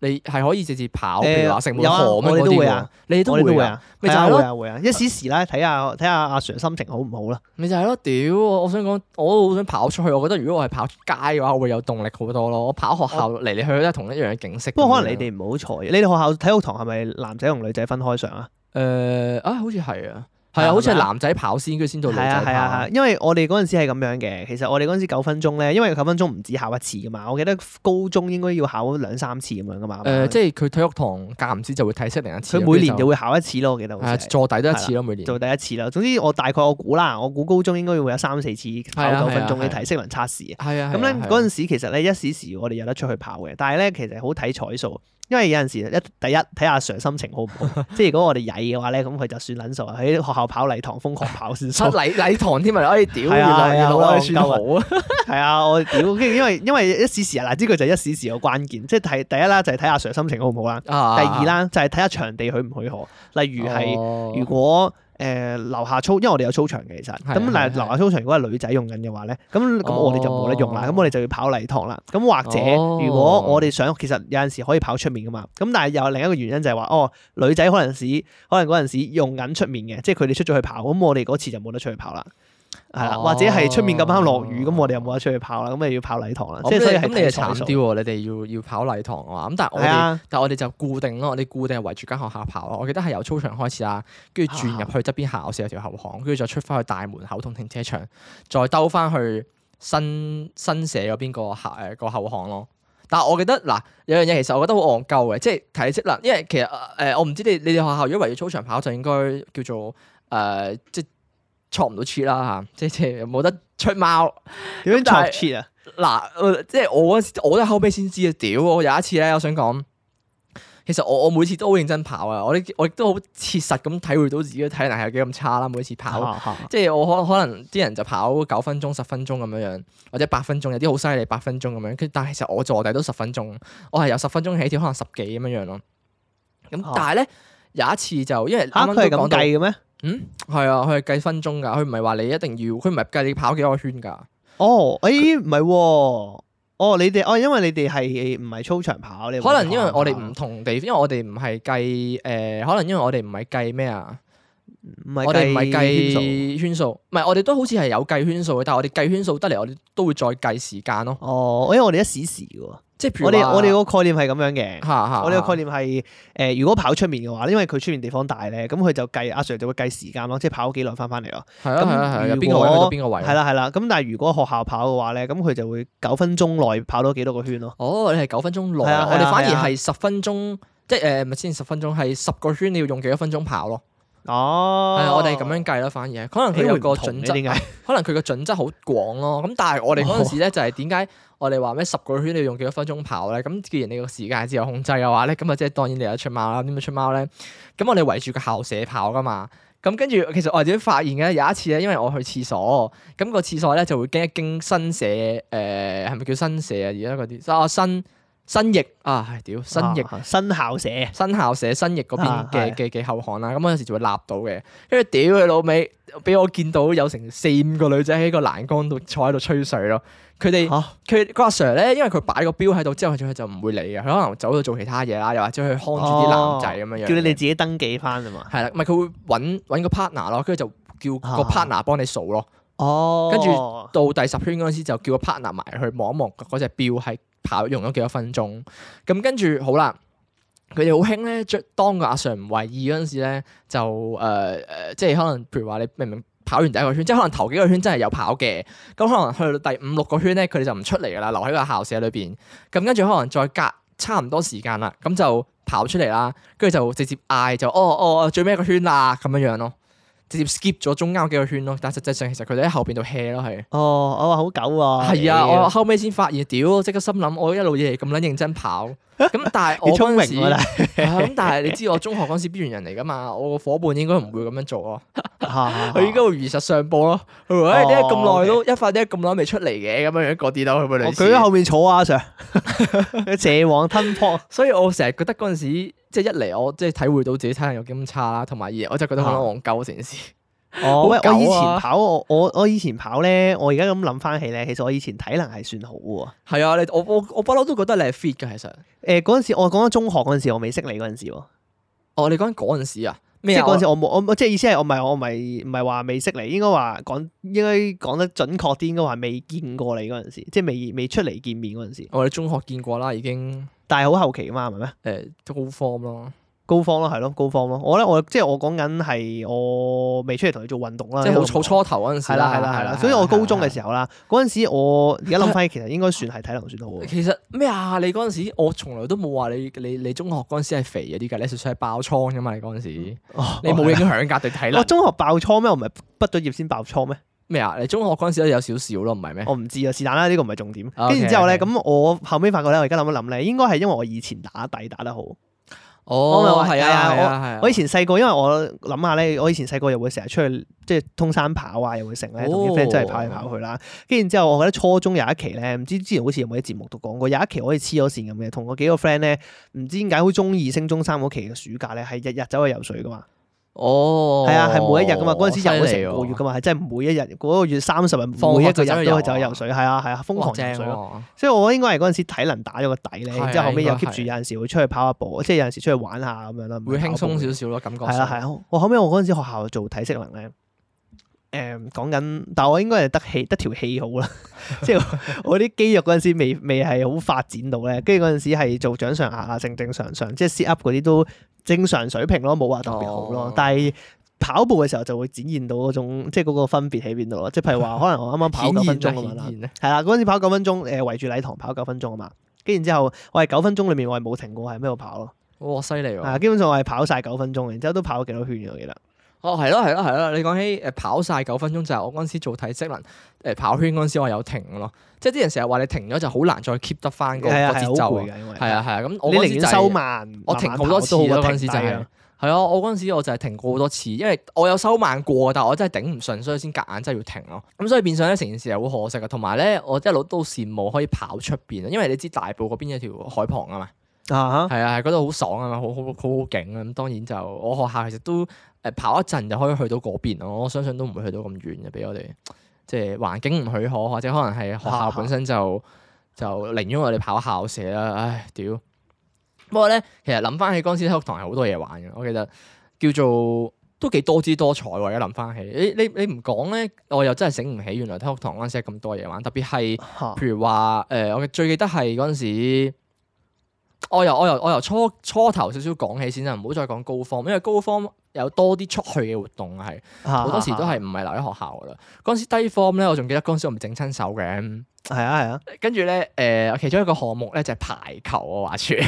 [SPEAKER 1] 你係可以直接跑，譬如話城門
[SPEAKER 2] 有啊
[SPEAKER 1] 河咁樣
[SPEAKER 2] 我哋
[SPEAKER 1] 嗰
[SPEAKER 2] 都
[SPEAKER 1] 啲
[SPEAKER 2] 會
[SPEAKER 1] 喎
[SPEAKER 2] 啊，
[SPEAKER 1] 你都
[SPEAKER 2] 我哋
[SPEAKER 1] 會
[SPEAKER 2] 會
[SPEAKER 1] 啊，
[SPEAKER 2] 啊，
[SPEAKER 1] 咪就
[SPEAKER 2] 係
[SPEAKER 1] 係
[SPEAKER 2] 啊
[SPEAKER 1] 咯
[SPEAKER 2] 會啊會啊，一時時啦，睇下睇下阿 Sir 心情好唔好啦。
[SPEAKER 1] 咪就係咯。屌，我想講，我都好想跑出去。我覺得如果我係跑出街嘅話，我會有動力好多咯。我跑學校嚟嚟去去都係同一樣嘅景色咁樣。
[SPEAKER 2] 不過可能你哋唔好彩，你哋學校體育堂係咪男仔同女仔分開上啊？
[SPEAKER 1] 誒、啊，好似係啊，係
[SPEAKER 2] 係咪
[SPEAKER 1] 啊，好似係
[SPEAKER 2] 啊
[SPEAKER 1] 男仔跑先，跟住先到女
[SPEAKER 2] 係啊
[SPEAKER 1] 仔
[SPEAKER 2] 係啊係啊
[SPEAKER 1] 跑。，
[SPEAKER 2] 因為我哋嗰陣時係咁樣嘅。其實我哋嗰陣時九分鐘咧，因為九分鐘唔止考一次噶嘛。我記得高中應該要考兩三次咁樣噶嘛。係咪
[SPEAKER 1] 誒，即係佢體育堂間唔知就會睇識另一次。
[SPEAKER 2] 啊佢每年就
[SPEAKER 1] 會
[SPEAKER 2] 會考一次咯。我記得好
[SPEAKER 1] 係啊
[SPEAKER 2] 似係
[SPEAKER 1] 坐底都一次咯，每年。
[SPEAKER 2] 做第一次啦。總之我大概我估啦，我估高中應該會有三四次考
[SPEAKER 1] 係啊
[SPEAKER 2] 九分
[SPEAKER 1] 係啊
[SPEAKER 2] 鐘嘅
[SPEAKER 1] 係啊
[SPEAKER 2] 體適能測試。
[SPEAKER 1] 係啊，
[SPEAKER 2] 咁咧嗰
[SPEAKER 1] 陣
[SPEAKER 2] 陣時其實咧一時時我哋有得出去跑嘅，但係咧其實好睇彩數，因為有陣時一第一睇阿 Sir 心情好唔
[SPEAKER 1] [laughs]
[SPEAKER 2] 好，即係如果我哋曳嘅話咧，咁佢就算撚數啊，喺學校跑禮堂瘋狂跑先
[SPEAKER 1] [laughs]
[SPEAKER 2] 數。
[SPEAKER 1] 禮禮堂添啊！哎，屌，原
[SPEAKER 2] 係啊
[SPEAKER 1] 來
[SPEAKER 2] 係
[SPEAKER 1] 原來
[SPEAKER 2] 啊好
[SPEAKER 1] 我
[SPEAKER 2] 啊
[SPEAKER 1] 哋算好啊！
[SPEAKER 2] 係啊，我屌，跟住因為因為一時時啊，嗱，呢個就係一時時嘅關鍵，即係睇第一啦，就係睇阿 Sir 心情好唔好啦；
[SPEAKER 1] 啊哦
[SPEAKER 2] 第二，啦，就係睇下場地許唔許可。例如係，
[SPEAKER 1] 係
[SPEAKER 2] 如果誒樓下操，因為我哋有操場嘅其實，
[SPEAKER 1] 係啊
[SPEAKER 2] 咁但
[SPEAKER 1] 係
[SPEAKER 2] 係樓下操場如果係女仔用緊嘅話咧，咁咁我哋就冇得用啦，
[SPEAKER 1] 哦
[SPEAKER 2] 咁我哋就要跑禮堂啦。咁或者
[SPEAKER 1] 哦
[SPEAKER 2] 如果我哋想，其實有陣時可以跑出面噶嘛。咁但係有另一個原因就係話，哦女仔可能時可能嗰陣時用緊出面嘅，即係佢哋出咗去跑，咁我哋嗰次就冇得出去跑啦。係啦，
[SPEAKER 1] 哦
[SPEAKER 2] 或者係出面咁啱落雨，咁我哋又冇得出去跑啦，咁咪要跑禮堂啦。即係所以係
[SPEAKER 1] 哦咁你係
[SPEAKER 2] 睇
[SPEAKER 1] 慘
[SPEAKER 2] 彩數
[SPEAKER 1] 啲喎，你哋要要跑禮堂啊嘛。咁但係我
[SPEAKER 2] 係
[SPEAKER 1] 哋，
[SPEAKER 2] 啊，
[SPEAKER 1] 但係我哋就固定咯，我哋固定係圍住間學校跑咯。我記得係由操場開始啦，跟住轉入去側邊校舍有條後巷，跟住再出翻去大門口同停車場，再兜翻去新新社嗰邊個校誒個後巷咯。但係我記得嗱有樣嘢其實我覺得好戇鳩嘅，即係體積啦，因為其實誒、呃我唔知你你哋學校如果圍住操場跑就應該叫做誒、呃即係錯唔到 cheat 啦嚇，即係即係冇得出貓。
[SPEAKER 2] 點樣
[SPEAKER 1] 但係
[SPEAKER 2] 作 cheat 啊？
[SPEAKER 1] 嗱、呃即係我嗰時我都係後尾先知啊！屌，我有一次咧，我想講，其實我我每次都好認真跑啊！我啲我亦都好切實咁體會到自己嘅體能係有幾咁差啦，每次跑。
[SPEAKER 2] 啊啊
[SPEAKER 1] 即係我可可能啲人就跑九分鐘、十分鐘咁樣樣，或者八分鐘，有啲好犀利八分鐘咁樣。跟但係其實我坐底都十分鐘，我係由十分鐘起跳，可能十幾咁樣樣咯。咁
[SPEAKER 2] 啊
[SPEAKER 1] 但係咧有一次就因為
[SPEAKER 2] 嚇
[SPEAKER 1] 啱啱
[SPEAKER 2] 佢係
[SPEAKER 1] 都講
[SPEAKER 2] 咁
[SPEAKER 1] 到，
[SPEAKER 2] 計嘅咩？
[SPEAKER 1] 嗯，係啊，佢係計分鐘㗎，佢唔係話你一定要，佢唔係計你跑幾多個圈㗎。
[SPEAKER 2] 哦，誒唔係喎，哦你哋哦，因為你哋係唔係啊操場跑，你
[SPEAKER 1] 可能因為我哋唔同地，因為我哋唔係計誒、呃可能因為我哋唔係計咩啊，
[SPEAKER 2] 唔係
[SPEAKER 1] 我哋唔係
[SPEAKER 2] 圈數
[SPEAKER 1] 計圈數，唔係我哋都好似係有計圈數嘅，但係我哋計圈數得嚟，我哋都會再計時間咯。
[SPEAKER 2] 哦，因為我哋一時時嘅喎，
[SPEAKER 1] 即係譬如
[SPEAKER 2] 我哋
[SPEAKER 1] 話啊
[SPEAKER 2] 我哋個概念係咁樣嘅。
[SPEAKER 1] 嚇嚇，
[SPEAKER 2] 我哋個概念係誒、如果跑出面嘅話，因為佢出面地方大咧，咁佢就計阿 Sir 就會計時間咯，即係跑幾耐翻翻嚟咯。
[SPEAKER 1] 係啊係啊係啊，由
[SPEAKER 2] 咁如
[SPEAKER 1] 邊個位去到
[SPEAKER 2] 果
[SPEAKER 1] 邊個位？
[SPEAKER 2] 係，啦係啦，咁但係如果學校跑嘅話咧，咁佢就會九分鐘內跑到幾多個圈咯。
[SPEAKER 1] 哦，你係九分鐘內，
[SPEAKER 2] 係啊係啊
[SPEAKER 1] 我哋反而
[SPEAKER 2] 係啊
[SPEAKER 1] 係十分鐘，即係誒咪先十分鐘係十個圈，你要用幾多分鐘跑咯？係
[SPEAKER 2] 哦，
[SPEAKER 1] 啊，我哋咁樣計啦，反而係可能
[SPEAKER 2] 誒
[SPEAKER 1] 佢有
[SPEAKER 2] 會唔
[SPEAKER 1] 個
[SPEAKER 2] 同
[SPEAKER 1] 準
[SPEAKER 2] 嘅
[SPEAKER 1] 則。啊
[SPEAKER 2] 點解？
[SPEAKER 1] 可能佢個準則好廣咯，咁但係我哋嗰陣時咧就係點解 [laughs] 我哋話咩十個圈你要用幾多分鐘跑咧？咁既然你個時間係自由控制嘅話咧，咁啊即係當然你有得出貓啦。點樣出貓咧？咁我哋圍住個校舍跑噶嘛。咁跟住其實我係點發現嘅咧？有一次咧，因為我去廁所，咁、個廁所咧就會經一經新社誒係咪叫新社啊？而家嗰啲啊新新翼啊，唉屌新翼。
[SPEAKER 2] 啊新校舍
[SPEAKER 1] 新校舍新翼嗰邊
[SPEAKER 2] 啊
[SPEAKER 1] 嘅嘅嘅後巷啦，咁我有時就會立到嘅，跟住屌佢老味，俾我見到有成四五個女仔喺個欄杆度坐喺度吹水咯。佢哋
[SPEAKER 2] 嚇
[SPEAKER 1] 佢個阿 Sir 咧，因為佢擺個錶喺度之後，佢就唔會理嘅，佢可能走咗做其他嘢啦，又或者去看住啲男仔咁樣樣嘅。
[SPEAKER 2] 哦叫你哋自己登記翻啊嘛。
[SPEAKER 1] 係啦，唔係佢會揾揾個 partner 咯，跟住就叫個
[SPEAKER 2] 啊
[SPEAKER 1] partner 幫你數咯。
[SPEAKER 2] 哦，
[SPEAKER 1] 跟住到第十圈嗰陣時，就叫個 partner 埋去望一望嗰隻表係跑用咗幾多分鐘。咁跟住好啦，佢哋好興咧，將當個阿 Sir 唔為意嗰陣時咧，就誒誒、呃呃即係可能譬如話你明明跑完第一個圈，即係可能頭幾個圈真係有跑嘅，咁可能去到第五六個圈咧，佢哋就唔出嚟噶啦，留喺個校舍裏邊。咁跟住可能再隔差唔多時間啦，咁就跑出嚟啦，跟住就直接嗌就哦哦最尾一個圈啦咁樣樣咯。直接 skip 咗中間嗰幾個圈咯，但係實際上其實佢哋喺後邊度 hea 咯，係。
[SPEAKER 2] 哦，我話好狗啊！
[SPEAKER 1] 係啊，
[SPEAKER 2] 屌
[SPEAKER 1] 我後尾先發現，屌！即刻心諗，我一路以嚟咁撚認真
[SPEAKER 2] [laughs]
[SPEAKER 1] 跑，咁但係我
[SPEAKER 2] 你聰
[SPEAKER 1] 嗰
[SPEAKER 2] 明
[SPEAKER 1] 陣時，
[SPEAKER 2] 喎，
[SPEAKER 1] 係啊 [laughs] 咁但係你知我中學嗰陣時邊緣人嚟噶嘛？我個伙伴應該唔會咁樣做咯，
[SPEAKER 2] 但係
[SPEAKER 1] 佢應該會如實上報咯。佢話：，哎誒點解咁耐
[SPEAKER 2] 啊哦
[SPEAKER 1] 都一發點解咁耐未出嚟嘅？咁樣樣嗰啲咯，佢會
[SPEAKER 2] 哦
[SPEAKER 1] 類
[SPEAKER 2] 佢喺
[SPEAKER 1] 似。
[SPEAKER 2] 後面坐啊，Sir，蛇王吞破
[SPEAKER 1] 所以我成日覺得嗰陣時，即係一嚟我即係體會到自己體能有幾咁差啦，同埋二嚟我真係覺得好撚戇鳩成件事。
[SPEAKER 2] 哦，喂，
[SPEAKER 1] 好狗啊
[SPEAKER 2] 我以前跑，我我我以前跑咧，我而家咁諗翻起咧，其實我以前體能係算好嘅喎。
[SPEAKER 1] 係啊，你我我我不嬲都覺得你係 fit 嘅，其實。
[SPEAKER 2] 誒嗰陣時，我講緊中學嗰陣時，我未識你嗰陣時喎，
[SPEAKER 1] 哦，你講緊嗰陣時啊？
[SPEAKER 2] 即
[SPEAKER 1] 咩
[SPEAKER 2] 係
[SPEAKER 1] 啊？
[SPEAKER 2] 嗰陣時我冇我我即係意思係我唔係我唔係唔係話未識你，應該話講應該講得準確啲，應該話未見過你嗰陣時，即係未未出嚟見面嗰陣時，
[SPEAKER 1] 我哋中學見過啦，已經
[SPEAKER 2] 但係好後期啊嘛，係咪咩？
[SPEAKER 1] 誒高 form 咯。
[SPEAKER 2] 高方咯，係咯，高方咯。我咧，我即係我講緊係我未出嚟同你做運動啦，
[SPEAKER 1] 即係好
[SPEAKER 2] 呢個
[SPEAKER 1] 初初頭嗰陣時
[SPEAKER 2] 係啊啦，係啦，係啦。所以我高中嘅
[SPEAKER 1] 候，
[SPEAKER 2] 時候啦，嗰陣時我而家諗翻起，其實應該算係體能算好嘅。
[SPEAKER 1] 其實咩啊？你嗰陣時，我從來都冇話你你你中學嗰陣時係肥啊嗰啲㗎，你純粹係爆倉㗎嘛？你嗰陣時，你
[SPEAKER 2] 哦
[SPEAKER 1] 冇影響㗎，對體
[SPEAKER 2] 我
[SPEAKER 1] 能
[SPEAKER 2] 中學爆倉咩？我唔係畢咗業先爆倉咩？
[SPEAKER 1] 咩啊？你中學嗰陣時都有少少咯，唔係咩？
[SPEAKER 2] 我唔知啊，是但啦，呢個唔係重點。
[SPEAKER 1] OK，
[SPEAKER 2] 跟住之後咧，
[SPEAKER 1] OK
[SPEAKER 2] 咁我後尾發覺咧，我而家諗一諗咧，應該係因為我以前打底打得好。我咪
[SPEAKER 1] 哦，
[SPEAKER 2] 話
[SPEAKER 1] 係
[SPEAKER 2] 係啊
[SPEAKER 1] 啊，係啊，
[SPEAKER 2] 我以
[SPEAKER 1] 係啊。
[SPEAKER 2] 前細個，因為我諗下咧，我以前細個又會成日出去即係通山跑啊，又會成咧，同啲
[SPEAKER 1] 哦
[SPEAKER 2] friend 真係跑嚟跑去啦。跟住然之後，我覺得初中有一期咧，唔知之前好似有冇喺節目度講過，有一期我好似黐咗線咁嘅，同我幾個 friend 咧，唔知點解好中意升中三嗰期嘅暑假咧，係日日走去游水噶嘛。
[SPEAKER 1] 哦，
[SPEAKER 2] 係啊，係每一日噶嘛，嗰陣時游咗
[SPEAKER 1] 犀利
[SPEAKER 2] 成
[SPEAKER 1] 喎
[SPEAKER 2] 個月噶嘛，係真係每一日嗰個月三十日，
[SPEAKER 1] 放
[SPEAKER 2] 每
[SPEAKER 1] 學
[SPEAKER 2] 一
[SPEAKER 1] 就
[SPEAKER 2] 個
[SPEAKER 1] 走
[SPEAKER 2] 日
[SPEAKER 1] 去
[SPEAKER 2] 都
[SPEAKER 1] 游啊
[SPEAKER 2] 去走去游水，係啊係啊，瘋狂
[SPEAKER 1] 哇正
[SPEAKER 2] 游水咯。
[SPEAKER 1] 喎
[SPEAKER 2] 所以我應該係嗰陣時體能打咗個底咧，
[SPEAKER 1] 係啊
[SPEAKER 2] 然之後後尾又
[SPEAKER 1] 應該
[SPEAKER 2] keep 住
[SPEAKER 1] 係
[SPEAKER 2] 有陣時會出去跑下步，即係有陣時出去玩下咁樣啦，
[SPEAKER 1] 會輕鬆
[SPEAKER 2] 少。
[SPEAKER 1] 少少咯，感覺
[SPEAKER 2] 係啦係
[SPEAKER 1] 上
[SPEAKER 2] 啊，我後尾我嗰陣時學校做體適能咧，誒講緊，但我應該係得氣得條氣好啦， [laughs] 即係我我啲肌肉嗰陣時未未係好發展到咧，跟住嗰陣時係做掌上壓啊，正正常常，即係 sit up 嗰啲都正常水平咯，冇話特別好咯，
[SPEAKER 1] 哦
[SPEAKER 2] 但係。跑步嘅時候就會展現到嗰種，即係嗰個分別喺邊度咯。即係譬如話，可能我啱啱跑九分鐘咁樣啦，
[SPEAKER 1] 顯現啊
[SPEAKER 2] 係啦，嗰陣時跑九分鐘，誒、圍住禮堂跑九分鐘啊嘛。跟住然之後，我係九分鐘裏面我係冇停過，係喺度跑咯。
[SPEAKER 1] 哇犀利喎！
[SPEAKER 2] 啊，基本上我係跑晒九分鐘，然之後都跑咗幾多圈嘅，我記得。
[SPEAKER 1] 哦，係咯，係咯，係咯！你講起誒跑晒九分鐘，就係我嗰陣時做體適能誒跑圈嗰陣時，我有停咯。即係啲人成日話你停咗就好難再 keep 得翻個個
[SPEAKER 2] 係啊，係好
[SPEAKER 1] 節奏
[SPEAKER 2] 攰
[SPEAKER 1] 啊。
[SPEAKER 2] 嘅，因為
[SPEAKER 1] 係啊，係啊，咁我
[SPEAKER 2] 你
[SPEAKER 1] 嗰陣
[SPEAKER 2] 寧
[SPEAKER 1] 時
[SPEAKER 2] 願
[SPEAKER 1] 就
[SPEAKER 2] 收
[SPEAKER 1] 係
[SPEAKER 2] 慢，
[SPEAKER 1] 我
[SPEAKER 2] 慢
[SPEAKER 1] 停
[SPEAKER 2] 慢
[SPEAKER 1] 好多
[SPEAKER 2] 跑
[SPEAKER 1] 次
[SPEAKER 2] 都好過
[SPEAKER 1] 咯，嗰
[SPEAKER 2] 停
[SPEAKER 1] 陣時就
[SPEAKER 2] 低啊
[SPEAKER 1] 係。係啊，我嗰陣時我就係停過好多次，因為我有收慢過，但係我真係頂唔順，所以先夾硬真係要停咯。咁所以變相咧，成件事係好可惜嘅。啊同埋咧，我一路都羨慕可以跑出邊啊，因為你知大埔嗰邊有條海旁啊嘛，
[SPEAKER 2] 啊哈
[SPEAKER 1] 係啊，係嗰度好爽啊嘛，好好好好勁啊！咁當然就我學校其實都誒跑一陣就可以去到嗰邊啊咯，我相信都唔會去到咁遠嘅，俾我哋即係環境唔許可，或者可能係學校本身就就寧願我哋跑校舍啦，唉屌！不過咧，其實諗翻起嗰陣時體育堂係好多嘢玩嘅，我記得叫做都幾多姿多彩喎。而家諗翻起，你你你唔講咧，我又真係醒唔起原來體育堂嗰陣時係咁多嘢玩，特別係。
[SPEAKER 2] 嚇
[SPEAKER 1] 譬如話誒、呃我最記得係嗰陣時，我由我由我由初初頭少少講起先啦，唔好再講高方，因為高方有多啲出去嘅活動係
[SPEAKER 2] 啊
[SPEAKER 1] 好多時都係唔係留喺學校噶啦。嗰陣時低 form 咧，我仲記得嗰陣時我咪整親手嘅，
[SPEAKER 2] 係啊係啊，
[SPEAKER 1] 跟住咧誒，我其中一個項目咧就係排球啊，話説。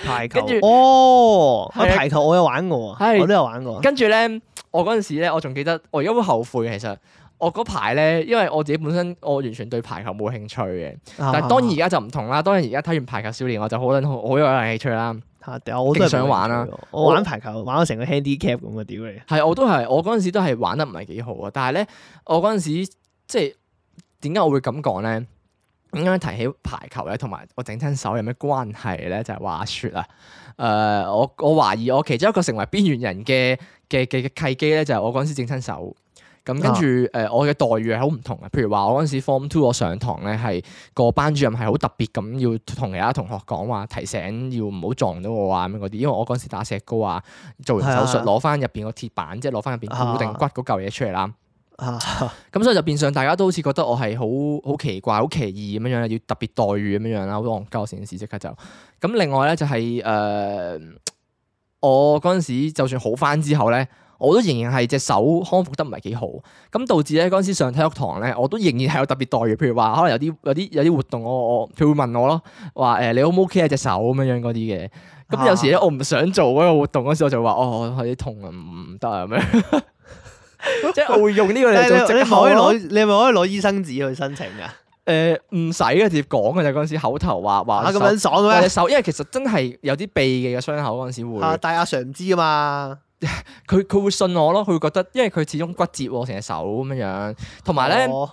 [SPEAKER 2] 排球
[SPEAKER 1] 跟住
[SPEAKER 2] 哦，啊
[SPEAKER 1] 係啊
[SPEAKER 2] 排球我有玩過喎，
[SPEAKER 1] 係
[SPEAKER 2] 我都有玩
[SPEAKER 1] [laughs]
[SPEAKER 2] 過。啊
[SPEAKER 1] 跟住咧，我嗰陣時咧，我仲記得，我而家好後悔嘅其實。我嗰排咧，因為我自己本身我完全對排球冇興趣嘅，
[SPEAKER 2] 但
[SPEAKER 1] 但係當然而家就唔同啦。當然而家睇完《排球少年》，我就好撚好好有興趣啦。
[SPEAKER 2] 我都係
[SPEAKER 1] 勁想玩啊
[SPEAKER 2] 冇興趣喎！我玩排球玩到成個 handicap 咁嘅屌
[SPEAKER 1] [laughs]
[SPEAKER 2] 你！
[SPEAKER 1] 係，我都係，我嗰陣時都係玩得唔係幾好啊。但係咧，我嗰陣時即係點解我會咁講咧？點解提起排球咧，同埋我整親手有咩關係咧？就係、話説啊，誒、我我懷疑我其中一個成為邊緣人嘅嘅嘅嘅契機咧，就係、我嗰陣時整親手。咁跟住誒、我嘅待遇係好唔同嘅。譬如話，我嗰陣時 Form Two 我上堂咧，係個班主任係好特別咁，要同其他同學講話，提醒要唔好撞到我啊咁樣嗰啲。因為我嗰陣時打石膏啊，做完手
[SPEAKER 2] 係啊
[SPEAKER 1] 術攞翻入邊個鐵板，即係攞翻入邊固定骨嗰嚿嘢出嚟啦。
[SPEAKER 2] 啊
[SPEAKER 1] [laughs] 咁所以就變相大家都好似覺得我係好好奇怪、好奇異咁樣樣，要特別待遇咁樣樣啦，好戇鳩成件事即刻就。咁另外咧就係、呃我嗰陣時就算好翻之後咧，我都仍然係隻手康復得唔係幾好，咁導致咧嗰陣時上體育堂咧，我都仍然係有特別待遇，譬如話可能有啲有啲有啲活動我我佢會問我咯，話誒、呃你 O 唔 OK 啊隻手咁樣樣嗰啲嘅。
[SPEAKER 2] 啊
[SPEAKER 1] 咁有時咧，我唔想做嗰個活動嗰時，我就話：哦，我有啲痛啊，唔唔得啊咁
[SPEAKER 2] [laughs]
[SPEAKER 1] 樣。即係我會用呢個嚟
[SPEAKER 2] 但係
[SPEAKER 1] 做
[SPEAKER 2] 你你
[SPEAKER 1] 藉
[SPEAKER 2] 咪
[SPEAKER 1] 口
[SPEAKER 2] 可以
[SPEAKER 1] 咯
[SPEAKER 2] 攞你咪可以攞醫生紙去申請㗎？
[SPEAKER 1] 誒呃唔使嘅，直接講嘅就嗰陣時口頭話話
[SPEAKER 2] 啊咁
[SPEAKER 1] 手
[SPEAKER 2] 撚爽
[SPEAKER 1] 話隻
[SPEAKER 2] 嘅
[SPEAKER 1] 手，因為其實真係有啲避忌嘅傷口嗰陣時會
[SPEAKER 2] 咩？，啊但係阿 Sir 唔知㗎嘛？
[SPEAKER 1] 佢佢會信我咯，佢會覺得，因為佢始終骨折喎，成隻手咁樣樣，同埋咧
[SPEAKER 2] 哦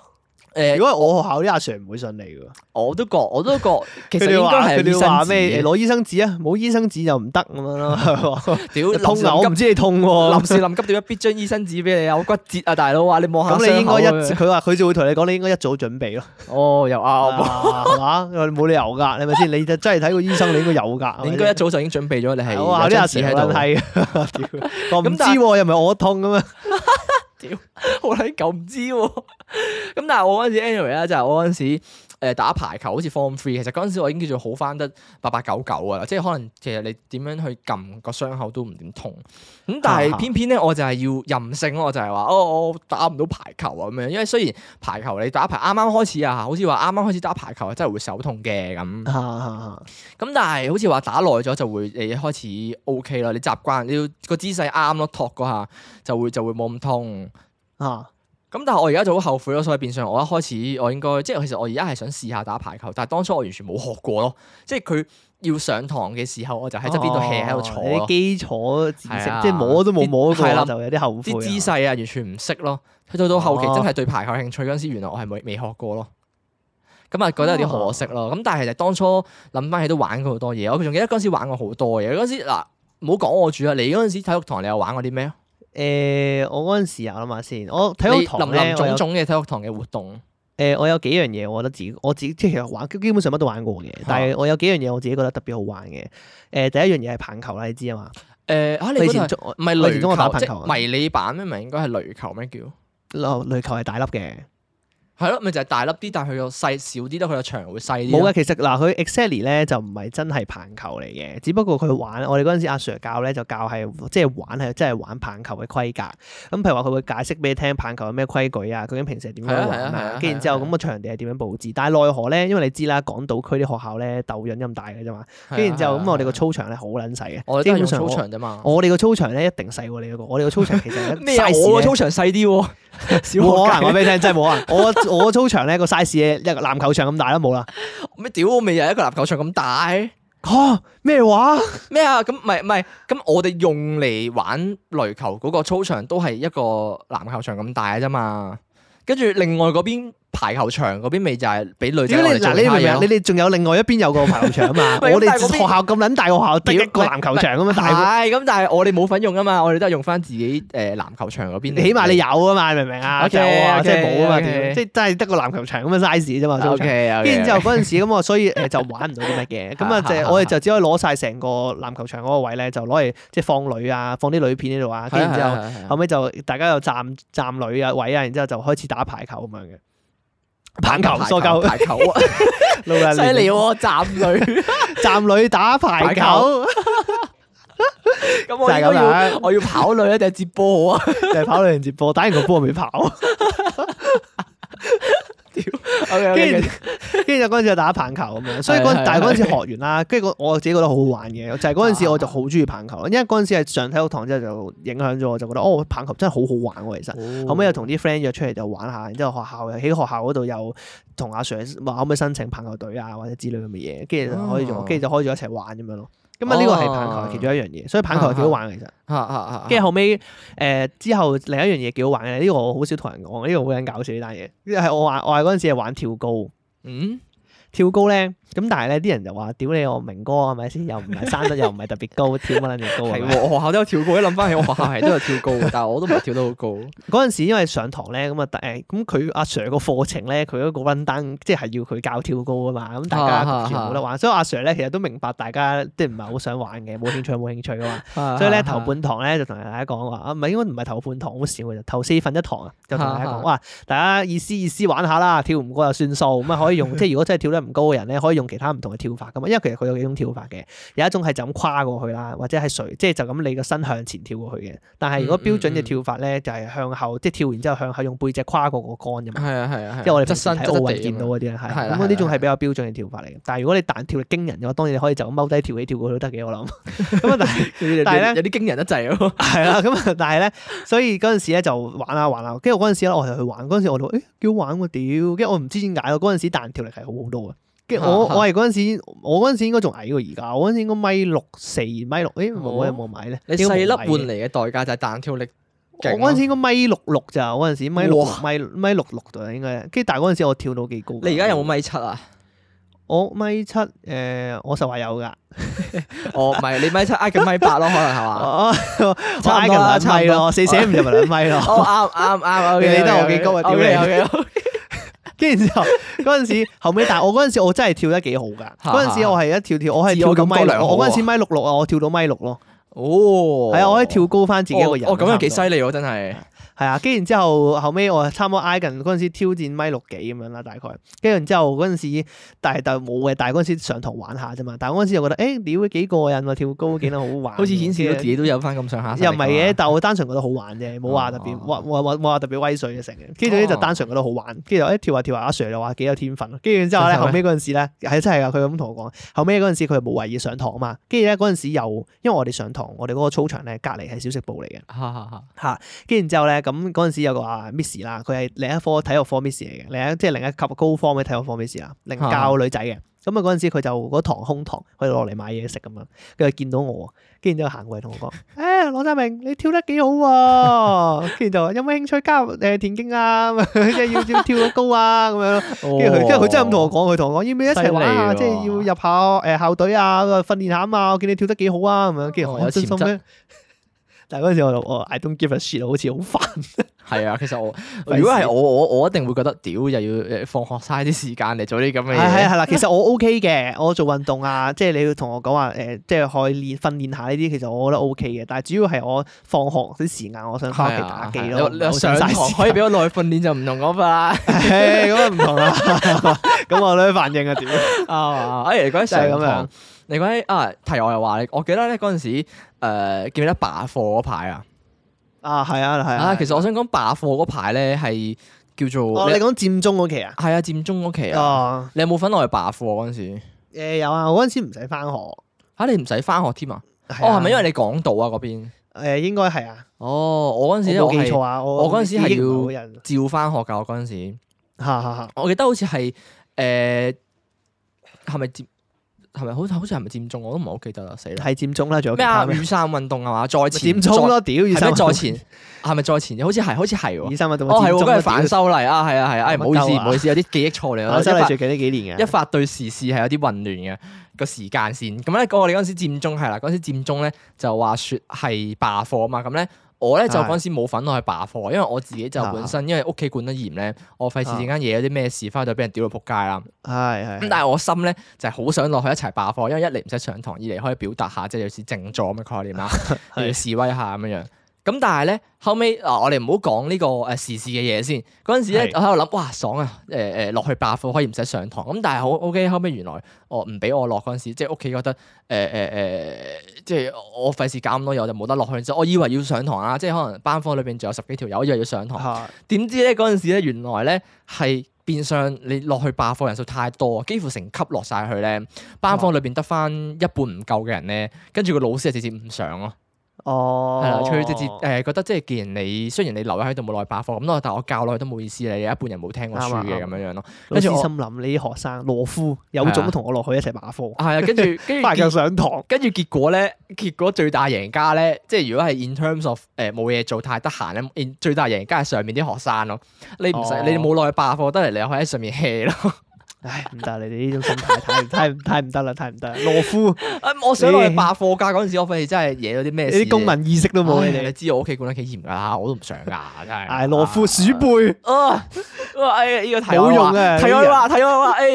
[SPEAKER 1] 誒
[SPEAKER 2] 如，果係我學校啲阿 Sir 唔會信你㗎喎。
[SPEAKER 1] 我都覺我都覺，其實
[SPEAKER 2] 佢哋
[SPEAKER 1] 應
[SPEAKER 2] 話
[SPEAKER 1] 該
[SPEAKER 2] 佢
[SPEAKER 1] 係醫
[SPEAKER 2] 哋
[SPEAKER 1] 生
[SPEAKER 2] 話
[SPEAKER 1] 紙
[SPEAKER 2] 咩？誒
[SPEAKER 1] 嘅
[SPEAKER 2] 攞醫生紙啊，冇醫生紙就唔得咁樣咯。
[SPEAKER 1] [laughs] 屌
[SPEAKER 2] 痛啊！我唔
[SPEAKER 1] 臨時臨急
[SPEAKER 2] 知你痛喎。
[SPEAKER 1] 臨時臨急點解必張醫生紙俾你啊？我骨折啊，大佬啊，你望下
[SPEAKER 2] 咁你應該一
[SPEAKER 1] 傷口啊
[SPEAKER 2] 佢話佢就會同你講，你應該一早準備咯，
[SPEAKER 1] 哦又啱，
[SPEAKER 2] 啊係嘛？冇理由㗎，你咪先？你就真係睇過醫生，你應該有㗎。
[SPEAKER 1] 你應該一早就已經準備咗，你係
[SPEAKER 2] 啊我話
[SPEAKER 1] 有
[SPEAKER 2] 啲阿
[SPEAKER 1] 張紙
[SPEAKER 2] Sir
[SPEAKER 1] 喺度，
[SPEAKER 2] 係，
[SPEAKER 1] [laughs]
[SPEAKER 2] 屌我唔
[SPEAKER 1] 咁
[SPEAKER 2] 知
[SPEAKER 1] 但係
[SPEAKER 2] 喎，又唔係我痛咁樣。
[SPEAKER 1] 好撚狗唔知喎。 [laughs] 咁但係我嗰陣時 anyway 啦，就係我嗰陣時。誒打排球好似 form three，其實嗰陣時我已經叫做好翻得八八九九啊，即係可能其實你點樣去撳個傷口都唔點痛。咁但
[SPEAKER 2] 啊
[SPEAKER 1] 係偏偏咧，我就係要任性咯，我就係話哦，我打唔到排球啊咁樣，因為雖然排球你打排啱啱開始啊，好似話啱啱開始打排球係啊真係會手痛嘅咁。
[SPEAKER 2] 啊啊
[SPEAKER 1] 咁但係好似話打耐咗就會誒開始 O K 啦，你習慣你要個姿勢啱咯，托嗰下就會就會冇咁痛。
[SPEAKER 2] 啊啊
[SPEAKER 1] 咁但係我而家就好後悔咯，所以變相我一開始我應該即係其實我而家係想試下打排球，但係當初我完全冇學過咯，即係佢要上堂嘅時候我就喺側邊度 hea 喺度坐
[SPEAKER 2] 哦你啲
[SPEAKER 1] 咯，
[SPEAKER 2] 基礎知識
[SPEAKER 1] 係啊
[SPEAKER 2] 即係摸都冇摸
[SPEAKER 1] 啲係
[SPEAKER 2] 過，
[SPEAKER 1] 啦
[SPEAKER 2] 就有啲後
[SPEAKER 1] 啲、
[SPEAKER 2] 悔
[SPEAKER 1] 姿
[SPEAKER 2] 啊。
[SPEAKER 1] 勢啊完全唔識咯，去到到後期
[SPEAKER 2] 哦
[SPEAKER 1] 真係對排球興趣嗰陣時，原來我係未未學過咯。咁啊，覺得有
[SPEAKER 2] 哦
[SPEAKER 1] 啲可惜咯。咁但係其實當初諗翻起都玩過好多嘢，我仲記得嗰陣時玩過好多嘢。嗰陣時嗱，唔好講我住啊！你嗰陣時體育堂你有玩過啲咩啊？
[SPEAKER 2] 誒，我嗰陣時有諗下先，我體
[SPEAKER 1] 你
[SPEAKER 2] 育堂
[SPEAKER 1] 林
[SPEAKER 2] 咧，
[SPEAKER 1] 林
[SPEAKER 2] 我有
[SPEAKER 1] 種種嘅體育堂嘅活動，
[SPEAKER 2] 誒、呃我有幾樣嘢，我覺得自己我自己即係其實玩基基本上乜都玩過嘅，但係我有幾樣嘢我自己覺得特別好玩嘅。誒、呃第一樣嘢係棒球啦，你知啊嘛？
[SPEAKER 1] 誒啊！你
[SPEAKER 2] 我
[SPEAKER 1] 嗰
[SPEAKER 2] 以
[SPEAKER 1] 度
[SPEAKER 2] 前
[SPEAKER 1] 係
[SPEAKER 2] 中我
[SPEAKER 1] 唔係
[SPEAKER 2] 我以
[SPEAKER 1] 壘
[SPEAKER 2] 前中學打
[SPEAKER 1] 球，
[SPEAKER 2] 棒
[SPEAKER 1] 即
[SPEAKER 2] 球啊
[SPEAKER 1] 係迷你版咩？咪應該係壘球咩叫？
[SPEAKER 2] 哦壘壘球係大粒嘅，
[SPEAKER 1] 係咯，咪就係大粒啲，但係佢又細少啲咯，佢又長會細啲咯。
[SPEAKER 2] 冇嘅。其實嗱，佢 exactly 咧就唔係真係棒球嚟嘅，只不過佢玩我哋嗰陣時阿 Sir 教咧就教係即係玩係真係玩棒球嘅規格。咁譬如話佢會解釋俾你聽棒球有咩規矩啊，究竟平時係點樣
[SPEAKER 1] 係啊
[SPEAKER 2] 玩
[SPEAKER 1] 係啊係啊
[SPEAKER 2] 啊，跟住之後
[SPEAKER 1] 係啊
[SPEAKER 2] 咁個場地係點樣佈置。但係奈何咧，因為你知啦，港島區啲學校咧豆潤咁大嘅啫嘛，
[SPEAKER 1] 係啊，
[SPEAKER 2] 跟住之後
[SPEAKER 1] 係啊
[SPEAKER 2] 咁我哋個，操場咧好撚細
[SPEAKER 1] 我哋
[SPEAKER 2] 嘅，基
[SPEAKER 1] 都係用
[SPEAKER 2] 本上
[SPEAKER 1] 操
[SPEAKER 2] 我
[SPEAKER 1] 場啫嘛。
[SPEAKER 2] 我哋個操場咧一定細過你嗰個，我哋個操場其實
[SPEAKER 1] [laughs] 咩啊？我個操場細啲
[SPEAKER 2] [laughs]
[SPEAKER 1] 喎，小
[SPEAKER 2] 冇可啊
[SPEAKER 1] 學
[SPEAKER 2] 能，
[SPEAKER 1] 雞
[SPEAKER 2] 我俾你聽，真係冇可能。我我個操場咧個 size 咧一個籃球場咁大啦，
[SPEAKER 1] [laughs]
[SPEAKER 2] 冇啦。
[SPEAKER 1] 咩屌？我未有一個籃球場咁大
[SPEAKER 2] 嚇咩話？
[SPEAKER 1] 咩啊？咁唔係唔係咁，我哋用嚟玩壘球嗰個操場都係一個籃球場咁大嘅啫嘛。跟住另外嗰邊排球場嗰邊咪就係俾女仔
[SPEAKER 2] 屌
[SPEAKER 1] 我哋
[SPEAKER 2] 你
[SPEAKER 1] 做
[SPEAKER 2] 嗱，你明唔明啊？
[SPEAKER 1] 嘢
[SPEAKER 2] 你
[SPEAKER 1] 咯。？
[SPEAKER 2] 哋仲有另外一邊有個排球場啊嘛
[SPEAKER 1] [laughs] 喂咁
[SPEAKER 2] 我哋
[SPEAKER 1] 但係嗰邊
[SPEAKER 2] 學校咁撚大個學校，得一個籃球場咁樣啊大。
[SPEAKER 1] 係咁，但係我哋冇份用啊嘛，我哋都係用翻自己誒籃球場嗰邊。
[SPEAKER 2] 你起碼你有啊嘛，你明唔明啊？
[SPEAKER 1] OK，
[SPEAKER 2] 就係我話
[SPEAKER 1] OK，
[SPEAKER 2] 即係冇啊嘛，屌
[SPEAKER 1] OK
[SPEAKER 2] 即係真係得個籃球場咁嘅 size 啫嘛，操
[SPEAKER 1] O
[SPEAKER 2] 場。
[SPEAKER 1] K
[SPEAKER 2] 跟住之後嗰陣時咁我啊所以呃誒就玩唔到啲乜 [laughs] 嘅，咁啊就係我哋就只可以攞晒成個籃球場嗰個位咧，就攞嚟即係放女啊，放啲女片喺度啊，跟住之後。後尾就大家又站站女啊位啊，然之後就開始打排球咁樣嘅。棒球疏 [laughs] 鳩，
[SPEAKER 1] 排球啊，
[SPEAKER 2] 老人
[SPEAKER 1] 犀利喎，站女。
[SPEAKER 2] 站女打排
[SPEAKER 1] 排
[SPEAKER 2] 球，
[SPEAKER 1] 球 [laughs] 咁
[SPEAKER 2] 就
[SPEAKER 1] 我
[SPEAKER 2] 係
[SPEAKER 1] 應該要
[SPEAKER 2] 咁樣，
[SPEAKER 1] [laughs] 我要跑女啊定係接波好啊？ [laughs]
[SPEAKER 2] 就係跑兩人接波，打完個波未跑，跟
[SPEAKER 1] [laughs] 跟
[SPEAKER 2] 住
[SPEAKER 1] 住
[SPEAKER 2] 跟住就嗰陣時就打棒球咁樣。所以
[SPEAKER 1] 係
[SPEAKER 2] 嗰
[SPEAKER 1] 係
[SPEAKER 2] 但係嗰陣時學完啦，跟住我我自己覺得好好玩嘅，就係嗰
[SPEAKER 1] 啊
[SPEAKER 2] 陣時我就好中意棒球，因為嗰陣時係上體育堂之後就影響咗我，就覺得哦棒球真係好好玩喎，其實。
[SPEAKER 1] 哦
[SPEAKER 2] 後尾又同啲 friend 約出嚟就玩下，然之後學校喺學校嗰度又同阿 Sir 話可唔可以申請棒球隊啊，或者之類咁嘅嘢，跟住就可以
[SPEAKER 1] 哦
[SPEAKER 2] 用，跟住就可以咗一齊玩咁樣咯。咁啊呢個係棒球其中一樣嘢，所以棒球係幾好玩嘅其實。
[SPEAKER 1] 啊啊啊
[SPEAKER 2] 跟住後尾誒、呃之後另一樣嘢幾好玩嘅，呢、個我好少同人講，呢、個好撚搞笑呢單嘢。呢係我話我係嗰陣時係玩跳高，
[SPEAKER 1] 嗯，
[SPEAKER 2] 跳高咧咁，但係咧啲人就話屌你我明哥係咪先？又唔係生得又唔係特別高，跳乜撚嘢高
[SPEAKER 1] 係
[SPEAKER 2] 啊？
[SPEAKER 1] 喎，我學校都有跳過，一諗翻起我學校係都有跳高
[SPEAKER 2] [laughs]
[SPEAKER 1] 嘅，但係我都唔係跳得好高。
[SPEAKER 2] 嗰陣時因為上堂咧，咁啊誒，咁佢阿 Sir 個課程咧，佢嗰個 run down 即係要佢教跳高啊嘛，咁大
[SPEAKER 1] 啊啊
[SPEAKER 2] 家全冇得玩，所以阿 Sir 咧其實都明白大家即係唔係好想玩嘅，冇興趣冇興趣噶嘛，
[SPEAKER 1] 啊
[SPEAKER 2] 啊所以咧頭半堂咧就同大家講話，啊唔係應該唔係頭半堂好少嘅，就頭四分一堂啊，就同大家
[SPEAKER 1] 啊啊
[SPEAKER 2] 講哇，大家意思意思玩下啦，跳唔過就算數，咁啊可
[SPEAKER 1] [laughs]
[SPEAKER 2] 以用即係如果真係跳得唔高嘅人咧，可以用其他唔同嘅跳法噶嘛，因為其實佢有幾種跳法嘅，有一種係就咁跨過去啦，或者係垂即係就咁你個身向前跳過去嘅，但係如果
[SPEAKER 1] 嗯嗯
[SPEAKER 2] 標準嘅
[SPEAKER 1] 嗯
[SPEAKER 2] 跳法咧就係向後，即係跳完之後向後用背脊跨過個杆咁嘛。
[SPEAKER 1] 係啊係啊，
[SPEAKER 2] 即係我哋
[SPEAKER 1] 側
[SPEAKER 2] 平時
[SPEAKER 1] 身
[SPEAKER 2] 睇奧運見到啊嗰啲咧，係
[SPEAKER 1] 係啦
[SPEAKER 2] 咁嗰啲仲
[SPEAKER 1] 係啦
[SPEAKER 2] 係比較標準嘅跳法嚟嘅。但係如果你彈跳力驚人嘅話，當然你可以就咁踎低跳起跳過去都得嘅，我諗。 [laughs] 咁啊，但係但係咧
[SPEAKER 1] 有啲驚人得滯咯。
[SPEAKER 2] 係啦，咁啊，但係咧，所以嗰陣時咧就玩啊下玩下，跟住我嗰陣時咧我就去玩，嗰陣時我就誒幾好玩喎屌，跟住我唔知點解我嗰陣時彈跳力係好好多嘅。跟住我
[SPEAKER 1] 啊啊
[SPEAKER 2] 我係嗰陣時，我嗰陣時應該仲矮過而家，我嗰陣時應該米六四米六，誒
[SPEAKER 1] 哦
[SPEAKER 2] 冇有啊冇米咧？
[SPEAKER 1] 你細
[SPEAKER 2] 應該冇
[SPEAKER 1] 粒換
[SPEAKER 2] 米嘅
[SPEAKER 1] 嚟嘅代價就係彈跳力
[SPEAKER 2] 我
[SPEAKER 1] 勁咯。啊
[SPEAKER 2] 嗰陣時應該米六六咋，嗰陣時米六
[SPEAKER 1] 哇
[SPEAKER 2] 米米六六度啊應該，跟住但係嗰陣時我跳到幾高㗎。
[SPEAKER 1] 你而家有冇米七啊？ [laughs]
[SPEAKER 2] 我米七誒、我實話有㗎，
[SPEAKER 1] 哦，唔係你米七挨近米八咯，可能係嘛？
[SPEAKER 2] 我 [laughs] 我
[SPEAKER 1] 差唔
[SPEAKER 2] 挨
[SPEAKER 1] 多
[SPEAKER 2] 近
[SPEAKER 1] 啦差唔
[SPEAKER 2] 兩米
[SPEAKER 1] 多
[SPEAKER 2] 咯，我四捨五入咪兩米咯。
[SPEAKER 1] 哦啱啱啱，OK，
[SPEAKER 2] 你理得我幾高啊屌
[SPEAKER 1] o
[SPEAKER 2] 你
[SPEAKER 1] k
[SPEAKER 2] [laughs]
[SPEAKER 1] OK，
[SPEAKER 2] 跟
[SPEAKER 1] [laughs]
[SPEAKER 2] 住之後嗰陣時，後尾但係我嗰陣時我真係跳得幾好㗎。嗰陣時我係一跳跳，我係
[SPEAKER 1] 自我
[SPEAKER 2] 跳到
[SPEAKER 1] 感覺
[SPEAKER 2] 米
[SPEAKER 1] 良
[SPEAKER 2] 六，
[SPEAKER 1] 好
[SPEAKER 2] 我嗰陣時米六六啊，我跳到米六咯。
[SPEAKER 1] 哦，
[SPEAKER 2] 係啊，我可以跳高翻自己一個人。啊
[SPEAKER 1] 哦，咁又幾犀
[SPEAKER 2] 利。
[SPEAKER 1] 利喎，真係。
[SPEAKER 2] 係啊，跟住然之後後尾我差唔多挨近嗰陣時挑戰米六幾咁樣啦，大概。跟住然之後嗰陣時，但係但係冇嘅，但係嗰陣時上堂玩下啫嘛。但係嗰陣時又覺得，誒屌幾過癮喎，跳高幾得好
[SPEAKER 1] [laughs]
[SPEAKER 2] 玩。
[SPEAKER 1] 好似顯示到
[SPEAKER 2] 跟
[SPEAKER 1] 自
[SPEAKER 2] 住
[SPEAKER 1] 己都有翻咁上下實力㗎
[SPEAKER 2] 又唔
[SPEAKER 1] 嘛。
[SPEAKER 2] 係
[SPEAKER 1] [laughs]
[SPEAKER 2] 嘅，但我單純覺得好玩啫，冇話特別
[SPEAKER 1] 啊哦
[SPEAKER 2] 冇冇冇冇話特別威水嘅成嘅。跟住咧就
[SPEAKER 1] 哦
[SPEAKER 2] 單純覺得好玩，跟住就一跳下跳下，阿 Sir 就話幾有天分。啊跟住之後咧，
[SPEAKER 1] 真係
[SPEAKER 2] 後
[SPEAKER 1] 咩
[SPEAKER 2] 尾嗰陣時咧係真係啊，佢咁同我講，後尾嗰陣時佢冇為意上堂啊嘛。跟住咧嗰陣時又因為我哋上堂，我哋嗰個操場咧隔離係小食部嚟嘅。
[SPEAKER 1] 哈哈哈
[SPEAKER 2] 跟住之後咧，咁咁嗰陣時有個啊 Miss 啦，佢係另一科體育科 Miss 嚟嘅，另一即係另一級高方嘅體育科 Miss 啦，另
[SPEAKER 1] 啊
[SPEAKER 2] 教女仔嘅。咁啊嗰陣時佢就嗰堂空堂，佢落嚟買嘢食咁樣，佢就見到我，跟住之後行過嚟同我講：，誒、羅澤明，你跳得幾好喎、跟住就話有冇興趣加入誒田徑啊？咁樣即係要要跳得高啊咁樣咯。
[SPEAKER 1] 跟
[SPEAKER 2] 跟住佢，跟住佢真係咁同我講，佢同我講要唔要一齊玩啊？
[SPEAKER 1] 犀
[SPEAKER 2] 即
[SPEAKER 1] 利
[SPEAKER 2] 係
[SPEAKER 1] 喎
[SPEAKER 2] 要入下誒校隊啊，訓練下啊嘛。我見你跳得幾好啊，咁樣。跟住
[SPEAKER 1] 哦
[SPEAKER 2] 我
[SPEAKER 1] 有
[SPEAKER 2] 話真心
[SPEAKER 1] 潛質
[SPEAKER 2] 咩？ [laughs] 但係嗰陣時我就我 I don't give a shit，好似好煩。
[SPEAKER 1] 係啊，其
[SPEAKER 2] [laughs]
[SPEAKER 1] 實我
[SPEAKER 2] 事
[SPEAKER 1] 如果係我我我一定會覺得屌又要誒放學嘥啲時間嚟做呢啲咁嘅
[SPEAKER 2] 係係
[SPEAKER 1] 嘢。
[SPEAKER 2] [laughs] 係啦，其實我 OK 嘅，我做運動啊，即係你要同我講話誒，即係可以練訓練下呢啲，其實我覺得 OK 嘅。但係主要係我放學啲時間，我想翻屋企打機
[SPEAKER 1] 係啊
[SPEAKER 2] 咯。
[SPEAKER 1] 你
[SPEAKER 2] 唔係
[SPEAKER 1] 你
[SPEAKER 2] 好想
[SPEAKER 1] 上
[SPEAKER 2] 嘥
[SPEAKER 1] 堂
[SPEAKER 2] 時
[SPEAKER 1] 可以
[SPEAKER 2] 間
[SPEAKER 1] 俾我耐訓練就唔同講法啦。
[SPEAKER 2] 唉 [laughs] 咁啊唔同啦，咁我都反應啊屌！
[SPEAKER 1] 啊！哎，你講起上
[SPEAKER 2] 就係咁
[SPEAKER 1] 堂
[SPEAKER 2] 樣，
[SPEAKER 1] 你講起啊，題外又話你，我記得咧嗰陣時，誒、記唔記得罷課嗰排啊？
[SPEAKER 2] 啊係啊係
[SPEAKER 1] 啊，
[SPEAKER 2] 啊，
[SPEAKER 1] 其實我想講罷課嗰排咧係叫做
[SPEAKER 2] 哦
[SPEAKER 1] 你
[SPEAKER 2] 你講佔中嗰期啊？
[SPEAKER 1] 係啊，佔中嗰期啊，
[SPEAKER 2] 哦
[SPEAKER 1] 你有冇份落去罷課嗰陣時？
[SPEAKER 2] 誒有啊，我嗰陣時唔使翻學。哦
[SPEAKER 1] 嚇你唔使翻學添啊？哦，係咪因為你港島啊嗰邊？
[SPEAKER 2] 誒應該係啊，
[SPEAKER 1] 哦，我嗰陣時
[SPEAKER 2] 我
[SPEAKER 1] 我
[SPEAKER 2] 冇記錯
[SPEAKER 1] 係
[SPEAKER 2] 啊，
[SPEAKER 1] 我嗰陣時係要
[SPEAKER 2] 已經唔好人，
[SPEAKER 1] 照翻學㗎，我嗰陣時，
[SPEAKER 2] 哈哈哈，
[SPEAKER 1] 我記得好似係誒係咪佔係咪好似好似係咪佔中？我都唔係好記得啦，死啦！
[SPEAKER 2] 係佔中啦，仲有其
[SPEAKER 1] 咩
[SPEAKER 2] 他
[SPEAKER 1] 啊？
[SPEAKER 2] 咩？
[SPEAKER 1] 雨傘運動係嘛？再前
[SPEAKER 2] 佔中咯，屌！
[SPEAKER 1] 再，
[SPEAKER 2] 二
[SPEAKER 1] 係咪
[SPEAKER 2] 三啊
[SPEAKER 1] 再前？啊係咪再前？好似係，好似係喎。
[SPEAKER 2] [laughs] 二三啊，仲
[SPEAKER 1] 哦，係喎，
[SPEAKER 2] 嗰
[SPEAKER 1] 嗰日反修例啊，係啊，係啊，唉，唔好意
[SPEAKER 2] 乜鳩
[SPEAKER 1] 思，
[SPEAKER 2] 啊
[SPEAKER 1] 唔好意思，有啲記憶錯嚟啦。
[SPEAKER 2] 反修
[SPEAKER 1] 一
[SPEAKER 2] 例
[SPEAKER 1] 發
[SPEAKER 2] 哦最啊近呢幾年嘅，
[SPEAKER 1] 一發對時事係有啲混亂嘅個時間線。咁咧，嗰我哋嗰陣時佔中係啦，嗰陣時佔中咧就話説係罷課啊嘛。咁咧，我咧就
[SPEAKER 2] 係
[SPEAKER 1] 嗰陣時冇份落去罷課，因為我自己就
[SPEAKER 2] 啊
[SPEAKER 1] 本身因為屋企管得嚴咧，我費事陣間惹咗啲咩事，翻去就俾人屌到仆街啦。
[SPEAKER 2] 係係
[SPEAKER 1] 咁但係我心咧就係好想落去一齊罷課，因為一嚟唔使上堂，二嚟可以表達下即係有時靜坐咁嘅概
[SPEAKER 2] [laughs]
[SPEAKER 1] 念啦，
[SPEAKER 2] 係
[SPEAKER 1] 要示威下咁樣樣。咁但係咧後尾啊，我哋唔好講呢個誒時事嘅嘢先。嗰陣時咧，
[SPEAKER 2] 係
[SPEAKER 1] 我喺度諗，哇爽啊！誒誒落去罷課可以唔使上堂。咁但係好 OK，後尾原來我唔俾我落嗰陣時，即係屋企覺得誒誒誒，即係我費事搞咁多嘢，我就冇得落去。我以為要上堂啊啦，即係可能班房裏邊仲有十幾條友，我以為要上堂。
[SPEAKER 2] 嚇
[SPEAKER 1] 點知咧嗰陣時咧，原來咧係變相你落去罷課人數太多啊，幾乎成級落晒去咧，班房裏邊得翻一半唔夠嘅人咧，跟住個老師係直接唔上咯，係啦、
[SPEAKER 2] 哦，
[SPEAKER 1] 佢直接誒、覺得即係既然你雖然你留喺度冇落去罷課咁咯，但我教落去都冇意思咧，你有一半人冇聽過書
[SPEAKER 2] 啱啊
[SPEAKER 1] 嘅咁
[SPEAKER 2] 啱啊
[SPEAKER 1] 樣樣咯，
[SPEAKER 2] 老
[SPEAKER 1] 跟住
[SPEAKER 2] 師
[SPEAKER 1] 我
[SPEAKER 2] 心諗呢啲學生懦夫有
[SPEAKER 1] 係啊
[SPEAKER 2] 種同我落去一齊把 [laughs] 課，
[SPEAKER 1] 係啊，跟住跟住
[SPEAKER 2] 翻嚟就
[SPEAKER 1] [laughs]
[SPEAKER 2] 上堂，
[SPEAKER 1] 跟住結果咧，結果最大贏家咧，即係如果係 in terms of 誒冇嘢做太得閒咧，in- 最大贏家係上面啲學生咯。你唔使、
[SPEAKER 2] 哦
[SPEAKER 1] 你冇落去罷課得嚟，你又可以喺上面 hea 咯。
[SPEAKER 2] 唉唔得，啊你哋呢種心態太太太唔得啦，太唔得啦，懦夫，
[SPEAKER 1] 啊我想落去罷課假嗰陣時，我費事真係惹咗啲咩
[SPEAKER 2] 你
[SPEAKER 1] 事。啊
[SPEAKER 2] 啲公民意識都冇，
[SPEAKER 1] 唉
[SPEAKER 2] 你哋
[SPEAKER 1] 你知我屋企管得幾嚴㗎啦，我都唔想㗎，真係。
[SPEAKER 2] [laughs] 唉懦夫鼠輩。
[SPEAKER 1] 啊！哇！哎呀，呢個題
[SPEAKER 2] 冇
[SPEAKER 1] 外
[SPEAKER 2] 用
[SPEAKER 1] 話，
[SPEAKER 2] 啊
[SPEAKER 1] 題外話，題外話，
[SPEAKER 2] [laughs]
[SPEAKER 1] 哎。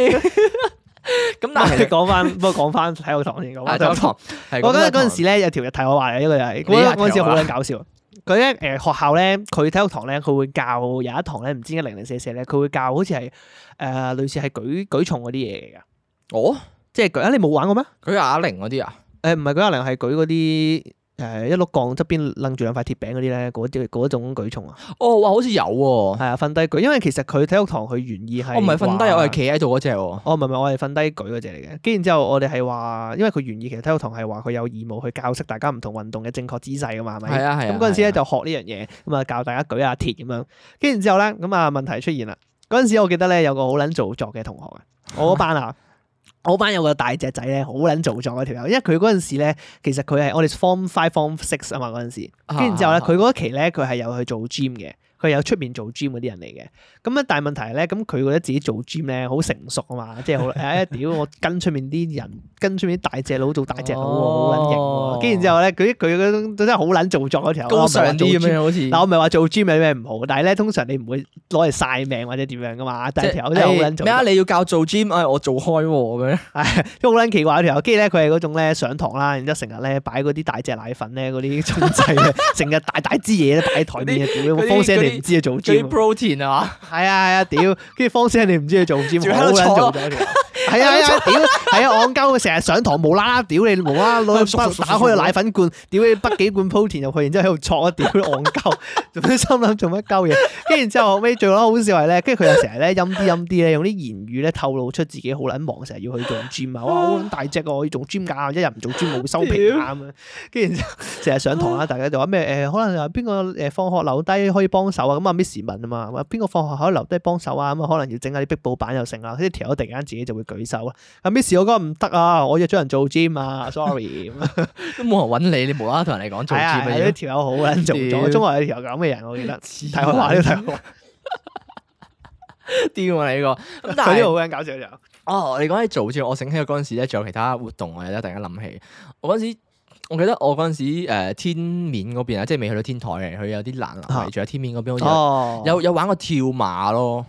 [SPEAKER 1] 咁 [laughs] 但係其實
[SPEAKER 2] 啊講翻，不過講翻體育堂先，講
[SPEAKER 1] 啊
[SPEAKER 2] 翻
[SPEAKER 1] 走堂，係
[SPEAKER 2] 我覺得
[SPEAKER 1] 講
[SPEAKER 2] 嗰
[SPEAKER 1] 堂
[SPEAKER 2] 陣時咧有條日題我話嚟，呢個又係
[SPEAKER 1] 你又
[SPEAKER 2] 嗰
[SPEAKER 1] 係
[SPEAKER 2] 嗰陣
[SPEAKER 1] 題
[SPEAKER 2] 時
[SPEAKER 1] 我
[SPEAKER 2] 好
[SPEAKER 1] 話
[SPEAKER 2] 撚搞笑。佢咧誒學校咧，佢體育堂咧，佢會教有一堂咧，唔知點解零零舍舍咧，佢會教好似係誒類似係舉舉重嗰啲嘢嚟㗎，
[SPEAKER 1] 哦，
[SPEAKER 2] 即係舉啊！你冇玩過咩？
[SPEAKER 1] 佢啞鈴嗰啲啊，
[SPEAKER 2] 誒唔係舉啞鈴，係舉嗰啲誒一碌槓側邊楞住兩塊鐵餅嗰啲咧，嗰啲嗰種舉重啊，
[SPEAKER 1] 哦哇，好似有喎。哦
[SPEAKER 2] 係啊，瞓低舉，因為其實佢體育堂佢原意係
[SPEAKER 1] 我唔係瞓低，
[SPEAKER 2] 話
[SPEAKER 1] 我係企喺度嗰只喎。
[SPEAKER 2] 哦，唔係唔係，我係瞓低舉嗰只嚟嘅。跟住之後，我哋係話，因為佢原意其實體育堂係話佢有義務去教識大家唔同運動嘅正確姿勢噶嘛，係咪？
[SPEAKER 1] 係啊係啊
[SPEAKER 2] 咁嗰陣時
[SPEAKER 1] 係啊
[SPEAKER 2] 咧就學呢樣嘢，咁啊教大家舉下鐵咁樣。跟住之後咧，咁啊問題出現啦。嗰陣時我記得咧有個好撚做作嘅同學啊，我嗰班
[SPEAKER 1] [laughs]
[SPEAKER 2] 啊。我班有個大隻仔咧，好撚做作嗰條友，因為佢嗰陣時咧，其實佢係我哋 form five、form six 啊嘛嗰陣時，跟住之
[SPEAKER 1] 啊
[SPEAKER 2] 後咧，佢嗰期咧，佢係有去做 gym 嘅，佢係有出面做 gym 嗰啲人嚟嘅。咁咧，但係問題係咧，咁佢覺得自己做 gym 咧好成熟啊嘛， [laughs] 即係好誒屌我跟出面啲人，跟出面啲大隻佬做大隻佬喎，好撚型
[SPEAKER 1] 哦
[SPEAKER 2] 喎。跟住之後咧，佢佢嗰種真係好撚做作嗰條友啦，
[SPEAKER 1] 啊高尚啲
[SPEAKER 2] 唔
[SPEAKER 1] 咁
[SPEAKER 2] 係話做 gym
[SPEAKER 1] 樣好似。
[SPEAKER 2] 嗱，我唔係話做 gym 有咩唔好，但係咧通常你唔會攞嚟晒命或者點樣噶嘛，但係條友真係好撚
[SPEAKER 1] 誒
[SPEAKER 2] 做
[SPEAKER 1] 咩
[SPEAKER 2] 作
[SPEAKER 1] 啊？你要教做 gym，哎，我做開喎咁樣。
[SPEAKER 2] 即係好撚奇怪條友，跟住咧佢係嗰種咧上堂啦，然之後成日咧擺嗰啲大隻奶粉咧
[SPEAKER 1] [laughs]
[SPEAKER 2] 嗰啲沖劑咧，成日大大支嘢咧擺喺台面啊，屌
[SPEAKER 1] 嗰啲
[SPEAKER 2] 方聲你唔知佢做
[SPEAKER 1] 最
[SPEAKER 2] gym，
[SPEAKER 1] protein 啊嘛， [laughs]
[SPEAKER 2] 係啊係啊，屌，跟住方聲你唔知佢做 gym，
[SPEAKER 1] 仲喺
[SPEAKER 2] 好
[SPEAKER 1] 度
[SPEAKER 2] 撚
[SPEAKER 1] 坐
[SPEAKER 2] 做咗條友，係啊係啊，屌係啊，戇鳩成日上堂無啦啦屌你無啦啦
[SPEAKER 1] 熟
[SPEAKER 2] 攞
[SPEAKER 1] 熟熟
[SPEAKER 2] 筆打開個奶粉罐，屌你筆幾罐 protein 入去，然之後喺度戳啊一屌戇鳩，做咩心諗做乜鳩嘢？跟住然之後後尾最撚好笑係咧，跟住佢又成日咧陰啲陰啲咧，用啲言語咧透露出自己好撚忙，成日要去做 gym [laughs] 啊，哇好撚大隻啊，我要做 gym 㗎，一日唔做 gym 冇收皮啊咁樣。跟住然之後成日上堂啊啦，大家就話咩誒，可能話邊個誒放學留低可以幫手啊？咁啊 Miss 問啊嘛，話邊個放學可以留低幫手啊？咁啊可能要整下啲壁布板又成啦，跟住條友突然間自己就會舉手啦。啊 Miss 我覺得唔得啊，我約咗人做 gym [laughs] 啊，sorry 咁樣。
[SPEAKER 1] 都冇人揾你，你無啦啦同人哋講做
[SPEAKER 2] 係啊，
[SPEAKER 1] 節
[SPEAKER 2] 係啊呢
[SPEAKER 1] 目，
[SPEAKER 2] 條友好撚做
[SPEAKER 1] 屌
[SPEAKER 2] [laughs] 咗，中國有條友咁嘅人，我記 [laughs] 得。
[SPEAKER 1] 啊睇
[SPEAKER 2] 睇開話呢個睇開話，
[SPEAKER 1] 啲喎你呢 [laughs] 個。咁但
[SPEAKER 2] 佢呢
[SPEAKER 1] 係
[SPEAKER 2] 個
[SPEAKER 1] 啊
[SPEAKER 2] 好撚搞笑就。
[SPEAKER 1] 哦，你講起做節目，我醒起我嗰陣時咧，仲有其他活動，我咧突然間諗起，我嗰陣時。我記得我嗰陣時誒、呃天面嗰邊啊，即係未去到天台嘅，佢有啲欄
[SPEAKER 2] 啊
[SPEAKER 1] 圍住喺天面嗰邊，好似有
[SPEAKER 2] 哦有
[SPEAKER 1] 有有玩過跳馬咯，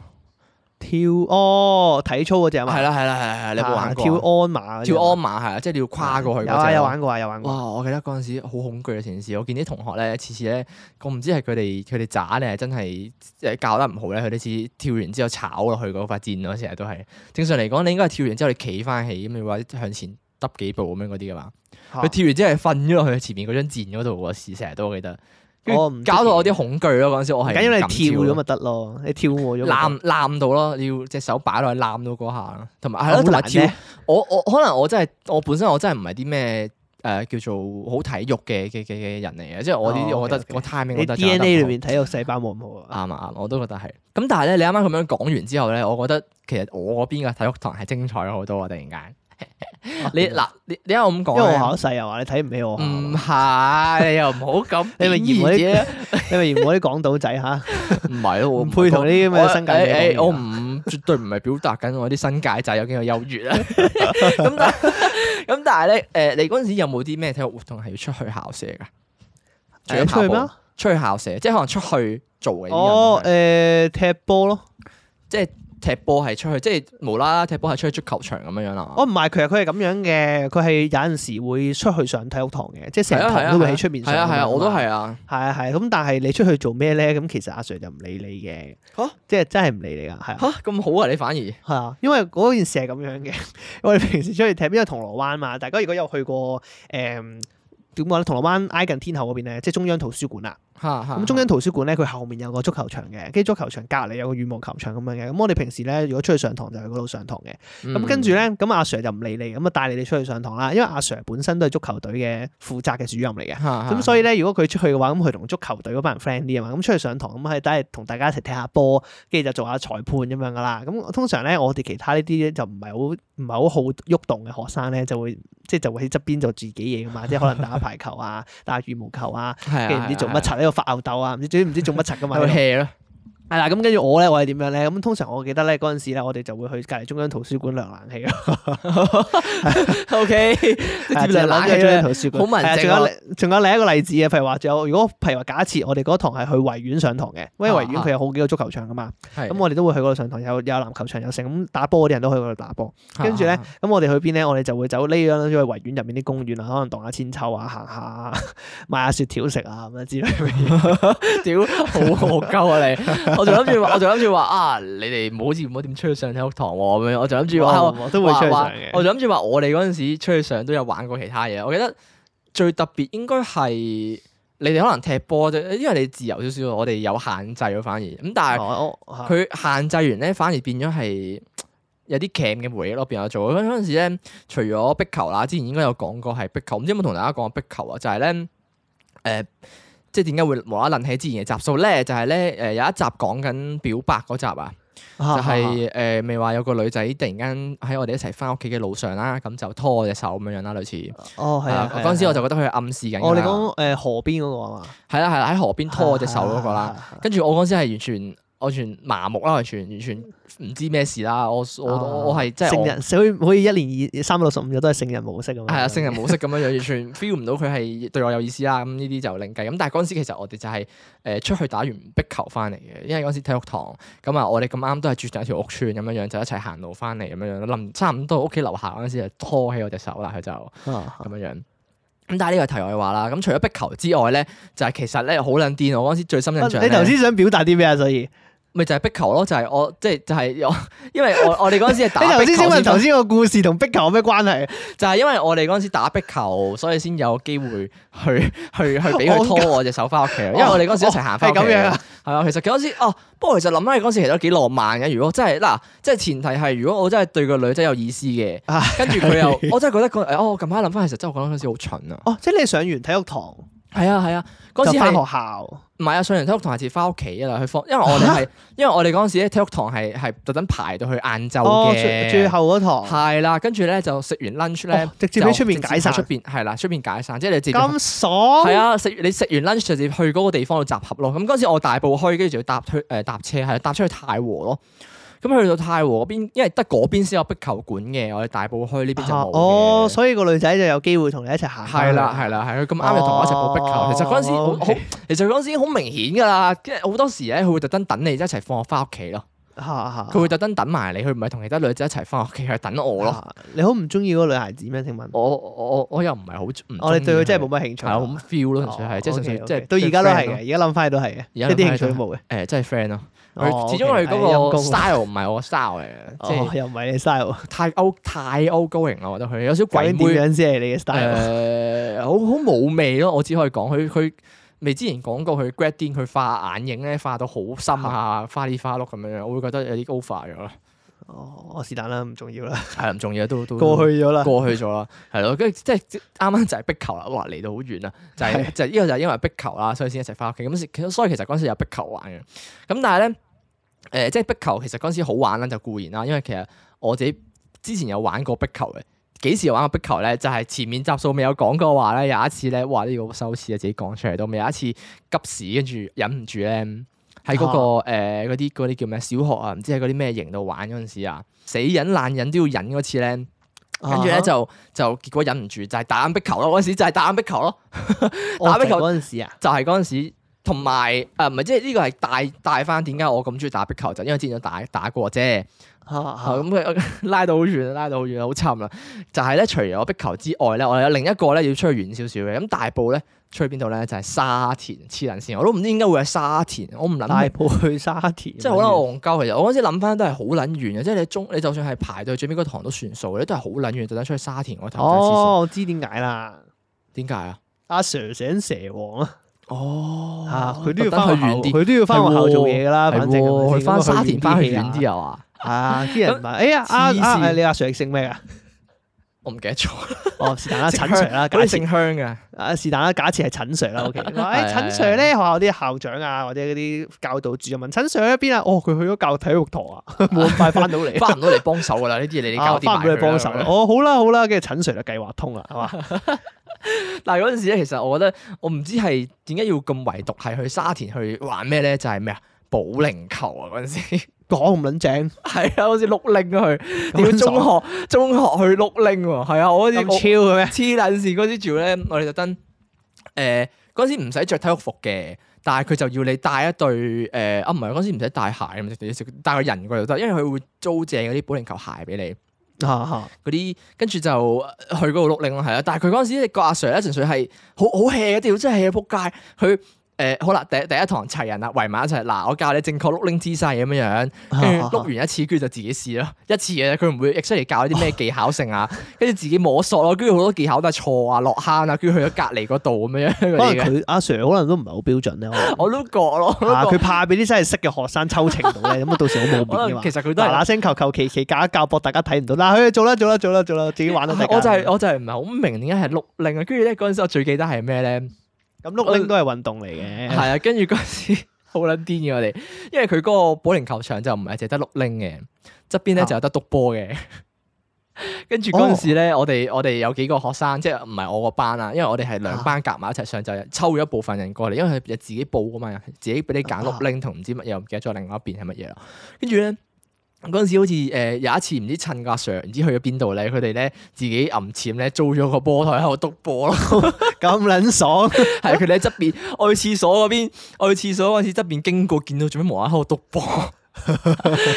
[SPEAKER 2] 跳哦體操嗰只啊嘛，
[SPEAKER 1] 係啦係啦係啦係啦，你有冇玩過啊？
[SPEAKER 2] 跳鞍馬嗰隻
[SPEAKER 1] 跳
[SPEAKER 2] 啊嘛？
[SPEAKER 1] 鞍馬係啊，即係你要跨過去
[SPEAKER 2] 有
[SPEAKER 1] 嗰
[SPEAKER 2] 啊
[SPEAKER 1] 隻
[SPEAKER 2] 有
[SPEAKER 1] 咯
[SPEAKER 2] 玩過啊有玩過。
[SPEAKER 1] 哇！我記得嗰陣時好恐懼嘅成件事，我見啲同學咧，次次咧，我唔知係佢哋佢哋渣定係真係誒教得唔好咧，佢哋次次跳完之後炒落去嗰塊墊咯，成日都係。正常嚟講，你應該係跳完之後你企翻起咁，你或者向前揼幾步咁樣嗰啲噶嘛。佢跳完之後係瞓咗落去前面嗰張墊嗰度喎，試成日都我記得，跟
[SPEAKER 2] 我唔
[SPEAKER 1] 住
[SPEAKER 2] 知
[SPEAKER 1] 搞到我啲恐懼咯。嗰陣時我係
[SPEAKER 2] 唔緊要你
[SPEAKER 1] 唔敢
[SPEAKER 2] 跳
[SPEAKER 1] 咯
[SPEAKER 2] 咗咪得咯，你跳過咗咪得。
[SPEAKER 1] 攬攬到咯，你要隻手擺落去攬到嗰下啦，同埋係
[SPEAKER 2] 好
[SPEAKER 1] 咯，同埋
[SPEAKER 2] 難
[SPEAKER 1] 跳
[SPEAKER 2] 咧。
[SPEAKER 1] 我我可能我真係我本身我真係唔係啲咩誒叫做好體育嘅嘅嘅嘅人嚟嘅，即係我呢啲
[SPEAKER 2] 哦
[SPEAKER 1] 我覺得
[SPEAKER 2] OK，OK
[SPEAKER 1] 個 timing 我
[SPEAKER 2] 你
[SPEAKER 1] 覺得
[SPEAKER 2] DNA 裏
[SPEAKER 1] 面
[SPEAKER 2] 面體育細胞冇咁好啊。
[SPEAKER 1] 啱啊啱，我都覺得係。咁但係咧，你啱啱咁樣講完之後咧，我覺得其實我嗰邊嘅體育堂係精彩咗好多啊！突然間，你嗱你你啱我咁
[SPEAKER 2] 因
[SPEAKER 1] 講嗯
[SPEAKER 2] 為我學
[SPEAKER 1] 呢
[SPEAKER 2] 校細啊嘛，你睇唔起我學校
[SPEAKER 1] 唔
[SPEAKER 2] 啊嘛，
[SPEAKER 1] 係你又唔好咁
[SPEAKER 2] 你咪嫌
[SPEAKER 1] 嫌
[SPEAKER 2] 我啲
[SPEAKER 1] 嘢，
[SPEAKER 2] [laughs] 你咪嫌我啲港島仔
[SPEAKER 1] [laughs]
[SPEAKER 2] 嚇，
[SPEAKER 1] 唔係咯，我
[SPEAKER 2] 唔配同呢啲咁嘅新界
[SPEAKER 1] 我誒
[SPEAKER 2] 仔
[SPEAKER 1] 誒我
[SPEAKER 2] 講嘢啊。
[SPEAKER 1] 唔絕對唔係表達緊我啲新界仔有幾有優越
[SPEAKER 2] [laughs]
[SPEAKER 1] 啊！咁但咁但係咧，誒、你嗰陣時有冇啲咩體育活動係要出去校舍㗎？除咗
[SPEAKER 2] 誒出
[SPEAKER 1] 跑
[SPEAKER 2] 去
[SPEAKER 1] 步，
[SPEAKER 2] 咩？啊
[SPEAKER 1] 出去校舍，即係可能出去做嘅。
[SPEAKER 2] 哦，誒踢波咯，
[SPEAKER 1] 踢波係出去，即係無啦啦踢波係出去足球場咁樣樣啊啦。
[SPEAKER 2] 哦我唔係，其實佢係咁樣嘅，佢係有陣時會出去上體育堂嘅，即
[SPEAKER 1] 係
[SPEAKER 2] 係
[SPEAKER 1] 啊
[SPEAKER 2] 成
[SPEAKER 1] 係啊
[SPEAKER 2] 堂都會
[SPEAKER 1] 係啊
[SPEAKER 2] 喺出面上
[SPEAKER 1] 係
[SPEAKER 2] 咁樣
[SPEAKER 1] 啊
[SPEAKER 2] 嘛。
[SPEAKER 1] 係啊，我都係啊。
[SPEAKER 2] 係啊係啊，咁但係你出去做咩咧？咁其實阿 Sir 就唔理你嘅，
[SPEAKER 1] 嚇
[SPEAKER 2] 即係真係唔理你噶，係啊
[SPEAKER 1] 吓咁好啊！你反而係
[SPEAKER 2] 係啊，因為嗰件事係咁樣嘅。 [laughs] 我哋平時出去踢，因為銅鑼灣嘛，大家如果有去過誒點講咧，銅鑼灣挨近天后嗰邊咧，即係中央圖書館啊。咁中央圖書館咧，佢後面有個足球場嘅，跟住足球場隔離有個羽毛球場咁樣嘅。咁我哋平時咧，如果出去上堂就去嗰度上堂嘅。
[SPEAKER 1] 嗯
[SPEAKER 2] 咁跟住咧，咁阿 Sir 就唔理你，咁啊帶你哋出去上堂啦。因為阿 Sir 本身都係足球隊嘅負責嘅主任嚟嘅。咁
[SPEAKER 1] 咁
[SPEAKER 2] 所
[SPEAKER 1] 以
[SPEAKER 2] 以咧，如果佢出去嘅話，咁佢同足球隊嗰班人 friend 啲啊嘛，咁出去上堂咁係都係同大家一齊踢下波，跟住就做下裁判咁樣噶啦。咁通常咧，我哋其他呢啲咧就唔係好唔係好好喐動嘅學生咧，就會即係就會喺側邊做自己嘢噶嘛，即係可能打下排球啊， [laughs] 打下羽毛球啊，
[SPEAKER 1] 係啊
[SPEAKER 2] 跟住唔知做乜柒喺度發吽鬥啊，唔知總之唔知做乜柒
[SPEAKER 1] [laughs]
[SPEAKER 2] 噶嘛。
[SPEAKER 1] 咪 hea 咯。
[SPEAKER 2] 係啦，咁跟住我咧，我係點樣咧？咁通常我記得咧嗰陣時咧，我哋就會去隔離中央圖書館涼冷氣咯，
[SPEAKER 1] O K，
[SPEAKER 2] 啊係啊
[SPEAKER 1] 接
[SPEAKER 2] 就係
[SPEAKER 1] 兩冷
[SPEAKER 2] 冷
[SPEAKER 1] 氣
[SPEAKER 2] 氣中
[SPEAKER 1] 咧
[SPEAKER 2] 央圖，書館。
[SPEAKER 1] 好文
[SPEAKER 2] 係啊
[SPEAKER 1] 靜
[SPEAKER 2] 仲
[SPEAKER 1] 啊
[SPEAKER 2] 有另仲有另一個例子啊嘅，譬如話，仲有如果譬如話，假設我哋嗰堂係去維園上堂嘅，因為維園佢有好幾個足球場噶嘛，
[SPEAKER 1] 啊係
[SPEAKER 2] 咁我哋都會去嗰度上堂，有有籃球場有成，咁打波嗰啲人都去嗰度打波。
[SPEAKER 1] 啊
[SPEAKER 2] 跟住咧，咁我哋去邊咧？我哋就會走呢樣去維園入面啲公園啊，可能蕩下千秋啊，行下 [laughs] 買下雪條食啊咁樣之類嘅嘢。
[SPEAKER 1] 屌，好惡鳩啊你！我仲諗住話，我仲諗住話啊，你哋唔好好似唔好點出去上體育堂喎咁樣，我仲諗住話
[SPEAKER 2] 我都會出去上
[SPEAKER 1] 話
[SPEAKER 2] 嘅。
[SPEAKER 1] 我仲諗住話我哋嗰陣時出去上都有玩過其他嘢，我記得最特別應該係你哋可能踢波啫，因為你自由少少，我哋有限制咯反而咁，但係
[SPEAKER 2] 哦我嚇
[SPEAKER 1] 佢限制完咧，反而變咗係。有啲 cam 嘅回憶咯，變咗做嗰陣時咧，除咗壁球啦，之前應該有講過係壁球，唔知有冇同大家講過壁球啊？就係咧，誒，即係點解會無啦啦諗起之前嘅集數咧？就係咧，誒有一集講緊表白嗰集啊，
[SPEAKER 2] 嚇
[SPEAKER 1] 就
[SPEAKER 2] 嚇嚇
[SPEAKER 1] 係誒未話有個女仔突然間喺我哋一齊翻屋企嘅路上啦，咁就拖我隻手咁樣樣啦，類似。
[SPEAKER 2] 哦係
[SPEAKER 1] 係
[SPEAKER 2] 啊
[SPEAKER 1] 啊，
[SPEAKER 2] 係啊
[SPEAKER 1] 嗰陣時我
[SPEAKER 2] 係啊
[SPEAKER 1] 就覺得佢係暗示緊㗎啦。
[SPEAKER 2] 哦你講誒河邊嗰個啊嘛，
[SPEAKER 1] 係啦係啦，喺河邊拖我隻手嗰個啦。
[SPEAKER 2] 係啊。係啊係啊
[SPEAKER 1] 跟住我嗰陣時係完全我完全麻木啦，完全完全唔知咩事啦。我我我我係真係
[SPEAKER 2] 啊聖
[SPEAKER 1] 我
[SPEAKER 2] 人，所以可以一年二三百六十五日都係聖人模式咁樣。
[SPEAKER 1] 係啊，聖人模式咁樣樣，完全 feel 唔到佢係對我有意思啦。咁呢啲就另計。咁但係嗰陣時其實我哋就係、誒、出去打完壁球翻嚟嘅，因為嗰陣時體育堂咁啊，我哋咁啱都係住同一條屋村咁樣樣，就一齊行路翻嚟咁樣樣。臨差唔多到屋企樓下嗰陣時，就拖起我隻手啦，佢就咁
[SPEAKER 2] 啊。
[SPEAKER 1] 樣樣。咁但係呢個係題外話啦。咁除咗壁球之外咧，就係、其實咧好撚癲。我嗰陣時最深印象
[SPEAKER 2] 啊你
[SPEAKER 1] 呢
[SPEAKER 2] 頭先想表達啲咩啊？所以
[SPEAKER 1] 咪就係壁球咯，就係我即係就係我， [laughs] 因為
[SPEAKER 2] [laughs]
[SPEAKER 1] 我我哋嗰陣時係
[SPEAKER 2] 你
[SPEAKER 1] 打
[SPEAKER 2] 頭
[SPEAKER 1] 壁
[SPEAKER 2] 先
[SPEAKER 1] 球
[SPEAKER 2] 先
[SPEAKER 1] 先啊
[SPEAKER 2] 問
[SPEAKER 1] 哦
[SPEAKER 2] 頭先個故事同壁球有咩關係？
[SPEAKER 1] 就係因為我哋嗰陣時打壁球，所以先有機會去 [laughs] 去
[SPEAKER 2] [laughs]
[SPEAKER 1] 去俾佢拖我隻手翻屋企。啊因為我哋嗰陣時一齊行翻屋企。
[SPEAKER 2] 係咁樣
[SPEAKER 1] 哦
[SPEAKER 2] 啊
[SPEAKER 1] 係啊，其實嗰陣時哦，不過其實諗翻起嗰陣時其實都幾浪漫嘅。如果真係嗱，即係前提係如果我真係對個女仔有意思
[SPEAKER 2] [laughs]
[SPEAKER 1] 嘅，
[SPEAKER 2] 啊
[SPEAKER 1] 跟住佢又我真係覺得個誒哦，我近排諗翻其實真係我覺得嗰陣時好蠢啊。
[SPEAKER 2] 哦，即係你上完體育堂
[SPEAKER 1] 係啊係啊，嗰陣時
[SPEAKER 2] 就翻
[SPEAKER 1] 係
[SPEAKER 2] 學校，
[SPEAKER 1] 唔係啊？上完體育堂係直接翻屋企啊啦，去放，因為我哋係因為我哋嗰陣時咧體育堂係係特登排到去晏晝
[SPEAKER 2] 哦，最
[SPEAKER 1] 嘅。
[SPEAKER 2] 最後嗰堂
[SPEAKER 1] 係啦，跟住咧就食完 lunch 咧
[SPEAKER 2] 哦，直接俾出面解散
[SPEAKER 1] 就直接喺出邊係啦，出邊解散，即係你自己
[SPEAKER 2] 咁爽
[SPEAKER 1] 係，啊，食完你食完 lunch 就直接去嗰個地方度集合咯。咁嗰陣時我大埔墟，跟住就要搭推呃誒搭車，係啊搭車去太和咯。咁去到太和嗰邊，因為得嗰邊先有壁球館嘅，我哋大埔墟呢邊就
[SPEAKER 2] 啊
[SPEAKER 1] 冇嘅
[SPEAKER 2] 哦，所以個女仔就有機會同你一齊行。
[SPEAKER 1] 係啦，係啦，係佢咁啱又同我一齊報壁球。其實嗰陣時好
[SPEAKER 2] 哦
[SPEAKER 1] 好，其實嗰陣時好明顯㗎啦，即係好多時咧，佢會特登等你一齊放學翻屋企咯。
[SPEAKER 2] 嚇嚇
[SPEAKER 1] 佢會特登等埋你，佢唔係同其他女仔一齊翻屋企，佢係等我咯。
[SPEAKER 2] 嚇你好唔中意嗰個女孩子咩？請問，
[SPEAKER 1] 我我我又唔係好唔，
[SPEAKER 2] 我哦哋對佢真係冇乜興趣
[SPEAKER 1] 係啊。咁 feel 咯，純粹係即係純粹即係
[SPEAKER 2] 到而家都哦係
[SPEAKER 1] friend
[SPEAKER 2] 嘅，
[SPEAKER 1] 咯
[SPEAKER 2] 而家諗翻起都係嘅，一
[SPEAKER 1] 而家諗
[SPEAKER 2] 啲興
[SPEAKER 1] 返
[SPEAKER 2] 趣
[SPEAKER 1] 起
[SPEAKER 2] 都
[SPEAKER 1] 都
[SPEAKER 2] 冇嘅。
[SPEAKER 1] 誒，真係 friend 咯。
[SPEAKER 2] 哦
[SPEAKER 1] 佢始終佢
[SPEAKER 2] OK，唉陰
[SPEAKER 1] 嗰個
[SPEAKER 2] 公啊
[SPEAKER 1] style 唔係我 style 嚟嘅，即
[SPEAKER 2] [laughs] 哦
[SPEAKER 1] 係
[SPEAKER 2] 又唔係你 style，
[SPEAKER 1] 太 out 太 outgoing 啦，我覺得佢有少鬼
[SPEAKER 2] 鬼點
[SPEAKER 1] 妹誒，
[SPEAKER 2] 樣先係你嘅 style？
[SPEAKER 1] 好好冇味咯。我只可以講佢佢未之前講過佢 grad din 佢化眼影咧化到好深
[SPEAKER 2] [laughs]
[SPEAKER 1] 啊，花里花碌咁樣樣，我會覺得有啲 over 咗啦。
[SPEAKER 2] 哦，我是但啦，唔重要 [laughs] 啦，
[SPEAKER 1] 係唔重要都都
[SPEAKER 2] 過去咗啦。
[SPEAKER 1] 過去咗啦， [laughs] 係咯，跟住即係即係啱啱就係壁球啦，哇嚟到好遠啊，就
[SPEAKER 2] 係
[SPEAKER 1] 係就係呢個就係因為壁球啦，所以先一齊翻屋企。咁其實所以其實嗰陣時有壁球玩嘅，咁但係咧誒即係壁球其實嗰陣時好玩啦，就固然啦，因為其實我自己之前有玩過壁球嘅。幾時有玩過壁球咧？就係、前面集數未有講過話咧，有一次咧，哇呢、個好羞恥啊，自己講出嚟都未有一次急屎，跟住忍唔住咧，喺嗰、個誒嗰啲嗰啲叫咩小學啊，唔知喺嗰啲咩營度玩嗰陣時啊，死忍爛忍都要忍嗰次咧。
[SPEAKER 2] 啊
[SPEAKER 1] 跟住咧就就結果忍唔住就係打眼壁球咯，嗰陣時就係打眼壁球咯，
[SPEAKER 2] 打
[SPEAKER 1] 打
[SPEAKER 2] 壁
[SPEAKER 1] 壁
[SPEAKER 2] 球
[SPEAKER 1] 球
[SPEAKER 2] 嗰陣時啊，
[SPEAKER 1] 就係嗰陣時。同埋誒唔係即係呢個係帶帶翻點解我咁中意打壁球就因為之前都打打過啫，啊
[SPEAKER 2] 嚇嚇
[SPEAKER 1] 咁佢、 [laughs] 拉到好遠，拉到好遠，好沉啦。就係咧，除咗壁球之外咧，我有另一個咧要出去遠少少嘅。咁大埔咧出去邊度咧就係、沙田黐撚線，我都唔知點解會喺沙田，我唔
[SPEAKER 2] 大
[SPEAKER 1] 諗
[SPEAKER 2] 埔去沙田，
[SPEAKER 1] 即係好撚戇鳩。其實我嗰陣時諗翻都係好撚遠嘅，即係你中你就算係排到最尾嗰堂都算數，你都係好撚遠，特登出去沙田嗰頭睇廁所。
[SPEAKER 2] 哦，我知點解啦。
[SPEAKER 1] 點解啊？
[SPEAKER 2] 阿 Sir 醒蛇王啊，
[SPEAKER 1] 哦，
[SPEAKER 2] 啊佢都要
[SPEAKER 1] 特登
[SPEAKER 2] 翻
[SPEAKER 1] 去
[SPEAKER 2] 學
[SPEAKER 1] 遠
[SPEAKER 2] 校，
[SPEAKER 1] 啲，
[SPEAKER 2] 佢都要翻學校做嘢噶啦，
[SPEAKER 1] 係
[SPEAKER 2] 反正
[SPEAKER 1] 喎啊佢翻沙田翻去遠
[SPEAKER 2] 啊。
[SPEAKER 1] 啲啊嘛，
[SPEAKER 2] [laughs] 啊！啲人問，哎呀，阿
[SPEAKER 1] 黐
[SPEAKER 2] 阿
[SPEAKER 1] 線
[SPEAKER 2] 你阿 Sir 姓咩 [laughs] 啊？
[SPEAKER 1] 我唔記得咗，
[SPEAKER 2] 哦，是但啦，
[SPEAKER 1] 食 [laughs]
[SPEAKER 2] 陳
[SPEAKER 1] 香
[SPEAKER 2] Sir 啦，假
[SPEAKER 1] 好似
[SPEAKER 2] 設
[SPEAKER 1] 姓香 [laughs] 嘅，
[SPEAKER 2] 啊，是但啦，假設係陳 Sir
[SPEAKER 1] [laughs]
[SPEAKER 2] 啦，OK。話哎
[SPEAKER 1] 係
[SPEAKER 2] 陳
[SPEAKER 1] 係
[SPEAKER 2] Sir 咧，學校啲校長啊，或者嗰啲教導主任問陳 Sir 喺邊啊？哦，佢去咗教體育
[SPEAKER 1] [laughs]
[SPEAKER 2] 堂啊，冇咁快翻到嚟。
[SPEAKER 1] 翻唔到嚟幫手噶啦，呢啲嘢你
[SPEAKER 2] 啊
[SPEAKER 1] 搞掂 [laughs]
[SPEAKER 2] 翻唔到
[SPEAKER 1] 埋
[SPEAKER 2] 嚟幫手
[SPEAKER 1] 佢
[SPEAKER 2] 啦！
[SPEAKER 1] 啦。
[SPEAKER 2] 哦，好啦好啦，跟住陳 Sir 就計劃通啦，係
[SPEAKER 1] [laughs]
[SPEAKER 2] 嘛？
[SPEAKER 1] 但係嗰陣時咧，其實我覺得我唔知係點解要咁唯獨係去沙田去玩咩咧，就係咩啊？保齡球啊！嗰陣 [laughs] 時
[SPEAKER 2] 講咁撚正，
[SPEAKER 1] 係啊，好似碌拎啊去，屌
[SPEAKER 2] 咁
[SPEAKER 1] 中
[SPEAKER 2] 爽
[SPEAKER 1] 學中學去碌拎喎，係啊，我嗰
[SPEAKER 2] 咁
[SPEAKER 1] 啲
[SPEAKER 2] 超嘅咩？
[SPEAKER 1] 黐撚線嗰啲住咧，我哋特登誒嗰陣時唔使着體育服嘅，但係佢就要你帶一對誒、呃啊唔係嗰陣時唔使帶鞋，唔使帶個人過嚟就得，因為佢會租借嗰啲保齡球鞋俾你
[SPEAKER 2] 嚇嚇
[SPEAKER 1] 嗰啲，跟住就呃去嗰度碌令咯，係啊！但係佢嗰陣時個阿 Sir 咧純粹係好好 hea 嘅，屌真係 hea 撲街佢。誒、好啦，第第一堂齊人啦，圍埋一齊。嗱，我教你正確碌拎姿勢咁樣樣，
[SPEAKER 2] 嗯
[SPEAKER 1] 跟住嗯碌完一次，跟住就自己試咯， [laughs] 一次嘅啫，佢唔會 exactly 教啲咩技巧性
[SPEAKER 2] [laughs]
[SPEAKER 1] 啊，跟住自己摸索咯，跟住好多技巧都係錯啊，落坑啊，跟住去咗隔離嗰度咁樣樣嗰
[SPEAKER 2] 可
[SPEAKER 1] 啲
[SPEAKER 2] 能
[SPEAKER 1] 嘅，
[SPEAKER 2] 佢阿 Sir 可能都唔係好標準咧。我
[SPEAKER 1] [laughs]
[SPEAKER 2] 諗
[SPEAKER 1] 我都覺咯， [laughs] 我
[SPEAKER 2] [laughs] 啊！
[SPEAKER 1] 都
[SPEAKER 2] 佢
[SPEAKER 1] 覺
[SPEAKER 2] 怕俾啲真係識嘅學生抽情到咧，咁啊到時好冇面
[SPEAKER 1] 可
[SPEAKER 2] 㗎嘛
[SPEAKER 1] 能。其實佢都
[SPEAKER 2] 嗱
[SPEAKER 1] 係
[SPEAKER 2] 嗱聲求求其其教一教，博大家睇唔到。嗱，去做啦做啦做啦做啦，自己玩啦大
[SPEAKER 1] [laughs]
[SPEAKER 2] 家。
[SPEAKER 1] 我就係我就係唔係好明點解係碌令啊，跟住咧嗰陣時我最記得係咩咧？
[SPEAKER 2] 咁碌拎都係運動嚟嘅。
[SPEAKER 1] 係啊，跟住嗰陣時好撚癲嘅我哋，因為佢嗰個保齡球場就唔係淨係得碌拎嘅，側邊咧就有得篤波嘅。 [laughs] 跟住嗰陣時咧，我哋我哋有幾個學生，即係唔係我個班啊，因為我哋係兩班夾埋一齊上，就抽咗一部分人過嚟，因為佢自己報噶嘛，自己俾你揀碌拎同唔知乜嘢，我唔記得咗另外一邊係乜嘢啦。跟住咧。嗰陣時好似誒、呃有一次唔知趁個阿 Sir 唔知去咗邊度咧，佢哋咧自己揞潛咧租咗個波台喺度篤波咯。
[SPEAKER 2] 咁撚爽，
[SPEAKER 1] 係佢哋喺側邊，我去廁所嗰邊，我去廁所嗰陣時側邊經過，見到做咩無啦啦喺度篤波，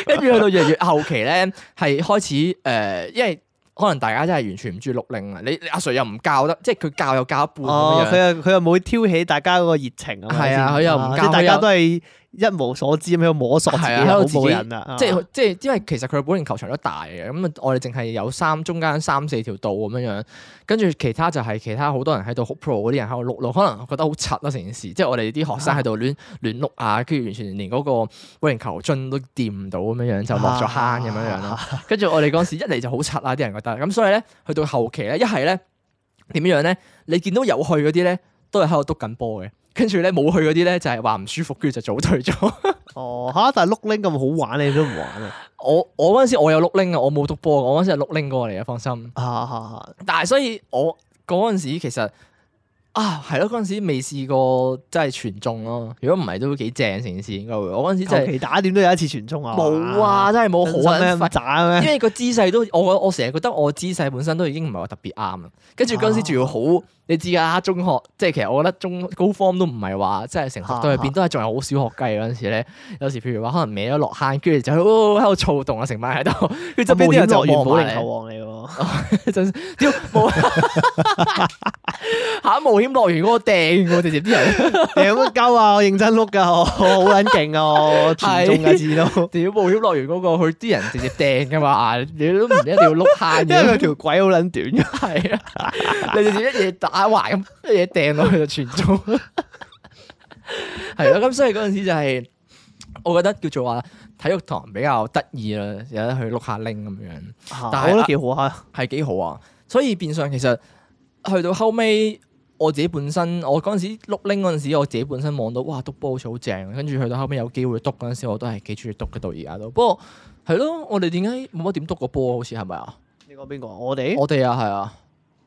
[SPEAKER 1] 跟住去到越嚟越後期咧，係開始誒、呃因為可能大家真係完全唔中意錄令啊，你你阿 Sir 又唔教得，即係佢教又教一半咁
[SPEAKER 2] 哦！
[SPEAKER 1] 樣
[SPEAKER 2] 佢又佢又冇挑起大家嗰個熱情啊嘛。
[SPEAKER 1] 係啊
[SPEAKER 2] 先
[SPEAKER 1] 佢又唔
[SPEAKER 2] 啊
[SPEAKER 1] 教
[SPEAKER 2] 即係大
[SPEAKER 1] 佢
[SPEAKER 2] 家
[SPEAKER 1] 又
[SPEAKER 2] 都係一無所知咁喺度摸索自己
[SPEAKER 1] 係啊
[SPEAKER 2] 係好
[SPEAKER 1] 喺度自己
[SPEAKER 2] 冇人啊，
[SPEAKER 1] 即
[SPEAKER 2] 啊
[SPEAKER 1] 係即係，因為其實佢嘅保齡球場都大嘅，咁啊，我哋淨係有三中間三四條道咁樣樣，跟住其他就係其他好多人喺度好 pro 嗰啲人喺度碌咯，可能覺得好柒咯成件事，即係我哋啲學生喺度亂亂碌啊，跟住完全連嗰個保齡球樽都掂唔到咁樣樣，就落咗坑咁樣樣咯。跟住我哋嗰陣時一嚟就好柒啦，啲人覺得，咁所以咧去到後期咧，一係咧點樣咧，你見到有去嗰啲咧，都係喺度篤緊波嘅。跟住咧冇去嗰啲咧就係話唔舒服，跟住就早退咗。
[SPEAKER 2] 哦嚇，但係碌拎咁好玩，你都唔玩啊？
[SPEAKER 1] 我我嗰陣時我有碌拎啊，我冇篤波，我嗰陣時係碌拎過嚟啊，放心。
[SPEAKER 2] 啊啊
[SPEAKER 1] 但係所以我嗰陣時其實啊係咯，嗰陣時未試過真係全中咯。如果唔係都幾正成件事應該會。我嗰陣時真
[SPEAKER 2] 啊求
[SPEAKER 1] 係
[SPEAKER 2] 其打點都有一次傳中啊！
[SPEAKER 1] 冇啊，，真係冇好撚
[SPEAKER 2] 咁
[SPEAKER 1] 快。
[SPEAKER 2] 渣咩 [laughs]
[SPEAKER 1] 因？為個姿勢都我我成日覺得我姿勢本身都已經唔係話特別啱啦，跟住嗰陣時仲要
[SPEAKER 2] 啊
[SPEAKER 1] 好，你知㗎，中學即係其實我覺得中高 form 都唔係話即係成熟到
[SPEAKER 2] 啊
[SPEAKER 1] 去邊，都係仲係好小學雞嗰陣時咧。有時譬如話可能歪咗落坑，跟住就哦喺度躁動啊，成班人喺度，
[SPEAKER 2] [laughs]
[SPEAKER 1] 跟住
[SPEAKER 2] 即
[SPEAKER 1] 側邊啲人就
[SPEAKER 2] 樂園保
[SPEAKER 1] 望
[SPEAKER 2] 齡
[SPEAKER 1] 埋
[SPEAKER 2] 球
[SPEAKER 1] 你。
[SPEAKER 2] 王嚟喎，
[SPEAKER 1] [laughs] 真屌 [laughs] 冇嚇冒險樂園嗰個掟喎，直接啲人 [laughs]
[SPEAKER 2] 你有乜鳩啊？我認真碌㗎，我我好撚勁啊！
[SPEAKER 1] [laughs]
[SPEAKER 2] 我傳中㗎次都。
[SPEAKER 1] 屌冒險樂園嗰個佢啲人直接掟噶嘛，啊你都唔一定要碌坑
[SPEAKER 2] [laughs] 因為
[SPEAKER 1] 嘅
[SPEAKER 2] 佢。條軌好撚短嘅，
[SPEAKER 1] 系啊，你哋直接一嘢打橫咁，一嘢掟落去就全中。 [laughs] 係咯，咁所以嗰陣時就係、我覺得叫做話體育堂比較得意啦，有得去碌下拎咁樣，但係
[SPEAKER 2] 但我覺得幾好啊！
[SPEAKER 1] 係幾好啊。所以變相其實去到後尾，我自己本身我嗰陣時碌拎嗰陣時，我自己本身望到哇篤波好似好正，啊跟住去到後尾有機會篤嗰陣時，我都係幾中意篤嘅到而家都。不過係咯，我哋點解冇乜點篤個波啊？好似係咪啊？
[SPEAKER 2] 你講邊個啊？我哋
[SPEAKER 1] 我哋啊，係啊。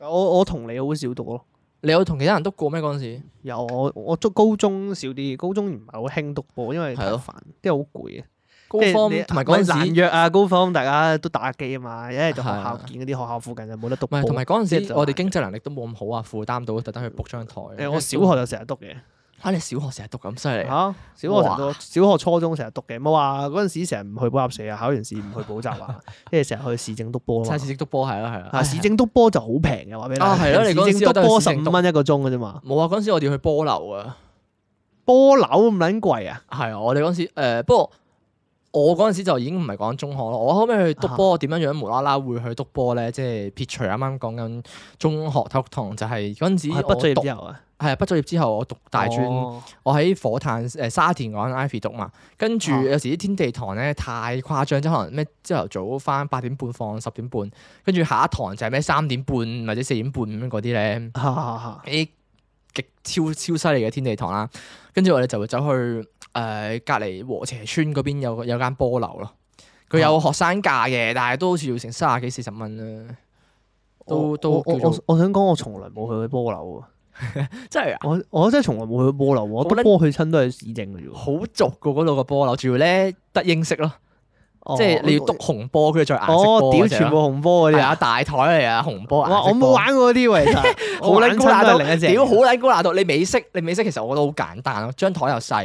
[SPEAKER 2] 我我同你好少讀咯。
[SPEAKER 1] 你有同其他人篤過咩嗰陣時？
[SPEAKER 2] 有我我中高中少啲，高中唔係好興督波，因為太
[SPEAKER 1] 係咯
[SPEAKER 2] 煩，即係好攰啊。
[SPEAKER 1] 高
[SPEAKER 2] 即係你
[SPEAKER 1] 方同埋嗰陣時
[SPEAKER 2] 難，約啊，高方大家都打機啊嘛，一係就學
[SPEAKER 1] 係啊
[SPEAKER 2] 校見嗰啲學校附近就冇得督
[SPEAKER 1] 唔
[SPEAKER 2] 波。
[SPEAKER 1] 係同埋嗰
[SPEAKER 2] 即係
[SPEAKER 1] 陣時，
[SPEAKER 2] 就
[SPEAKER 1] 我哋
[SPEAKER 2] 係
[SPEAKER 1] 經濟能力都冇咁好啊，負擔到特登去 book 張台。
[SPEAKER 2] 誒，我小學就成日督嘅
[SPEAKER 1] 啊，你小學成日讀咁犀利
[SPEAKER 2] 嚇，
[SPEAKER 1] 啊，
[SPEAKER 2] 小學成日督
[SPEAKER 1] 哇
[SPEAKER 2] 小學初中成日督嘅，冇話嗰陣時成日唔去補習社啊，考完試唔去補習啊， [laughs] 跟住成日去市政督波啊
[SPEAKER 1] 差
[SPEAKER 2] 嘛
[SPEAKER 1] 次。識篤波係啦係啦。
[SPEAKER 2] 啊，市政督波就好平嘅，話俾你聽。
[SPEAKER 1] 啊係咯你嗰陣
[SPEAKER 2] 市
[SPEAKER 1] 時
[SPEAKER 2] 政
[SPEAKER 1] 我
[SPEAKER 2] 督
[SPEAKER 1] 都
[SPEAKER 2] 波
[SPEAKER 1] 係
[SPEAKER 2] 十
[SPEAKER 1] 市政
[SPEAKER 2] 五
[SPEAKER 1] 督
[SPEAKER 2] 蚊一個鐘嘅啫嘛，
[SPEAKER 1] [laughs] 冇啊！嗰陣時我哋去波樓啊，
[SPEAKER 2] 波樓咁撚貴啊！
[SPEAKER 1] 係啊！我哋嗰陣時誒，不過我嗰陣時就已經唔係講中學咯。我後尾去篤波
[SPEAKER 2] 啊
[SPEAKER 1] 點樣樣無啦啦會去篤波咧？即係撇除啱啱講緊中學體育堂，就係嗰陣時
[SPEAKER 2] 係
[SPEAKER 1] 我
[SPEAKER 2] 畢咗業
[SPEAKER 1] 讀
[SPEAKER 2] 之後啊，
[SPEAKER 1] 係啊畢咗業之後，我讀大專。
[SPEAKER 2] 哦
[SPEAKER 1] 我喺火炭誒、呃沙田嗰間 Ivy 讀嘛，跟住
[SPEAKER 2] 啊
[SPEAKER 1] 有時啲天地堂咧太誇張，即係可能咩朝頭早翻八點半放十點半，跟住下一堂就係咩三點半或者四點半咁樣嗰啲咧，
[SPEAKER 2] 哈哈哈
[SPEAKER 1] 啲極超超犀利嘅天地堂啦。跟住我哋就會走去誒、呃隔離和斜村嗰邊有個有間波樓咯，佢有學生價嘅，但係都好似要成三十幾四十蚊啦，都
[SPEAKER 2] 我
[SPEAKER 1] 都
[SPEAKER 2] 我
[SPEAKER 1] 叫做
[SPEAKER 2] 我我想講，我從來冇去過波樓啊！
[SPEAKER 1] 真係啊！
[SPEAKER 2] 我我真係從來冇去過波樓喎，我
[SPEAKER 1] 好
[SPEAKER 2] 督
[SPEAKER 1] 撚
[SPEAKER 2] 波去親都係市政嘅啫喎。
[SPEAKER 1] 好俗個嗰度個波樓，仲要咧得英式咯。即係你要篤紅波，跟住再顏色
[SPEAKER 2] 哦，
[SPEAKER 1] 波
[SPEAKER 2] 我屌全部紅波嗰
[SPEAKER 1] 係
[SPEAKER 2] 啲啊！
[SPEAKER 1] 啊，大台嚟啊，紅波
[SPEAKER 2] 哇，
[SPEAKER 1] 顏
[SPEAKER 2] 我
[SPEAKER 1] 色
[SPEAKER 2] 冇
[SPEAKER 1] 波。
[SPEAKER 2] 玩過嗰啲喎，其
[SPEAKER 1] [laughs]
[SPEAKER 2] 實
[SPEAKER 1] 好撚高
[SPEAKER 2] 難
[SPEAKER 1] 難
[SPEAKER 2] 都
[SPEAKER 1] 度
[SPEAKER 2] 係另一隻嚟嘅。
[SPEAKER 1] 屌好撚高難度！你美式，你美式其實我覺得好簡單咯，張台又細，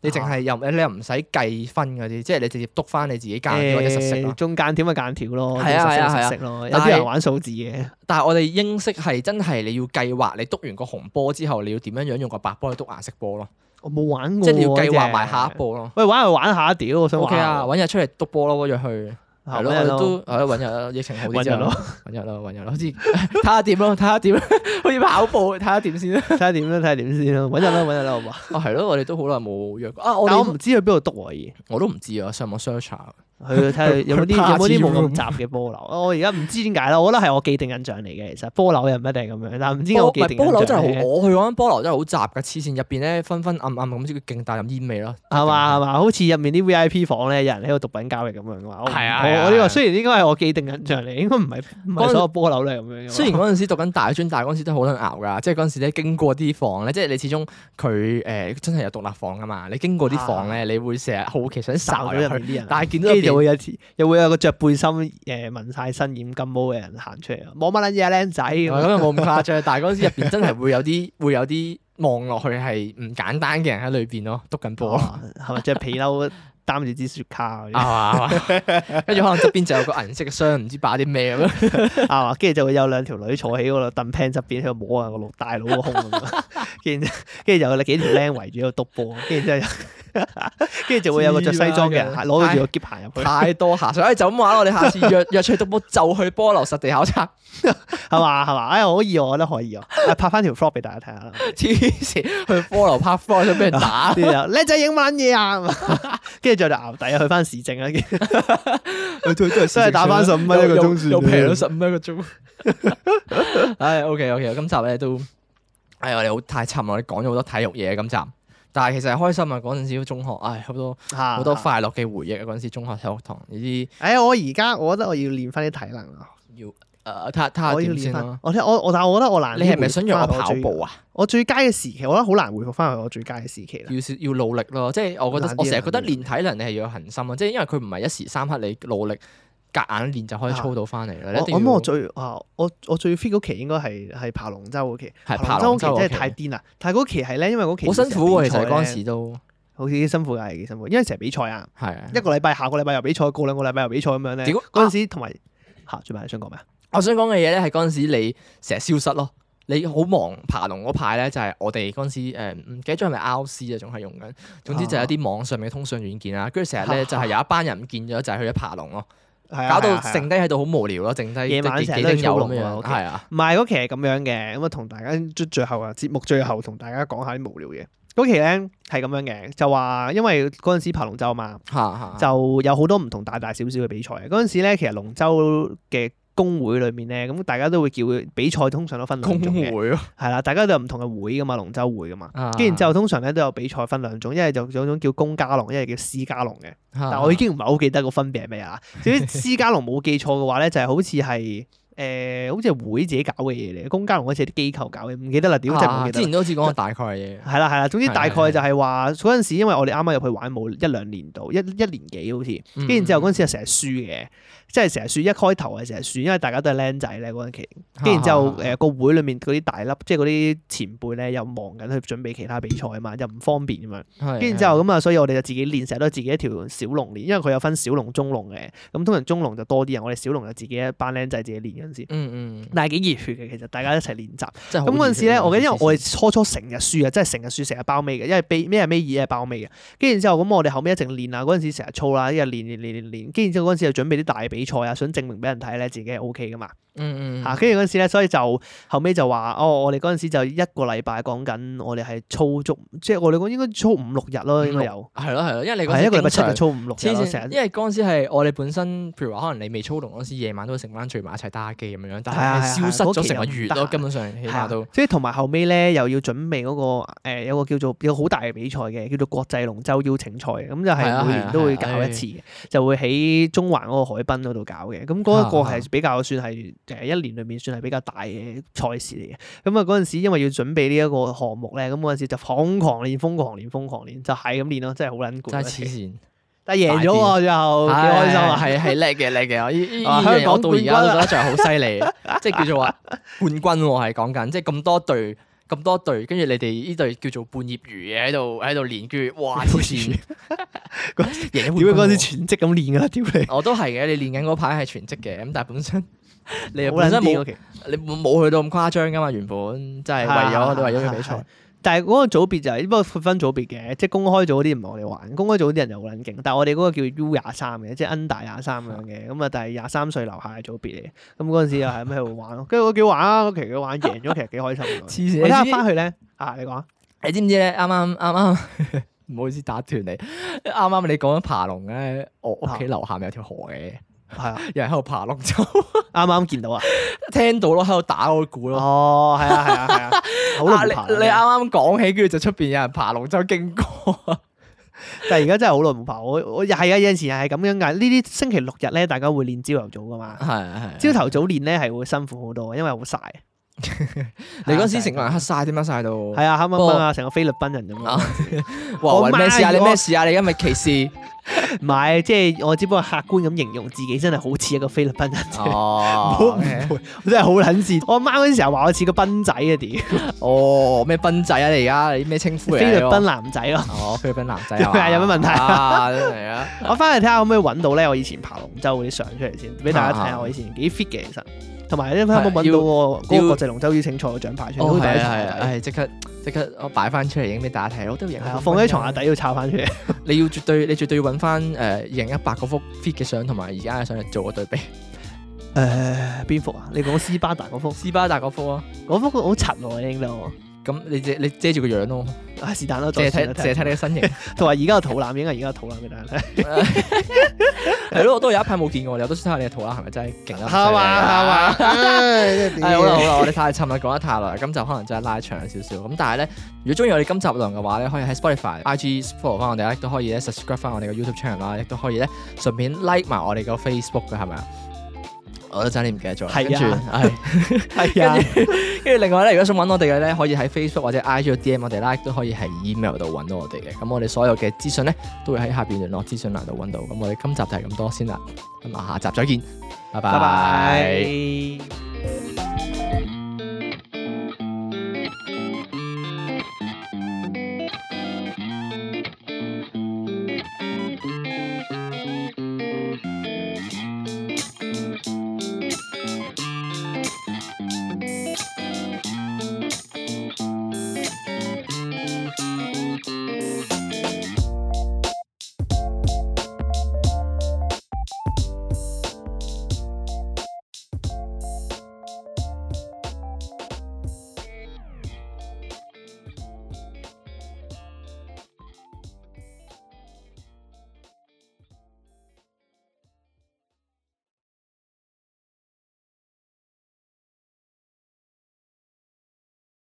[SPEAKER 1] 你
[SPEAKER 2] 啊
[SPEAKER 1] 淨係又你又唔使計分嗰啲，即係你直接篤翻你自己間或者實色
[SPEAKER 2] 誒
[SPEAKER 1] 咯。
[SPEAKER 2] 中間點咪間條咯，
[SPEAKER 1] 係啊
[SPEAKER 2] 實色咪
[SPEAKER 1] 係啊係啊
[SPEAKER 2] 實色咯，有
[SPEAKER 1] 但係
[SPEAKER 2] 啲人玩數字嘅。
[SPEAKER 1] 但係我哋英式係真係你要計劃，你篤完個紅波之後，你要點樣樣用個白波去篤顏色波咯，
[SPEAKER 2] 我冇啊玩過，
[SPEAKER 1] 即係你要計劃埋下一。步咯。
[SPEAKER 2] 喂，玩就玩下，屌！我想
[SPEAKER 1] O
[SPEAKER 2] 玩
[SPEAKER 1] K 啊，揾日出嚟篤波咯，約去
[SPEAKER 2] 下
[SPEAKER 1] 係啊咯，我
[SPEAKER 2] 搵
[SPEAKER 1] 哋
[SPEAKER 2] 人
[SPEAKER 1] 都係咯，揾日啦，疫情好啲
[SPEAKER 2] 搵
[SPEAKER 1] 之
[SPEAKER 2] 人
[SPEAKER 1] 後
[SPEAKER 2] 咯，
[SPEAKER 1] 揾日咯，揾日咯，好似 [laughs] 睇下點咯，睇下點， [laughs] 好似跑步睇下點 [laughs] 先啦。
[SPEAKER 2] 睇下點啦，睇下點先啦，揾人啦，揾人啦，好嘛？
[SPEAKER 1] 啊，係咯，我哋都好耐冇約過啊！我
[SPEAKER 2] 但我
[SPEAKER 1] 哋
[SPEAKER 2] 唔知去邊度督喎，而
[SPEAKER 1] 我都唔知啊，上網 search 下。
[SPEAKER 2] 去睇下有冇啲
[SPEAKER 1] 去
[SPEAKER 2] 有冇
[SPEAKER 1] party
[SPEAKER 2] 啲
[SPEAKER 1] room
[SPEAKER 2] 冇咁雜嘅波樓。我而家唔知點解啦，我覺得係我既定印象嚟嘅。其實波樓又唔一定係咁樣，但係唔知點解
[SPEAKER 1] 波
[SPEAKER 2] 我
[SPEAKER 1] 唔
[SPEAKER 2] 既
[SPEAKER 1] 係
[SPEAKER 2] 定
[SPEAKER 1] 波
[SPEAKER 2] 印
[SPEAKER 1] 樓
[SPEAKER 2] 象
[SPEAKER 1] 真係好，
[SPEAKER 2] 係
[SPEAKER 1] 我去嗰間波樓真係好雜㗎，黐線入邊咧昏昏暗暗咁，啊即係勁大陣煙味咯。
[SPEAKER 2] 係嘛係嘛，好似入面啲 V I P 房咧，有人喺度毒品交易咁樣嘅話，我唔
[SPEAKER 1] 係啊
[SPEAKER 2] 我
[SPEAKER 1] 係啊
[SPEAKER 2] 我
[SPEAKER 1] 係
[SPEAKER 2] 呢個
[SPEAKER 1] 啊
[SPEAKER 2] 雖然應該係我既定印象嚟，應該唔係唔係
[SPEAKER 1] 嗰陣
[SPEAKER 2] 所有波樓都係咁樣嘅
[SPEAKER 1] [laughs]
[SPEAKER 2] 嘛。
[SPEAKER 1] 雖然嗰陣時讀緊大專，但係嗰陣時都好撚熬㗎，即係嗰陣時咧經過啲房咧，即係你始終佢誒真係有獨立房㗎嘛，你經過啲房咧，你會成日好奇
[SPEAKER 2] [laughs]
[SPEAKER 1] 想
[SPEAKER 2] 睄
[SPEAKER 1] 啊睄
[SPEAKER 2] 到入
[SPEAKER 1] 入
[SPEAKER 2] 面
[SPEAKER 1] 去，
[SPEAKER 2] 啲人，
[SPEAKER 1] 但係見到入
[SPEAKER 2] 跟住就
[SPEAKER 1] 邊
[SPEAKER 2] 會有次又會有個着背心誒紋晒身染金毛嘅人行出嚟，冇乜撚嘢啊，僆仔咁
[SPEAKER 1] 咁又冇咁誇張，但係嗰陣時入邊真係會有啲 [laughs] 會有啲望落去係唔簡單嘅人喺裏邊咯，篤緊波。
[SPEAKER 2] 哦係咪着皮褸擔住支雪卡嗰啲？
[SPEAKER 1] 啊嘛， [laughs] 跟住可能側邊就有個銀色嘅箱，唔知擺啲咩 [laughs] 咁樣。
[SPEAKER 2] 啊，跟住就會有兩條女坐喺嗰度凳 pan 側邊喺度摸
[SPEAKER 1] [laughs]
[SPEAKER 2] 啊個老大佬個胸咁樣，跟住跟住就有幾條僆圍住喺度篤波，跟住之後 [laughs] 跟住就會有個着西裝嘅
[SPEAKER 1] 黐孖筋
[SPEAKER 2] 攞住個夾行入去，
[SPEAKER 1] 太多下水，哎就咁玩啦，我哋下次約 [laughs] 約翠督波就去波樓實地考察， [laughs]
[SPEAKER 2] 係嘛係嘛？哎，可以喎我覺得可以喎，啊拍翻條 vlog 俾大家睇下啦。
[SPEAKER 1] 黐線去波樓拍波想俾人 [laughs] 打 [laughs]
[SPEAKER 2] [laughs] 啲，就叻仔影乜撚嘢啊？ [laughs] 跟住再就牛底去翻市政啦，跟住
[SPEAKER 1] 佢哎都係
[SPEAKER 2] 真係打返15蚊一個鐘算
[SPEAKER 1] 又平咗十五蚊一個鐘。 [laughs] 唉，OK OK，今集咧都，唉，我哋好太沉啦，我哋講咗好多體育嘢今集。但係其實係開心啊！嗰陣時中學，唉，好多
[SPEAKER 2] 嚇
[SPEAKER 1] [laughs] 好多。快樂嘅回憶啊！嗰陣時中學體育堂呢啲，
[SPEAKER 2] 哎，我而家我覺得我要練翻啲體能啦，
[SPEAKER 1] 誒呃睇下睇下
[SPEAKER 2] 我要
[SPEAKER 1] 點
[SPEAKER 2] 練
[SPEAKER 1] 先
[SPEAKER 2] 翻
[SPEAKER 1] 啦。。
[SPEAKER 2] 我聽我我，但係我覺得我難。
[SPEAKER 1] 你係咪想約我跑步
[SPEAKER 2] 啊？
[SPEAKER 1] 啊？
[SPEAKER 2] 我最佳嘅時期，我覺得好難回復翻去我最佳嘅時期啦。
[SPEAKER 1] 要少要努力咯，即係我覺得
[SPEAKER 2] 難啲啊
[SPEAKER 1] 我成日覺得
[SPEAKER 2] 難啲
[SPEAKER 1] 練體能你係要有恒心啊，即係因為佢唔係一時三刻你努力夾硬練就可以
[SPEAKER 2] 啊
[SPEAKER 1] 操到翻嚟啦。你一
[SPEAKER 2] 我
[SPEAKER 1] 定
[SPEAKER 2] 我諗我
[SPEAKER 1] 要
[SPEAKER 2] 最啊，我我最 fit 嗰期應該係係爬龍舟嗰期，
[SPEAKER 1] 係
[SPEAKER 2] 爬
[SPEAKER 1] 爬
[SPEAKER 2] 龍
[SPEAKER 1] 龍
[SPEAKER 2] 舟
[SPEAKER 1] 舟
[SPEAKER 2] 嗰期
[SPEAKER 1] 嗰
[SPEAKER 2] 真係太
[SPEAKER 1] 期，
[SPEAKER 2] 癲啦！但係嗰期係咧，因為嗰期
[SPEAKER 1] 好辛苦喎。其實
[SPEAKER 2] 成日比賽
[SPEAKER 1] 嗰陣
[SPEAKER 2] 咧
[SPEAKER 1] 時都
[SPEAKER 2] 好似辛苦㗎，係幾辛苦，因為成日比賽啊，
[SPEAKER 1] 係啊
[SPEAKER 2] 一個禮拜下個禮拜又比賽，過兩個禮拜又比賽咁樣咧。
[SPEAKER 1] 屌
[SPEAKER 2] 嗰陣時同埋嚇，最埋你想講咩啊？
[SPEAKER 1] 我想講嘅嘢咧，係嗰陣時你成日消失咯，你好忙爬龍嗰排咧，就係我哋嗰陣時誒唔記得咗係咪 RC 啊，仲係用緊。總之就係一啲網上面嘅通訊軟件啦，跟住成
[SPEAKER 2] [laughs]
[SPEAKER 1] 日咧就係有一班人唔見咗，就係去咗爬龍咯，
[SPEAKER 2] 係啊
[SPEAKER 1] 搞
[SPEAKER 2] 係
[SPEAKER 1] 到
[SPEAKER 2] 啊係啊
[SPEAKER 1] 剩低喺度好無聊咯，剩低
[SPEAKER 2] 夜晚
[SPEAKER 1] 即係
[SPEAKER 2] 成日
[SPEAKER 1] 幾
[SPEAKER 2] 都
[SPEAKER 1] 丁
[SPEAKER 2] 去操
[SPEAKER 1] 友
[SPEAKER 2] 龍
[SPEAKER 1] 咁
[SPEAKER 2] 啊
[SPEAKER 1] 樣，
[SPEAKER 2] ，OK
[SPEAKER 1] 係啊，
[SPEAKER 2] 唔係嗰期係咁樣嘅，咁啊同大家最最後啊節目最後同大家講下啲無聊嘢。嗰期咧係咁樣嘅，就話因為嗰陣時爬龍舟啊嘛，
[SPEAKER 1] 嚇嚇
[SPEAKER 2] 就有好多唔同大大小小嘅比賽。嗰陣時咧，其實龍舟嘅工會裏面咧，咁大家都會叫佢比賽，通常都分兩
[SPEAKER 1] 工
[SPEAKER 2] 種嘅，
[SPEAKER 1] 會咯，
[SPEAKER 2] 係啦，大家都有唔同嘅會噶嘛，龍舟會噶嘛。
[SPEAKER 1] 跟
[SPEAKER 2] 跟住之後，通常咧都有比賽分兩種，一係就有種叫公家龍，一係叫私家龍嘅。但我已經唔係好記得個分別係咩啊。至於啊私家龍冇記錯嘅話咧，就係好似係誒，好似係會自己搞嘅嘢嚟嘅。公家龍好似係啲機構搞嘅，唔記得啦，屌真係
[SPEAKER 1] 啊
[SPEAKER 2] 唔記
[SPEAKER 1] 之
[SPEAKER 2] 得啦。
[SPEAKER 1] 前都好似講過大概嘅嘢，
[SPEAKER 2] 係啦係啦，總之
[SPEAKER 1] 係係
[SPEAKER 2] 大概就係話嗰陣時，因為我哋啱啱入去玩冇一兩年度，一一年幾好似。
[SPEAKER 1] 跟
[SPEAKER 2] 跟住之後嗰陣時係成日輸嘅，即係成日輸。一開頭係成日輸，因為大家都係僆仔咧嗰陣期。
[SPEAKER 1] 嗯
[SPEAKER 2] 跟住之後誒個會裏面嗰啲大粒，即係嗰啲前輩咧又忙緊去準備其他比賽啊嘛，又唔方便咁樣。跟住之後咁啊，所以我哋就自己練，成日都係自己一條小龍練，因為佢有分小龍、中龍嘅。咁通常中龍就多啲人，我哋小龍就自己一班僆仔自己練嗰陣時。
[SPEAKER 1] 嗯嗯，
[SPEAKER 2] 但係幾熱血嘅，其實大家一齊練習。
[SPEAKER 1] 真係
[SPEAKER 2] 咁嗰陣時咧，啊我記得因為我
[SPEAKER 1] 哋
[SPEAKER 2] 哋初初成日輸啊，真係成日輸，成日包尾嘅，因為尾咩係尾二係包尾嘅。跟住之後咁，我哋後尾一直練啊，嗰陣時成日操啦，一日練練練練練。跟住之後嗰陣時就準備啲大比賽啊，想證明俾人睇咧自己係 O K 噶嘛。
[SPEAKER 1] 嗯嗯
[SPEAKER 2] 嚇，跟住嗰陣時咧，所以就後尾就話，哦，我哋嗰陣時就一個禮拜講緊，我哋係操足，即係我哋講應該操五六日咯，應該有。
[SPEAKER 1] 係咯係咯，因為你嗰
[SPEAKER 2] 係一個禮拜七
[SPEAKER 1] 日
[SPEAKER 2] 日操五六日咯，
[SPEAKER 1] 黐
[SPEAKER 2] 成
[SPEAKER 1] 線，
[SPEAKER 2] 日
[SPEAKER 1] 因為嗰陣時係我哋本身，譬如話可能你未操動嗰陣時，夜晚都會成班聚埋一齊打下機咁樣樣，但
[SPEAKER 2] 係啊
[SPEAKER 1] 係
[SPEAKER 2] 係啊
[SPEAKER 1] 係消失咗成個月
[SPEAKER 2] 嗰期又唔得
[SPEAKER 1] 咯，根本上起
[SPEAKER 2] 係
[SPEAKER 1] 碼
[SPEAKER 2] 啊
[SPEAKER 1] 都。
[SPEAKER 2] 即係同埋後尾咧，又要準備嗰個誒有個叫做有個好大嘅比賽嘅，叫做國際龍舟邀請賽嘅，咁就
[SPEAKER 1] 係啊
[SPEAKER 2] 係每
[SPEAKER 1] 係
[SPEAKER 2] 年
[SPEAKER 1] 啊
[SPEAKER 2] 都會
[SPEAKER 1] 係
[SPEAKER 2] 搞
[SPEAKER 1] 啊
[SPEAKER 2] 一次嘅，就會喺中環嗰個海濱嗰度搞嘅。咁嗰一個
[SPEAKER 1] 啊啊
[SPEAKER 2] 係比較算係誒一年裏面算係比較大嘅賽事嚟嘅。咁啊嗰陣時因為要準備呢一個項目咧，咁嗰陣時就瘋狂練、瘋狂練、瘋狂練，就係咁練咯，真係好撚
[SPEAKER 1] 真係黐
[SPEAKER 2] 攰。
[SPEAKER 1] 線，
[SPEAKER 2] 但係贏咗喎，最後幾
[SPEAKER 1] 係
[SPEAKER 2] 開心啊！
[SPEAKER 1] 係係叻嘅叻嘅，我依依依
[SPEAKER 2] 啊
[SPEAKER 1] 樣
[SPEAKER 2] 香港
[SPEAKER 1] 我到而家都
[SPEAKER 2] 冠軍
[SPEAKER 1] 覺
[SPEAKER 2] 啊
[SPEAKER 1] 得仲係好犀
[SPEAKER 2] [laughs]
[SPEAKER 1] 利，即係叫做話冠軍喎，係講緊即係咁多隊咁多隊，跟住你哋呢隊叫做半業餘嘅喺度喺度練，跟住哇黐線， [laughs] 贏咗冠軍
[SPEAKER 2] 屌嗰陣時
[SPEAKER 1] 喎。
[SPEAKER 2] 全職咁練㗎啦，屌你！
[SPEAKER 1] 我都係嘅，你練緊嗰排係全職嘅，咁但係本
[SPEAKER 2] [laughs]
[SPEAKER 1] 身你又
[SPEAKER 2] 好撚
[SPEAKER 1] 啊本身
[SPEAKER 2] 癲
[SPEAKER 1] 冇
[SPEAKER 2] 嗰期。
[SPEAKER 1] 你冇冇去到咁誇張噶嘛？原本真係為咗你為咗嘅比
[SPEAKER 2] 係係係
[SPEAKER 1] 賽，
[SPEAKER 2] 但係嗰個組別就係、不過分組別嘅，即係公開組嗰啲唔係我哋玩，公開組嗰啲人就好撚勁。但係我哋嗰個叫 U 廿三嘅，即係 under 廿三咁樣嘅，咁啊，但係廿三歲樓下嘅組別嚟嘅。咁嗰陣時又係咁喺度玩咯，跟住我幾好玩啊，嗰期幾好玩，贏咗其實幾
[SPEAKER 1] [laughs]
[SPEAKER 2] 開心。
[SPEAKER 1] 黐線
[SPEAKER 2] 我睇
[SPEAKER 1] 你知
[SPEAKER 2] 下
[SPEAKER 1] 唔知
[SPEAKER 2] 翻去咧，啊你講啊
[SPEAKER 1] 你知唔知咧？啱啱啱啱 [laughs] 唔好意思打斷你，啱啱你講緊爬龍咧，我屋企樓下咪有條河嘅，[laughs]
[SPEAKER 2] 係啊，
[SPEAKER 1] 有人喺度爬龍舟， [laughs]
[SPEAKER 2] 啱啱見到啊，
[SPEAKER 1] 聽到咯，喺度打我鼓咯。
[SPEAKER 2] 哦係啊係啊係啊，好
[SPEAKER 1] 啊
[SPEAKER 2] 耐
[SPEAKER 1] 你
[SPEAKER 2] 冇爬
[SPEAKER 1] 你
[SPEAKER 2] 啦。
[SPEAKER 1] 啱啱講起，跟住就出邊有人爬龍舟經 [laughs] 過，
[SPEAKER 2] 但係而家真係好耐冇爬，我我係啊有陣時係咁樣㗎。呢啲星期六日咧，大家會練朝頭早㗎嘛。
[SPEAKER 1] 係啊
[SPEAKER 2] 朝頭早練咧係會辛苦好多，因為好曬。
[SPEAKER 1] 你嗰
[SPEAKER 2] 係啊
[SPEAKER 1] 時成個人黑晒點解晒到？
[SPEAKER 2] 係啊，黑掹
[SPEAKER 1] 哦不
[SPEAKER 2] 掹
[SPEAKER 1] 過
[SPEAKER 2] 啊，成個菲律賓人咁樣
[SPEAKER 1] 啊。哇！
[SPEAKER 2] 我
[SPEAKER 1] 喂咩事啊？
[SPEAKER 2] 媽
[SPEAKER 1] 你
[SPEAKER 2] 如果
[SPEAKER 1] 咩事啊？你而家咪歧視？ [laughs]
[SPEAKER 2] 唔係，即係我只不過客觀咁形容自己，真係好似一個菲律賓人啫。唔
[SPEAKER 1] 哦
[SPEAKER 2] 好誤會，我真係好撚似。我媽嗰陣時候話我似個賓仔啊，屌
[SPEAKER 1] 哦，咩賓仔啊？你而家你咩稱呼嚟啊？
[SPEAKER 2] 菲律
[SPEAKER 1] 呢
[SPEAKER 2] 賓男
[SPEAKER 1] [laughs]
[SPEAKER 2] 仔咯。
[SPEAKER 1] 個哦，菲律賓男仔
[SPEAKER 2] 有咩
[SPEAKER 1] [laughs]
[SPEAKER 2] 啊有咩問題啊
[SPEAKER 1] 啊？真係啊！
[SPEAKER 2] 我翻去睇下可唔可以揾到咧，我以前爬龍舟嗰啲相出嚟先，俾大家睇
[SPEAKER 1] 啊
[SPEAKER 2] 下
[SPEAKER 1] 啊
[SPEAKER 2] 我以前幾 fit 嘅其實。同埋咧，佢有冇
[SPEAKER 1] 係
[SPEAKER 2] 揾
[SPEAKER 1] 要
[SPEAKER 2] 到喎嗰
[SPEAKER 1] 哎要
[SPEAKER 2] 個國際龍舟邀請賽嘅獎牌出嚟，
[SPEAKER 1] 哦
[SPEAKER 2] 好
[SPEAKER 1] 係
[SPEAKER 2] 大
[SPEAKER 1] 啊係啊，
[SPEAKER 2] 喺床下底
[SPEAKER 1] 唉即刻即刻我擺翻出嚟影俾大家睇咯，都影
[SPEAKER 2] 係啊，放喺床下
[SPEAKER 1] 底。
[SPEAKER 2] 底哎要抄翻出嚟。
[SPEAKER 1] 你要絕對你絕對要揾翻誒二零一八嗰幅 fit 嘅相同埋而家嘅相嚟做個對比。
[SPEAKER 2] 誒邊幅啊？你講斯巴達嗰幅，
[SPEAKER 1] [laughs] 斯巴達嗰幅啊，
[SPEAKER 2] 嗰幅好柒喎，影到我。
[SPEAKER 1] 咁你遮你遮住個樣咯，
[SPEAKER 2] 啊是但啦，
[SPEAKER 1] 淨
[SPEAKER 2] 再
[SPEAKER 1] 係
[SPEAKER 2] 算啦
[SPEAKER 1] 睇淨係睇你個 [laughs] 身形。
[SPEAKER 2] 同埋而家個肚腩，應該而家個肚腩俾大家睇。
[SPEAKER 1] 係咯，我都有一排冇見過，有都想睇下你嘅圖啦，啊係咪真係勁得
[SPEAKER 2] 係
[SPEAKER 1] 啊
[SPEAKER 2] 嘛哎係嘛，唉 [laughs] 真係
[SPEAKER 1] 係
[SPEAKER 2] 屌
[SPEAKER 1] 好啦好啦，我哋太沉啦，講得太耐，今集可能真係拉長少少。咁但係咧，如果中意我哋今集內容嘅話咧，可以喺 Spotify、IG follow 翻我哋啦，亦都可以咧 subscribe 翻我哋嘅 YouTube channel 啦，亦都可以咧順便 like 埋我哋個 Facebook 嘅係咪啊？我都真係唔記得咗啦。
[SPEAKER 2] 係啊
[SPEAKER 1] 跟住係
[SPEAKER 2] 係啊，
[SPEAKER 1] 跟住另外咧，如果想揾我哋嘅咧，可以喺 Facebook 或者 IG 度 DM 我哋啦，亦都可以喺 email 度揾到我哋嘅。咁我哋所有嘅資訊咧，都會喺下邊聯絡資訊欄度揾到。咁我哋今集就係咁多先啦，咁啊下集再見，拜
[SPEAKER 2] 拜
[SPEAKER 1] 拜
[SPEAKER 2] 拜。